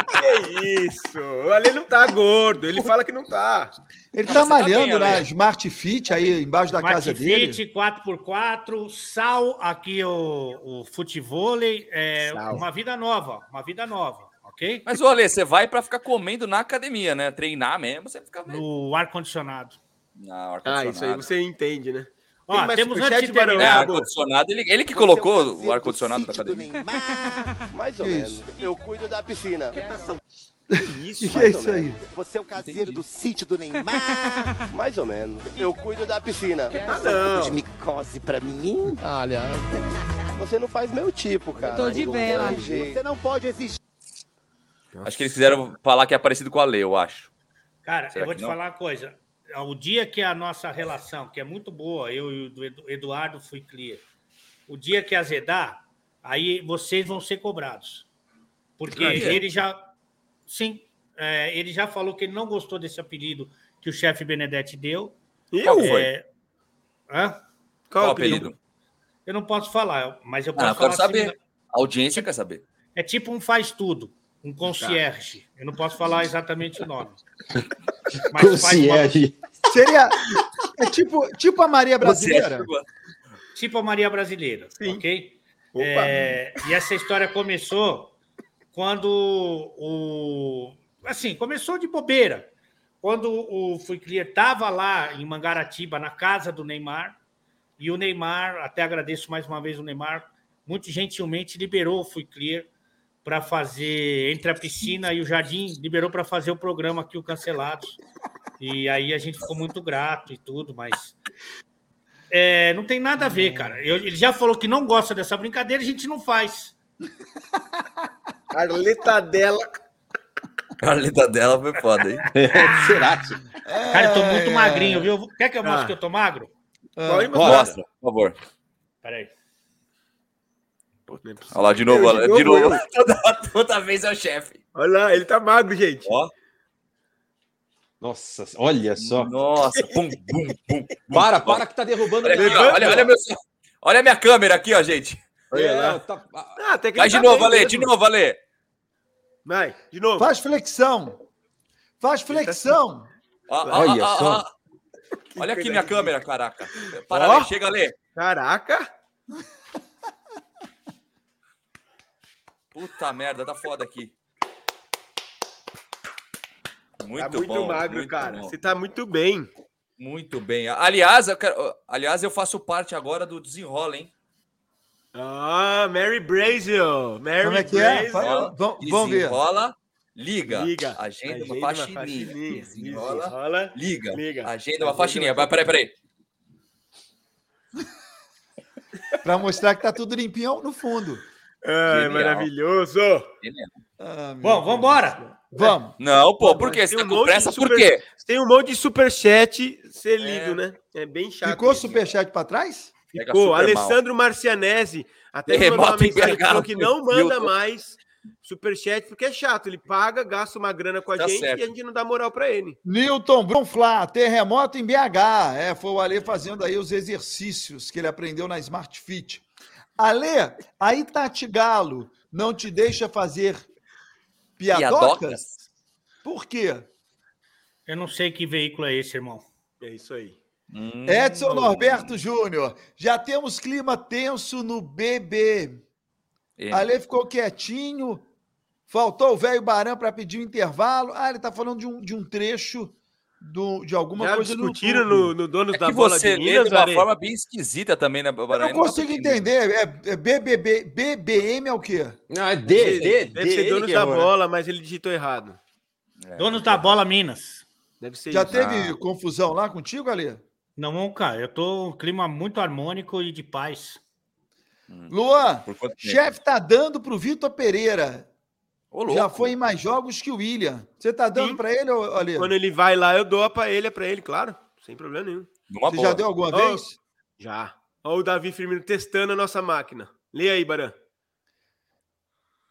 [SPEAKER 5] que isso? O Ale não tá gordo, ele fala que não tá.
[SPEAKER 1] Ele
[SPEAKER 2] Mas
[SPEAKER 1] tá
[SPEAKER 2] você tá
[SPEAKER 1] malhando
[SPEAKER 2] bem,
[SPEAKER 1] na
[SPEAKER 2] Ale.
[SPEAKER 1] Smart Fit aí embaixo da
[SPEAKER 3] Smart
[SPEAKER 1] casa dele.
[SPEAKER 3] Fit, 4x4, sal, aqui o, o futevôlei, é,
[SPEAKER 5] Sal.
[SPEAKER 3] uma vida nova, uma vida nova, ok?
[SPEAKER 2] Mas, ô, Ale, você vai pra ficar comendo na academia, né? Treinar mesmo, você fica meio.
[SPEAKER 3] No ar-condicionado.
[SPEAKER 2] Na hora
[SPEAKER 5] Ah, isso aí você entende, né?
[SPEAKER 3] Ó,
[SPEAKER 5] Tem mais
[SPEAKER 3] temos antes
[SPEAKER 5] superchat,
[SPEAKER 3] de
[SPEAKER 5] Barão?
[SPEAKER 2] É,
[SPEAKER 3] terminar.
[SPEAKER 2] ar-condicionado, ele, ele
[SPEAKER 5] é um
[SPEAKER 2] que colocou o ar-condicionado da academia.
[SPEAKER 5] né?
[SPEAKER 7] Mais ou
[SPEAKER 1] Que
[SPEAKER 7] menos. Eu cuido da piscina.
[SPEAKER 5] tá
[SPEAKER 1] O que é isso aí?
[SPEAKER 7] Você é o caseiro do sítio do Neymar. Mais ou menos. Eu cuido da piscina.
[SPEAKER 5] Ah, não.
[SPEAKER 7] De micose pra mim? Olha. Você não faz meu tipo, cara.
[SPEAKER 11] tô de
[SPEAKER 7] Não
[SPEAKER 11] vela.
[SPEAKER 7] tem jeito. Você não pode existir.
[SPEAKER 2] Acho que eles quiseram falar que é parecido com o Ale, eu acho.
[SPEAKER 3] Cara,
[SPEAKER 2] Será
[SPEAKER 3] eu vou
[SPEAKER 2] que
[SPEAKER 3] te
[SPEAKER 2] não?
[SPEAKER 3] falar uma coisa. O dia que a nossa relação, que é muito boa, eu e o do Edu- Eduardo fui clear, o dia que azedar, aí vocês vão ser cobrados. Porque
[SPEAKER 2] Ah, é?
[SPEAKER 3] ele já. Sim, é, ele já falou que ele não gostou desse apelido que o chefe Benedetti deu.
[SPEAKER 2] Qual
[SPEAKER 5] Eu?
[SPEAKER 2] foi?
[SPEAKER 3] É, hã?
[SPEAKER 5] é
[SPEAKER 2] Qual o apelido?
[SPEAKER 3] Eu não posso falar, mas eu posso
[SPEAKER 2] Ah, eu
[SPEAKER 3] falar.
[SPEAKER 2] quero
[SPEAKER 3] assim,
[SPEAKER 2] saber. A audiência quer saber.
[SPEAKER 3] é tipo um faz tudo, um concierge. Eu não posso falar exatamente o nome. Mas faz uma-
[SPEAKER 4] Concierge.
[SPEAKER 1] Seria. É tipo, tipo a Maria Brasileira.
[SPEAKER 3] tipo a Maria Brasileira,
[SPEAKER 5] Sim.
[SPEAKER 3] ok?
[SPEAKER 5] Opa.
[SPEAKER 3] É, e essa história começou quando o. Assim, começou de bobeira. Quando o Fui Clear estava lá em Mangaratiba, na casa do Neymar, e o Neymar, até agradeço mais uma vez o Neymar, muito gentilmente liberou o Fui Clear para fazer, entre a piscina e o jardim, liberou para fazer o programa aqui, o Cancelados. E aí a gente ficou muito grato e tudo, mas é, não tem nada a ver, cara. Eu- ele já falou que não gosta dessa brincadeira, a gente não faz.
[SPEAKER 5] Carleta dela.
[SPEAKER 2] A letra dela foi foda, hein?
[SPEAKER 4] Cerati.
[SPEAKER 3] Cara, eu tô muito
[SPEAKER 1] É.
[SPEAKER 3] magrinho, viu? Quer que eu mostre
[SPEAKER 5] Ah.
[SPEAKER 3] que eu tô magro?
[SPEAKER 5] Pode mostrar.
[SPEAKER 2] Mostra, por favor.
[SPEAKER 3] Peraí.
[SPEAKER 2] Olha lá, de novo,
[SPEAKER 5] Eu,
[SPEAKER 2] Ale,
[SPEAKER 5] de
[SPEAKER 2] de
[SPEAKER 5] novo,
[SPEAKER 2] novo. [LAUGHS] Toda, toda vez é o chefe.
[SPEAKER 5] Olha lá, ele tá magro, gente.
[SPEAKER 2] Ó.
[SPEAKER 4] Nossa, olha só.
[SPEAKER 2] Nossa, pum, pum, pum. pum.
[SPEAKER 4] Para, para que tá derrubando.
[SPEAKER 2] Olha, aqui, ó,
[SPEAKER 4] negócio.
[SPEAKER 2] olha, olha, meu, olha a minha câmera aqui, ó, gente.
[SPEAKER 5] Olha
[SPEAKER 4] É,
[SPEAKER 5] lá.
[SPEAKER 4] tá- ah,
[SPEAKER 5] Ah, até que
[SPEAKER 2] Vai
[SPEAKER 5] ele
[SPEAKER 2] de
[SPEAKER 5] tá
[SPEAKER 2] novo,
[SPEAKER 5] bem
[SPEAKER 2] Ale,
[SPEAKER 5] mesmo.
[SPEAKER 2] de novo, Ale.
[SPEAKER 5] Vai, de novo.
[SPEAKER 1] Faz flexão. Faz flexão.
[SPEAKER 2] Ó, ó, ó,
[SPEAKER 4] Olha
[SPEAKER 2] ó,
[SPEAKER 4] só.
[SPEAKER 2] ó. Olha aqui
[SPEAKER 5] coisa
[SPEAKER 2] minha
[SPEAKER 5] de-
[SPEAKER 2] câmera, caraca. Para,
[SPEAKER 5] Ó.
[SPEAKER 2] Ale, chega, Ale.
[SPEAKER 5] Caraca. tá
[SPEAKER 2] Puta merda, tá foda aqui. Muito,
[SPEAKER 5] tá muito
[SPEAKER 2] bom,
[SPEAKER 5] magro,
[SPEAKER 2] muito
[SPEAKER 5] cara.
[SPEAKER 2] bom,
[SPEAKER 5] Você tá muito bem.
[SPEAKER 2] Muito bem. Aliás eu, quero- aliás, eu faço parte agora do desenrola, hein?
[SPEAKER 5] Ah, Mary Brazil. Mary
[SPEAKER 1] Como é que é?
[SPEAKER 5] Brazil.
[SPEAKER 1] Fala- Vão vão ver.
[SPEAKER 2] Desenrola, liga.
[SPEAKER 5] Liga.
[SPEAKER 2] Agenda,
[SPEAKER 5] Agenda
[SPEAKER 2] uma faxininha. Desenrola,
[SPEAKER 5] Desenrola.
[SPEAKER 2] liga.
[SPEAKER 5] Liga.
[SPEAKER 2] Agenda, uma faxininha. Vai, peraí, peraí.
[SPEAKER 1] Pra mostrar que tá tudo limpinho no fundo.
[SPEAKER 5] Ai,
[SPEAKER 2] Genial.
[SPEAKER 5] Ah, é maravilhoso.
[SPEAKER 1] Ah, meu
[SPEAKER 3] Bom,
[SPEAKER 1] Deus.
[SPEAKER 3] vambora.
[SPEAKER 1] Vamos.
[SPEAKER 2] Não, pô, por quê? Você
[SPEAKER 5] tem
[SPEAKER 2] tá
[SPEAKER 5] um
[SPEAKER 2] com
[SPEAKER 5] monte de
[SPEAKER 2] pressa? Por
[SPEAKER 5] super-
[SPEAKER 2] quê?
[SPEAKER 5] Tem um monte de superchat ser lido, né? É bem chato.
[SPEAKER 1] Ficou o
[SPEAKER 5] isso.
[SPEAKER 1] superchat pra trás?
[SPEAKER 2] Pega
[SPEAKER 5] Ficou.
[SPEAKER 2] super
[SPEAKER 5] Alessandro Marcianese até me mandou uma
[SPEAKER 2] Terremoto em
[SPEAKER 5] mensagem
[SPEAKER 2] BH,
[SPEAKER 5] falou que não
[SPEAKER 2] meu
[SPEAKER 5] manda
[SPEAKER 2] Deus.
[SPEAKER 5] mais superchat, porque é chato. Ele paga, gasta uma grana com a
[SPEAKER 2] Tá
[SPEAKER 5] gente
[SPEAKER 2] certo.
[SPEAKER 5] e a gente não dá moral pra ele.
[SPEAKER 1] Newton Brunflá, terremoto em BH. É, foi o Ale fazendo aí os exercícios que ele aprendeu na Smart Fit. Ale, aí Tati Galo não te deixa fazer
[SPEAKER 2] mal.
[SPEAKER 1] piadocas? Por quê?
[SPEAKER 3] Eu não sei que veículo é esse, irmão.
[SPEAKER 5] É isso aí.
[SPEAKER 2] Hum.
[SPEAKER 1] Edson Norberto Júnior, já temos clima tenso no BB.
[SPEAKER 2] É.
[SPEAKER 1] Ale ficou quietinho, faltou o velho Barão para pedir o intervalo. Ah, ele tá falando de um, de um trecho do, de alguma
[SPEAKER 5] Já
[SPEAKER 1] coisa no
[SPEAKER 5] discutiram
[SPEAKER 1] YouTube.
[SPEAKER 5] no, no Donos
[SPEAKER 2] É
[SPEAKER 5] da
[SPEAKER 2] que
[SPEAKER 5] Bola de
[SPEAKER 2] você lê
[SPEAKER 5] Minas,
[SPEAKER 2] de uma
[SPEAKER 5] Are?
[SPEAKER 2] forma bem esquisita também, né,
[SPEAKER 1] Eu
[SPEAKER 2] Babarão?
[SPEAKER 1] não
[SPEAKER 5] tá
[SPEAKER 1] consigo entender. É, é BBB, BBM é o quê?
[SPEAKER 4] Não, é D, D, D.
[SPEAKER 5] Deve ser
[SPEAKER 4] ele
[SPEAKER 5] Donos
[SPEAKER 4] que
[SPEAKER 5] da
[SPEAKER 4] errou, né?
[SPEAKER 5] Bola, mas ele digitou errado.
[SPEAKER 3] Donos da bola, Minas.
[SPEAKER 5] Deve ser
[SPEAKER 1] Já
[SPEAKER 5] isso.
[SPEAKER 1] teve confusão lá contigo, Ale?
[SPEAKER 3] Não, cara, eu tô um clima muito harmônico e de paz.
[SPEAKER 1] Luan,
[SPEAKER 2] Por quanto tempo?
[SPEAKER 1] chefe tá dando pro Vitor Pereira.
[SPEAKER 2] Ô, louco.
[SPEAKER 1] Já foi em mais jogos que o William. Você tá dando
[SPEAKER 5] Sim.
[SPEAKER 1] para ele, ô, Ale?
[SPEAKER 5] Quando ele vai lá, eu dou a paelha pra ele, claro. Sem problema nenhum.
[SPEAKER 2] Numa
[SPEAKER 1] Você
[SPEAKER 2] boa.
[SPEAKER 1] já deu alguma
[SPEAKER 5] Ó,
[SPEAKER 1] vez?
[SPEAKER 5] Já. Olha o Davi Firmino testando a nossa máquina. Lê aí, Baran.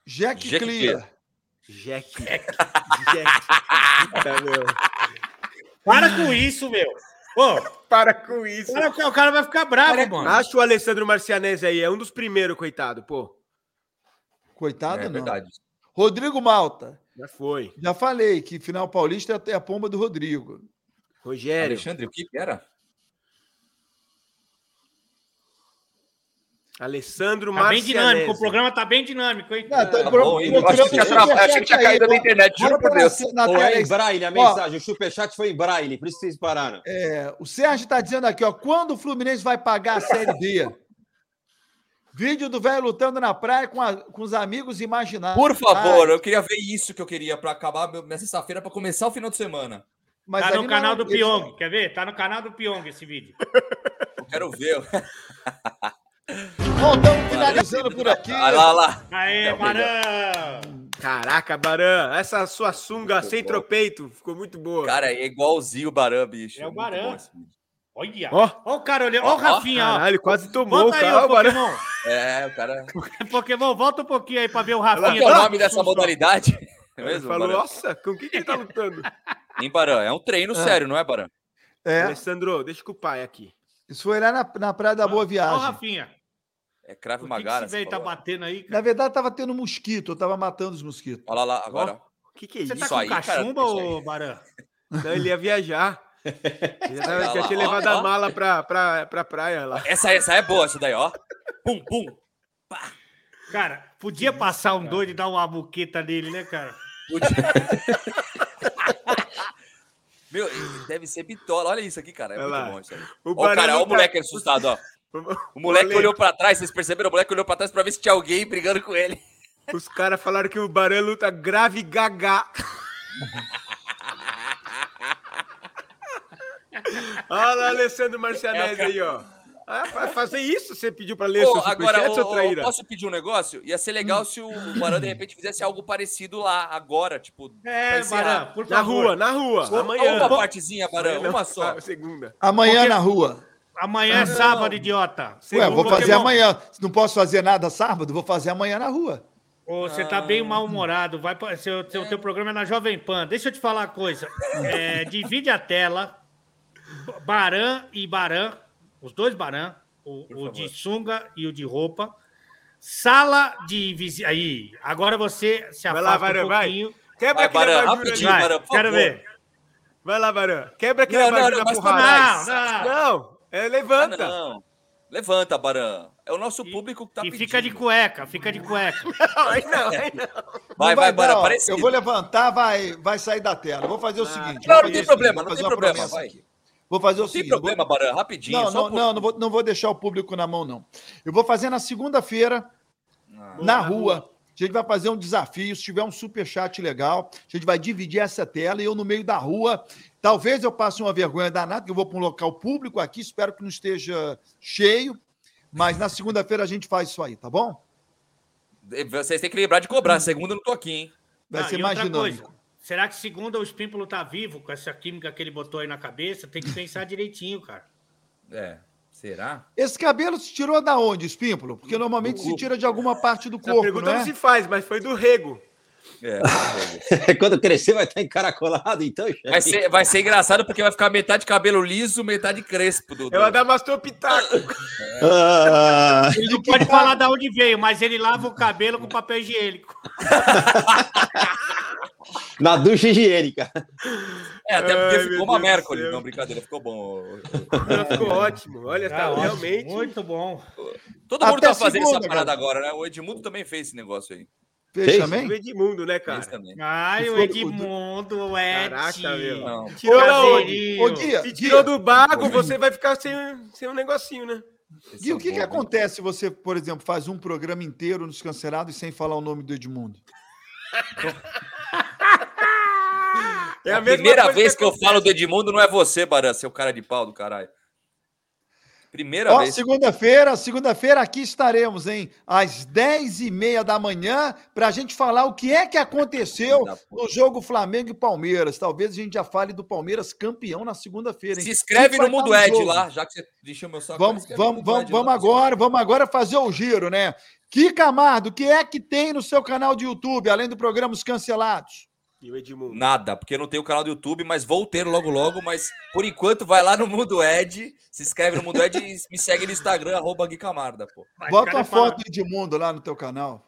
[SPEAKER 1] Jack,
[SPEAKER 2] Jack
[SPEAKER 5] [LAUGHS]
[SPEAKER 1] Clear.
[SPEAKER 5] Jack. Jack. Puta, meu.
[SPEAKER 3] Para com isso, meu. Ô,
[SPEAKER 5] para com isso.
[SPEAKER 3] Para com- o cara vai ficar bravo, mano.
[SPEAKER 5] Acha o Alessandro Marcianese aí, é um dos primeiros, coitado, pô.
[SPEAKER 1] Coitado,
[SPEAKER 5] É
[SPEAKER 1] não.
[SPEAKER 5] verdade.
[SPEAKER 1] Rodrigo Malta.
[SPEAKER 5] Já foi.
[SPEAKER 1] Já falei que final paulista é a pomba do Rodrigo.
[SPEAKER 5] Rogério.
[SPEAKER 2] Alexandre, o que que era?
[SPEAKER 5] Alessandro
[SPEAKER 3] Tá bem
[SPEAKER 5] Marcianese.
[SPEAKER 3] dinâmico, o programa tá bem dinâmico, hein?
[SPEAKER 1] Ah,
[SPEAKER 3] Tá
[SPEAKER 1] tô
[SPEAKER 3] bom,
[SPEAKER 1] pro-
[SPEAKER 2] hein?
[SPEAKER 1] procurando
[SPEAKER 2] Acho que tinha atrapalhado,
[SPEAKER 1] superchat
[SPEAKER 2] achei que tinha
[SPEAKER 1] aí,
[SPEAKER 2] caído na
[SPEAKER 1] bota-
[SPEAKER 2] internet, juro
[SPEAKER 1] bota
[SPEAKER 2] por
[SPEAKER 1] na-
[SPEAKER 2] Deus.
[SPEAKER 1] na
[SPEAKER 4] Ou
[SPEAKER 1] tela
[SPEAKER 4] é
[SPEAKER 1] aí.
[SPEAKER 4] em braille a
[SPEAKER 1] Ó,
[SPEAKER 4] mensagem. O superchat foi em braille, por isso vocês pararam. [LAUGHS]
[SPEAKER 1] É, o Sérgio está dizendo aqui, ó, quando o Fluminense vai pagar a Série B? Vídeo do velho lutando na praia com, a- com os amigos imaginários.
[SPEAKER 2] Por favor,
[SPEAKER 1] Ah,
[SPEAKER 2] eu queria ver isso que eu queria pra acabar meu- minha sexta-feira, pra começar o final de semana.
[SPEAKER 1] mas
[SPEAKER 3] tá
[SPEAKER 1] ali
[SPEAKER 3] no
[SPEAKER 1] não
[SPEAKER 3] canal
[SPEAKER 1] é-
[SPEAKER 3] do Pyong, quer ver? Tá no canal do Pyong esse vídeo.
[SPEAKER 2] Eu quero ver.
[SPEAKER 1] Bom, estamos finalizando por aqui.
[SPEAKER 2] Olha Ah, lá, olha lá.
[SPEAKER 3] Aê,
[SPEAKER 2] Não,
[SPEAKER 3] Marão!
[SPEAKER 5] Caraca, Baran, essa sua sunga sem
[SPEAKER 2] bom.
[SPEAKER 5] tropeito ficou muito boa.
[SPEAKER 2] Cara, é igualzinho o Barã, bicho.
[SPEAKER 3] É o
[SPEAKER 2] Muito
[SPEAKER 3] Barã.
[SPEAKER 2] bom esse vídeo.
[SPEAKER 3] Olha!
[SPEAKER 5] Ó.
[SPEAKER 3] Ó o cara olhando, ó o Rafinha, ó.
[SPEAKER 5] Caralho, quase tomou né? o
[SPEAKER 3] Volta aí,
[SPEAKER 5] carro,
[SPEAKER 3] ô
[SPEAKER 5] Baran.
[SPEAKER 3] Pokémon.
[SPEAKER 2] É, o cara.
[SPEAKER 3] Pokémon, volta um pouquinho aí pra ver o
[SPEAKER 2] Qual
[SPEAKER 3] Rafinha.
[SPEAKER 2] que é o nome dessa modalidade? [LAUGHS] É mesmo,
[SPEAKER 5] falou,
[SPEAKER 2] Barã?
[SPEAKER 5] nossa, com quem que ele tá lutando?
[SPEAKER 2] Em Barã. É um treino sério, não é, Barã?
[SPEAKER 1] É,
[SPEAKER 5] Alessandro, deixa com o pai aqui.
[SPEAKER 1] isso foi lá na, na Praia da Boa
[SPEAKER 3] Ó o
[SPEAKER 1] Viagem.
[SPEAKER 3] Rafinha.
[SPEAKER 2] É Crave
[SPEAKER 3] O que que
[SPEAKER 2] Magara.
[SPEAKER 3] esse velho
[SPEAKER 2] você
[SPEAKER 3] tá
[SPEAKER 2] falou.
[SPEAKER 3] batendo aí,
[SPEAKER 1] Na
[SPEAKER 3] cara?
[SPEAKER 1] verdade, estava tendo mosquito, eu estava matando os mosquitos.
[SPEAKER 2] Olha lá, agora.
[SPEAKER 5] O que que é
[SPEAKER 3] Você
[SPEAKER 5] isso?
[SPEAKER 3] tá
[SPEAKER 2] Isso
[SPEAKER 3] com
[SPEAKER 2] aí, cara,
[SPEAKER 3] cachumba,
[SPEAKER 2] isso aí.
[SPEAKER 3] ô Barão?
[SPEAKER 5] Não, ele ia viajar. Ele já, tava-
[SPEAKER 2] Olha
[SPEAKER 5] já
[SPEAKER 2] lá,
[SPEAKER 5] tinha
[SPEAKER 2] ó,
[SPEAKER 5] levado
[SPEAKER 2] ó.
[SPEAKER 5] a mala pra, pra, pra praia lá.
[SPEAKER 2] Essa, essa é boa, essa daí, ó. Pum, pum.
[SPEAKER 3] Cara, podia passar um doido e dar uma buqueta nele, né, cara?
[SPEAKER 2] Meu, deve ser bitola. Olha isso aqui, cara. É
[SPEAKER 5] Olha
[SPEAKER 2] muito
[SPEAKER 5] lá.
[SPEAKER 2] bom isso aí.
[SPEAKER 5] O
[SPEAKER 2] Ó, o
[SPEAKER 5] Barão
[SPEAKER 2] cara, ó, o
[SPEAKER 5] tá-
[SPEAKER 2] moleque assustado, ó. O moleque
[SPEAKER 5] Olha aí.
[SPEAKER 2] olhou pra trás, vocês perceberam? O moleque olhou pra trás pra ver se tinha alguém brigando com ele.
[SPEAKER 5] Os caras falaram que o Baran luta
[SPEAKER 2] [LAUGHS]
[SPEAKER 5] grave gaga. Olha lá, Alessandro Marcianese aí, ó. Ah, pra fazer isso, você pediu pra ler
[SPEAKER 2] Pô,
[SPEAKER 5] seu
[SPEAKER 2] agora,
[SPEAKER 5] superchat,
[SPEAKER 2] É, ô,
[SPEAKER 5] seu
[SPEAKER 2] ô,
[SPEAKER 5] traíra?
[SPEAKER 2] posso pedir um negócio? Ia ser
[SPEAKER 1] Hum.
[SPEAKER 2] legal se o Barão, de repente, fizesse algo parecido lá, agora, tipo. pra
[SPEAKER 3] É,
[SPEAKER 2] encerrar.
[SPEAKER 3] Barão, por
[SPEAKER 5] Na
[SPEAKER 3] favor.
[SPEAKER 5] rua, na rua.
[SPEAKER 2] Só
[SPEAKER 5] amanhã.
[SPEAKER 2] Uma partezinha, Barão,
[SPEAKER 5] Amanhã,
[SPEAKER 2] uma só.
[SPEAKER 5] ah, Segunda.
[SPEAKER 1] Amanhã
[SPEAKER 3] Porque-
[SPEAKER 1] na rua.
[SPEAKER 3] Amanhã é sábado, idiota.
[SPEAKER 1] Ué,
[SPEAKER 5] Segundo
[SPEAKER 1] vou fazer
[SPEAKER 5] Pokémon.
[SPEAKER 1] amanhã. Se não posso fazer nada sábado, vou fazer amanhã na rua.
[SPEAKER 3] Ô, Você tá bem mal-humorado. Vai pra, seu, seu, teu programa é na Jovem Pan. Deixa eu te falar uma coisa. É, divide a tela. Baran e Baran. Os dois Baran. O, o de sunga e o de roupa. Sala de visita. Aí, agora você se
[SPEAKER 5] Vai
[SPEAKER 3] afasta
[SPEAKER 5] lá, Barão,
[SPEAKER 3] um
[SPEAKER 5] vai.
[SPEAKER 3] pouquinho.
[SPEAKER 5] Quebra
[SPEAKER 2] Vai,
[SPEAKER 5] aquele
[SPEAKER 2] Barão,
[SPEAKER 5] abajur ali.
[SPEAKER 2] rapidinho,
[SPEAKER 3] Vai,
[SPEAKER 2] Barão, por
[SPEAKER 3] quero
[SPEAKER 2] favor.
[SPEAKER 3] ver.
[SPEAKER 5] Vai lá, Barão. Quebra aquele
[SPEAKER 2] Não, não,
[SPEAKER 5] abajur
[SPEAKER 2] não,
[SPEAKER 5] na
[SPEAKER 2] mas
[SPEAKER 5] porrada.
[SPEAKER 3] Não, não.
[SPEAKER 5] Não, é,
[SPEAKER 2] Ah,
[SPEAKER 5] levanta.
[SPEAKER 2] não. Levanta, Barão. É o nosso público que tá
[SPEAKER 3] e fica de
[SPEAKER 2] pedindo.
[SPEAKER 3] cueca, fica de cueca.
[SPEAKER 5] Não, aí não, aí não.
[SPEAKER 1] Não
[SPEAKER 2] Vai, vai,
[SPEAKER 1] dar,
[SPEAKER 2] Barão,
[SPEAKER 1] ó.
[SPEAKER 2] parece.
[SPEAKER 1] Eu vou levantar, vai, vai sair da tela. Eu Vou fazer o seguinte. vou
[SPEAKER 2] Ah, Não, não
[SPEAKER 1] fazer
[SPEAKER 2] tem
[SPEAKER 1] o seguinte,
[SPEAKER 2] problema,
[SPEAKER 1] vou
[SPEAKER 2] não
[SPEAKER 1] fazer
[SPEAKER 2] tem
[SPEAKER 1] uma
[SPEAKER 2] problema,
[SPEAKER 1] promessa
[SPEAKER 2] vai.
[SPEAKER 1] aqui. Vou fazer o
[SPEAKER 2] Não tem
[SPEAKER 1] seguinte. vou-
[SPEAKER 2] problema, Barão, é rapidinho.
[SPEAKER 1] Não,
[SPEAKER 2] só um
[SPEAKER 1] não,
[SPEAKER 2] por-
[SPEAKER 1] não, não vou, não vou deixar o público na mão, não. Eu vou fazer na segunda-feira,
[SPEAKER 2] Ah.
[SPEAKER 1] na rua. A gente vai fazer um desafio. Se tiver um superchat legal, a gente vai dividir essa tela e eu no meio da rua. Talvez eu passe uma vergonha danada, que eu vou para um local público aqui. Espero que não esteja cheio. Mas na segunda-feira a gente faz isso aí, tá bom?
[SPEAKER 2] É, Vocês têm que lembrar de cobrar. Segunda eu não tô aqui, hein?
[SPEAKER 1] Vai
[SPEAKER 3] Ah,
[SPEAKER 1] ser
[SPEAKER 3] e
[SPEAKER 1] mais
[SPEAKER 3] outra
[SPEAKER 1] dinâmico.
[SPEAKER 3] coisa, será que segunda o Espímpolo tá vivo com essa química que ele botou aí na cabeça? Tem que pensar direitinho, cara.
[SPEAKER 2] É. Será?
[SPEAKER 1] Esse cabelo se tirou da onde, Espímpolo? Porque normalmente se tira de alguma parte do
[SPEAKER 5] Essa
[SPEAKER 1] corpo,
[SPEAKER 5] pergunta
[SPEAKER 1] não
[SPEAKER 5] não,
[SPEAKER 1] é?
[SPEAKER 5] se faz, mas foi do rego.
[SPEAKER 2] É.
[SPEAKER 4] Quando crescer, vai estar encaracolado, então. chefe.
[SPEAKER 2] Vai ser, vai ser engraçado porque vai ficar metade cabelo liso, metade crespo. Do,
[SPEAKER 5] É o Adamastopitaco.
[SPEAKER 4] Ah,
[SPEAKER 3] Ele não pode falar de onde veio, mas ele lava o cabelo com papel higiênico.
[SPEAKER 4] na ducha higiênica.
[SPEAKER 2] É, até porque
[SPEAKER 5] Ai,
[SPEAKER 2] ficou
[SPEAKER 5] meu
[SPEAKER 2] uma
[SPEAKER 5] Deus do
[SPEAKER 2] Mercury.
[SPEAKER 5] céu.
[SPEAKER 2] Não, brincadeira, ficou bom.
[SPEAKER 5] Ficou ótimo. Olha, tá,
[SPEAKER 3] Ah, ótimo,
[SPEAKER 5] realmente.
[SPEAKER 3] Muito bom.
[SPEAKER 2] Todo mundo
[SPEAKER 1] Até
[SPEAKER 2] tá fazendo
[SPEAKER 1] segunda,
[SPEAKER 2] essa parada
[SPEAKER 1] cara.
[SPEAKER 2] agora, né? O Edmundo também fez esse negócio aí.
[SPEAKER 1] Fez
[SPEAKER 5] O
[SPEAKER 1] também?
[SPEAKER 5] Edmundo, né, cara?
[SPEAKER 2] Fez também.
[SPEAKER 3] Ai, o Edmundo, é.
[SPEAKER 5] Caraca, meu.
[SPEAKER 2] Não.
[SPEAKER 5] Tirou da onde?
[SPEAKER 3] Caseirinho.
[SPEAKER 1] Ô, Guia,
[SPEAKER 5] Se
[SPEAKER 1] Guia,
[SPEAKER 5] tirou do bago, você vai ficar sem, sem um negocinho, né?
[SPEAKER 2] Esse
[SPEAKER 1] Gui,
[SPEAKER 2] é
[SPEAKER 1] o que,
[SPEAKER 2] bom,
[SPEAKER 1] que
[SPEAKER 2] né?
[SPEAKER 1] acontece se você, por exemplo, faz um programa inteiro nos cancelados e sem falar o nome do Edmundo?
[SPEAKER 5] É
[SPEAKER 2] A
[SPEAKER 5] mesma
[SPEAKER 2] primeira
[SPEAKER 5] coisa
[SPEAKER 2] vez que, eu
[SPEAKER 5] acontece.
[SPEAKER 2] falo do Edmundo não é você, Baran, seu cara de pau do caralho. Primeira
[SPEAKER 1] Ó,
[SPEAKER 2] vez.
[SPEAKER 1] segunda-feira, segunda-feira aqui estaremos, hein? Às 10h30 da manhã, pra gente falar o que é que aconteceu
[SPEAKER 2] Da puta.
[SPEAKER 1] no jogo Flamengo e Palmeiras. Talvez a gente já fale do Palmeiras campeão na segunda-feira, hein?
[SPEAKER 2] Se inscreve no
[SPEAKER 1] Quem vai
[SPEAKER 2] Mundo
[SPEAKER 1] estar
[SPEAKER 2] Ed
[SPEAKER 1] jogo?
[SPEAKER 2] lá, já que você deixou meu saco.
[SPEAKER 1] Vamos,
[SPEAKER 5] é
[SPEAKER 2] escreve no
[SPEAKER 1] vamos,
[SPEAKER 2] Mundo
[SPEAKER 1] vamos,
[SPEAKER 2] Ed lá,
[SPEAKER 1] vamos agora, vamos agora fazer o giro, né? Kika Camardo, o que é que tem no seu canal de YouTube, além do programa Os Cancelados?
[SPEAKER 5] E o Edmundo.
[SPEAKER 2] Nada, porque não tem o canal do YouTube, mas vou ter logo logo. Mas por enquanto, vai lá no Mundo Ed, se inscreve no Mundo Ed e me segue no Instagram, arroba Gui Camarda, pô.
[SPEAKER 1] Bota
[SPEAKER 5] é
[SPEAKER 1] a foto do Edmundo lá no teu canal.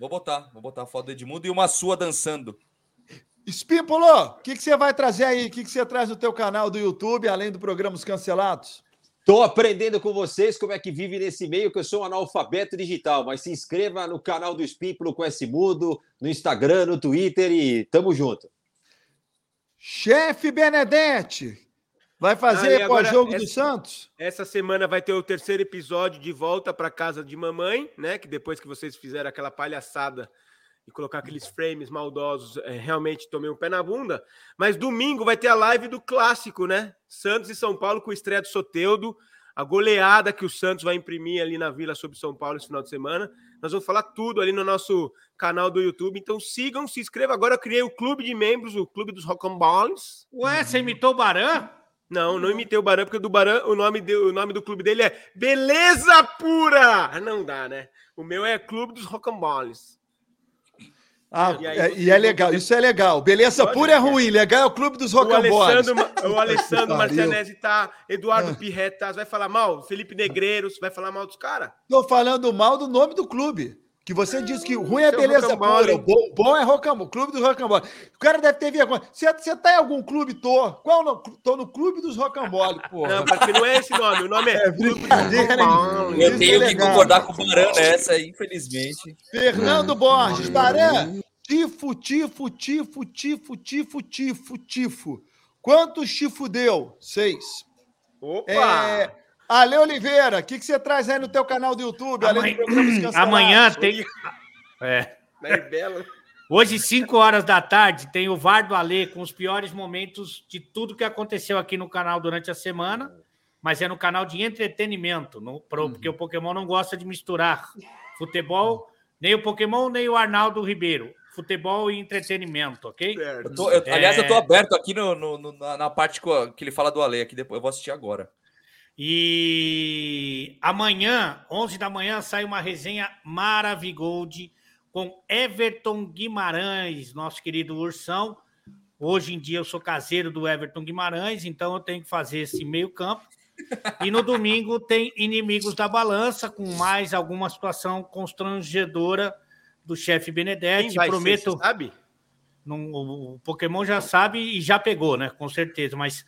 [SPEAKER 2] Vou botar, vou botar a foto do Edmundo e uma sua dançando.
[SPEAKER 1] Espímpolo, o que, que você vai trazer aí? O que, que você traz no teu canal do YouTube, além do programa Os Cancelados?
[SPEAKER 4] Estou aprendendo com vocês como é que vive nesse meio, que eu sou um analfabeto digital, mas se inscreva no canal do Espímpolo com esse mudo, no Instagram, no Twitter e tamo junto.
[SPEAKER 1] Chefe Benedetti, vai fazer
[SPEAKER 5] Ah, e
[SPEAKER 1] pós-jogo
[SPEAKER 5] agora
[SPEAKER 1] do
[SPEAKER 5] essa-
[SPEAKER 1] Santos?
[SPEAKER 5] Essa semana vai ter o terceiro episódio de Volta para Casa de Mamãe, né? Que depois que vocês fizeram aquela palhaçada e colocar aqueles frames maldosos, eh, realmente tomei um pé na bunda. Mas domingo vai ter a live do clássico, né? Santos e São Paulo com estreia do Soteudo. A goleada que o Santos vai imprimir ali na Vila sobre São Paulo esse final de semana. Nós vamos falar tudo ali no nosso canal do YouTube. Então sigam, se inscrevam. Agora eu criei o clube de membros, o Clube dos Rock'n'Balls.
[SPEAKER 3] Ué, você imitou o Baran?
[SPEAKER 5] Não, não imitei o Baran, porque do Baran o nome, de- o nome do clube dele é Beleza Pura! Ah, não dá, né? O meu é Clube dos Rock'n'Balls.
[SPEAKER 1] Ah,
[SPEAKER 5] E aí
[SPEAKER 1] é-
[SPEAKER 5] vocês
[SPEAKER 1] e é
[SPEAKER 5] vão
[SPEAKER 1] legal, isso é legal. Beleza
[SPEAKER 5] Olha,
[SPEAKER 1] pura é ruim, legal é o clube dos
[SPEAKER 5] O
[SPEAKER 1] rocambores.
[SPEAKER 5] Alessandro, Ma- [LAUGHS] o
[SPEAKER 1] Que
[SPEAKER 5] Alessandro
[SPEAKER 1] pariu.
[SPEAKER 5] Martinez tá, Eduardo Pirretas, vai falar mal, Felipe Negreiros, vai falar mal dos caras.
[SPEAKER 1] Estou falando mal do nome do clube. Que você disse que o ruim é
[SPEAKER 5] isso é
[SPEAKER 1] beleza
[SPEAKER 5] rocambole.
[SPEAKER 1] pura, o bom, bom é rocambole, clube dos rocambole. O cara deve ter vergonha. Você está em algum clube, tô. Qual o nome? Tô no clube dos rocambole, porra.
[SPEAKER 5] Não, porque não é esse nome, o nome [LAUGHS] é...
[SPEAKER 1] brincadeira, hein?
[SPEAKER 5] Rock'n'Balls.
[SPEAKER 1] Isso é
[SPEAKER 2] Eu tenho que
[SPEAKER 1] legal.
[SPEAKER 2] concordar com o Baran nessa, infelizmente.
[SPEAKER 1] Fernando
[SPEAKER 3] Hum.
[SPEAKER 1] Borges, Baran, tifo, tifo, tifo, tifo, tifo, tifo, tifo. Quantos tifo deu? Seis.
[SPEAKER 5] Opa!
[SPEAKER 1] É, Ale Oliveira, o que, que você traz aí no teu canal do YouTube? além
[SPEAKER 3] Amanhã-
[SPEAKER 1] do programa Os Cancelados?
[SPEAKER 3] Amanhã tem. É.
[SPEAKER 5] Daí Belo.
[SPEAKER 3] Hoje, 5 horas da tarde, tem o VAR do Alê com os piores momentos de tudo que aconteceu aqui no canal durante a semana, mas é no canal de entretenimento, no, pro, porque o Pokémon não gosta de misturar futebol, nem o Pokémon, nem o Arnaldo Ribeiro. Futebol e entretenimento, ok?
[SPEAKER 5] Certo.
[SPEAKER 2] Eu tô- eu- aliás, eu tô
[SPEAKER 3] É.
[SPEAKER 2] aberto aqui no- no- no- na, na parte co- que ele fala do Ale, aqui depois eu vou assistir agora.
[SPEAKER 3] E amanhã, 11 da manhã, sai uma resenha Maravigold com Everton Guimarães, nosso querido Ursão. Hoje em dia eu sou caseiro do Everton Guimarães, então eu tenho que fazer esse meio campo. E no domingo tem Inimigos da Balança, com mais alguma situação constrangedora do chefe
[SPEAKER 5] Quem
[SPEAKER 3] Benedetti.
[SPEAKER 5] vai ser,
[SPEAKER 3] Prometo.
[SPEAKER 5] você sabe?
[SPEAKER 3] Não- o o Pokémon já sabe e já pegou, né? Com certeza. Mas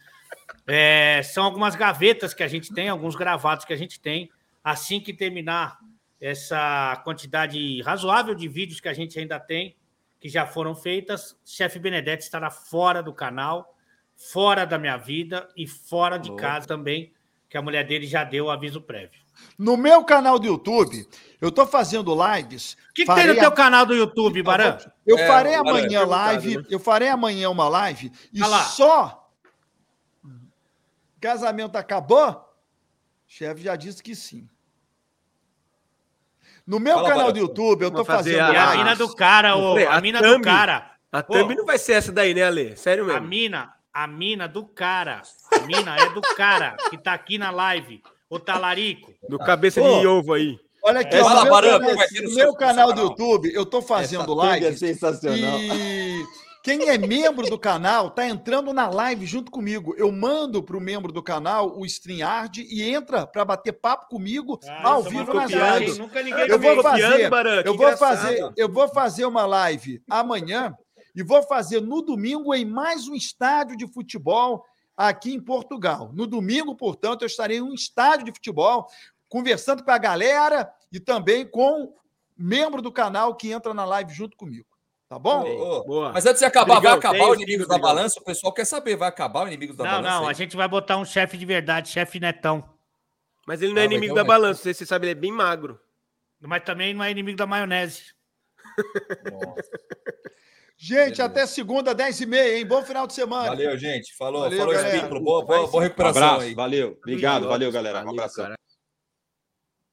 [SPEAKER 3] é, são algumas gavetas que a gente tem, alguns gravados que a gente tem. Assim que terminar essa quantidade razoável de vídeos que a gente ainda tem, que já foram feitas, Chefe Benedetti estará fora do canal, fora da minha vida e fora de
[SPEAKER 2] Louco.
[SPEAKER 3] casa também, que a mulher dele já deu o aviso prévio.
[SPEAKER 1] No meu canal do YouTube, eu tô fazendo lives.
[SPEAKER 3] O que, que tem no
[SPEAKER 1] Farei
[SPEAKER 3] teu
[SPEAKER 1] a-
[SPEAKER 3] canal do YouTube, Baran?
[SPEAKER 1] Eu
[SPEAKER 2] É,
[SPEAKER 1] farei
[SPEAKER 2] o Baran
[SPEAKER 1] amanhã
[SPEAKER 5] é perguntado,
[SPEAKER 1] live.
[SPEAKER 5] né?
[SPEAKER 1] Eu farei amanhã uma live e
[SPEAKER 3] Ah lá.
[SPEAKER 1] só. Casamento acabou? chefe já disse que sim. No meu
[SPEAKER 2] Fala,
[SPEAKER 1] canal
[SPEAKER 2] Baran.
[SPEAKER 1] do YouTube, eu tô
[SPEAKER 5] Vamos fazer
[SPEAKER 1] fazendo
[SPEAKER 3] E É a
[SPEAKER 5] Ah,
[SPEAKER 3] mina
[SPEAKER 1] lives.
[SPEAKER 3] do cara, ô,
[SPEAKER 5] André,
[SPEAKER 3] a
[SPEAKER 5] a
[SPEAKER 3] mina do
[SPEAKER 5] thumb.
[SPEAKER 3] cara.
[SPEAKER 5] A
[SPEAKER 3] Pô.
[SPEAKER 5] thumb não vai ser essa daí, né, Ale? Sério
[SPEAKER 3] A
[SPEAKER 5] mesmo.
[SPEAKER 3] mina, a mina do cara. A mina é do cara que tá aqui na live. O talarico.
[SPEAKER 5] No cabeça
[SPEAKER 1] Pô.
[SPEAKER 5] de ovo aí.
[SPEAKER 1] Olha aqui,
[SPEAKER 2] É,
[SPEAKER 1] ó,
[SPEAKER 2] fala,
[SPEAKER 1] no meu,
[SPEAKER 2] Baran,
[SPEAKER 1] canal,
[SPEAKER 2] vai ter no
[SPEAKER 1] no
[SPEAKER 2] seu-
[SPEAKER 1] meu
[SPEAKER 2] no seu
[SPEAKER 1] canal do
[SPEAKER 2] canal.
[SPEAKER 1] YouTube, eu tô
[SPEAKER 4] Essa
[SPEAKER 1] fazendo
[SPEAKER 4] thumb
[SPEAKER 1] lives.
[SPEAKER 4] É sensacional.
[SPEAKER 1] E quem é membro do canal tá entrando na live junto comigo. Eu mando pro membro do canal o StreamYard e entra para bater papo comigo ao
[SPEAKER 3] isso é uma
[SPEAKER 1] vivo nas
[SPEAKER 3] copiada, hein?
[SPEAKER 1] lives.
[SPEAKER 3] Nunca ninguém
[SPEAKER 1] Eu vou
[SPEAKER 3] fez.
[SPEAKER 1] fazer,
[SPEAKER 5] Baran, que
[SPEAKER 1] eu vou
[SPEAKER 5] engraçado.
[SPEAKER 1] fazer, eu vou fazer uma live amanhã e vou fazer no domingo em mais um estádio de futebol aqui em Portugal. No domingo, portanto, eu estarei em um estádio de futebol conversando com a galera e também com membro do canal que entra na live junto comigo. Tá bom?
[SPEAKER 2] Ô, ô,
[SPEAKER 5] Boa.
[SPEAKER 2] Mas antes de acabar, vai
[SPEAKER 5] Obrigado,
[SPEAKER 2] acabar
[SPEAKER 5] tem
[SPEAKER 2] o
[SPEAKER 5] isso,
[SPEAKER 2] Inimigos da
[SPEAKER 5] obrigado.
[SPEAKER 2] Balança? O pessoal quer saber, vai acabar o Inimigos da
[SPEAKER 3] Não,
[SPEAKER 2] Balança?
[SPEAKER 3] não,
[SPEAKER 2] aí?
[SPEAKER 3] a gente vai botar um chefe de verdade, chefe netão.
[SPEAKER 5] Mas ele não é
[SPEAKER 2] Ah, vai
[SPEAKER 5] inimigo
[SPEAKER 2] ter
[SPEAKER 5] da
[SPEAKER 2] um-
[SPEAKER 5] balança, você- você sabe, ele é bem magro.
[SPEAKER 3] Mas também não é inimigo da maionese.
[SPEAKER 2] Nossa.
[SPEAKER 1] Gente, até segunda, 10h30, hein? Bom final de semana.
[SPEAKER 2] Valeu, gente. Falou,
[SPEAKER 1] Valeu,
[SPEAKER 2] falou,
[SPEAKER 1] galera.
[SPEAKER 2] Espículo. Boa, boa, boa
[SPEAKER 4] Um
[SPEAKER 2] recuperação
[SPEAKER 4] abraço,
[SPEAKER 2] aí.
[SPEAKER 4] valeu. Obrigado, valeu, galera. Um
[SPEAKER 5] Valeu,
[SPEAKER 4] abraço.
[SPEAKER 5] cara.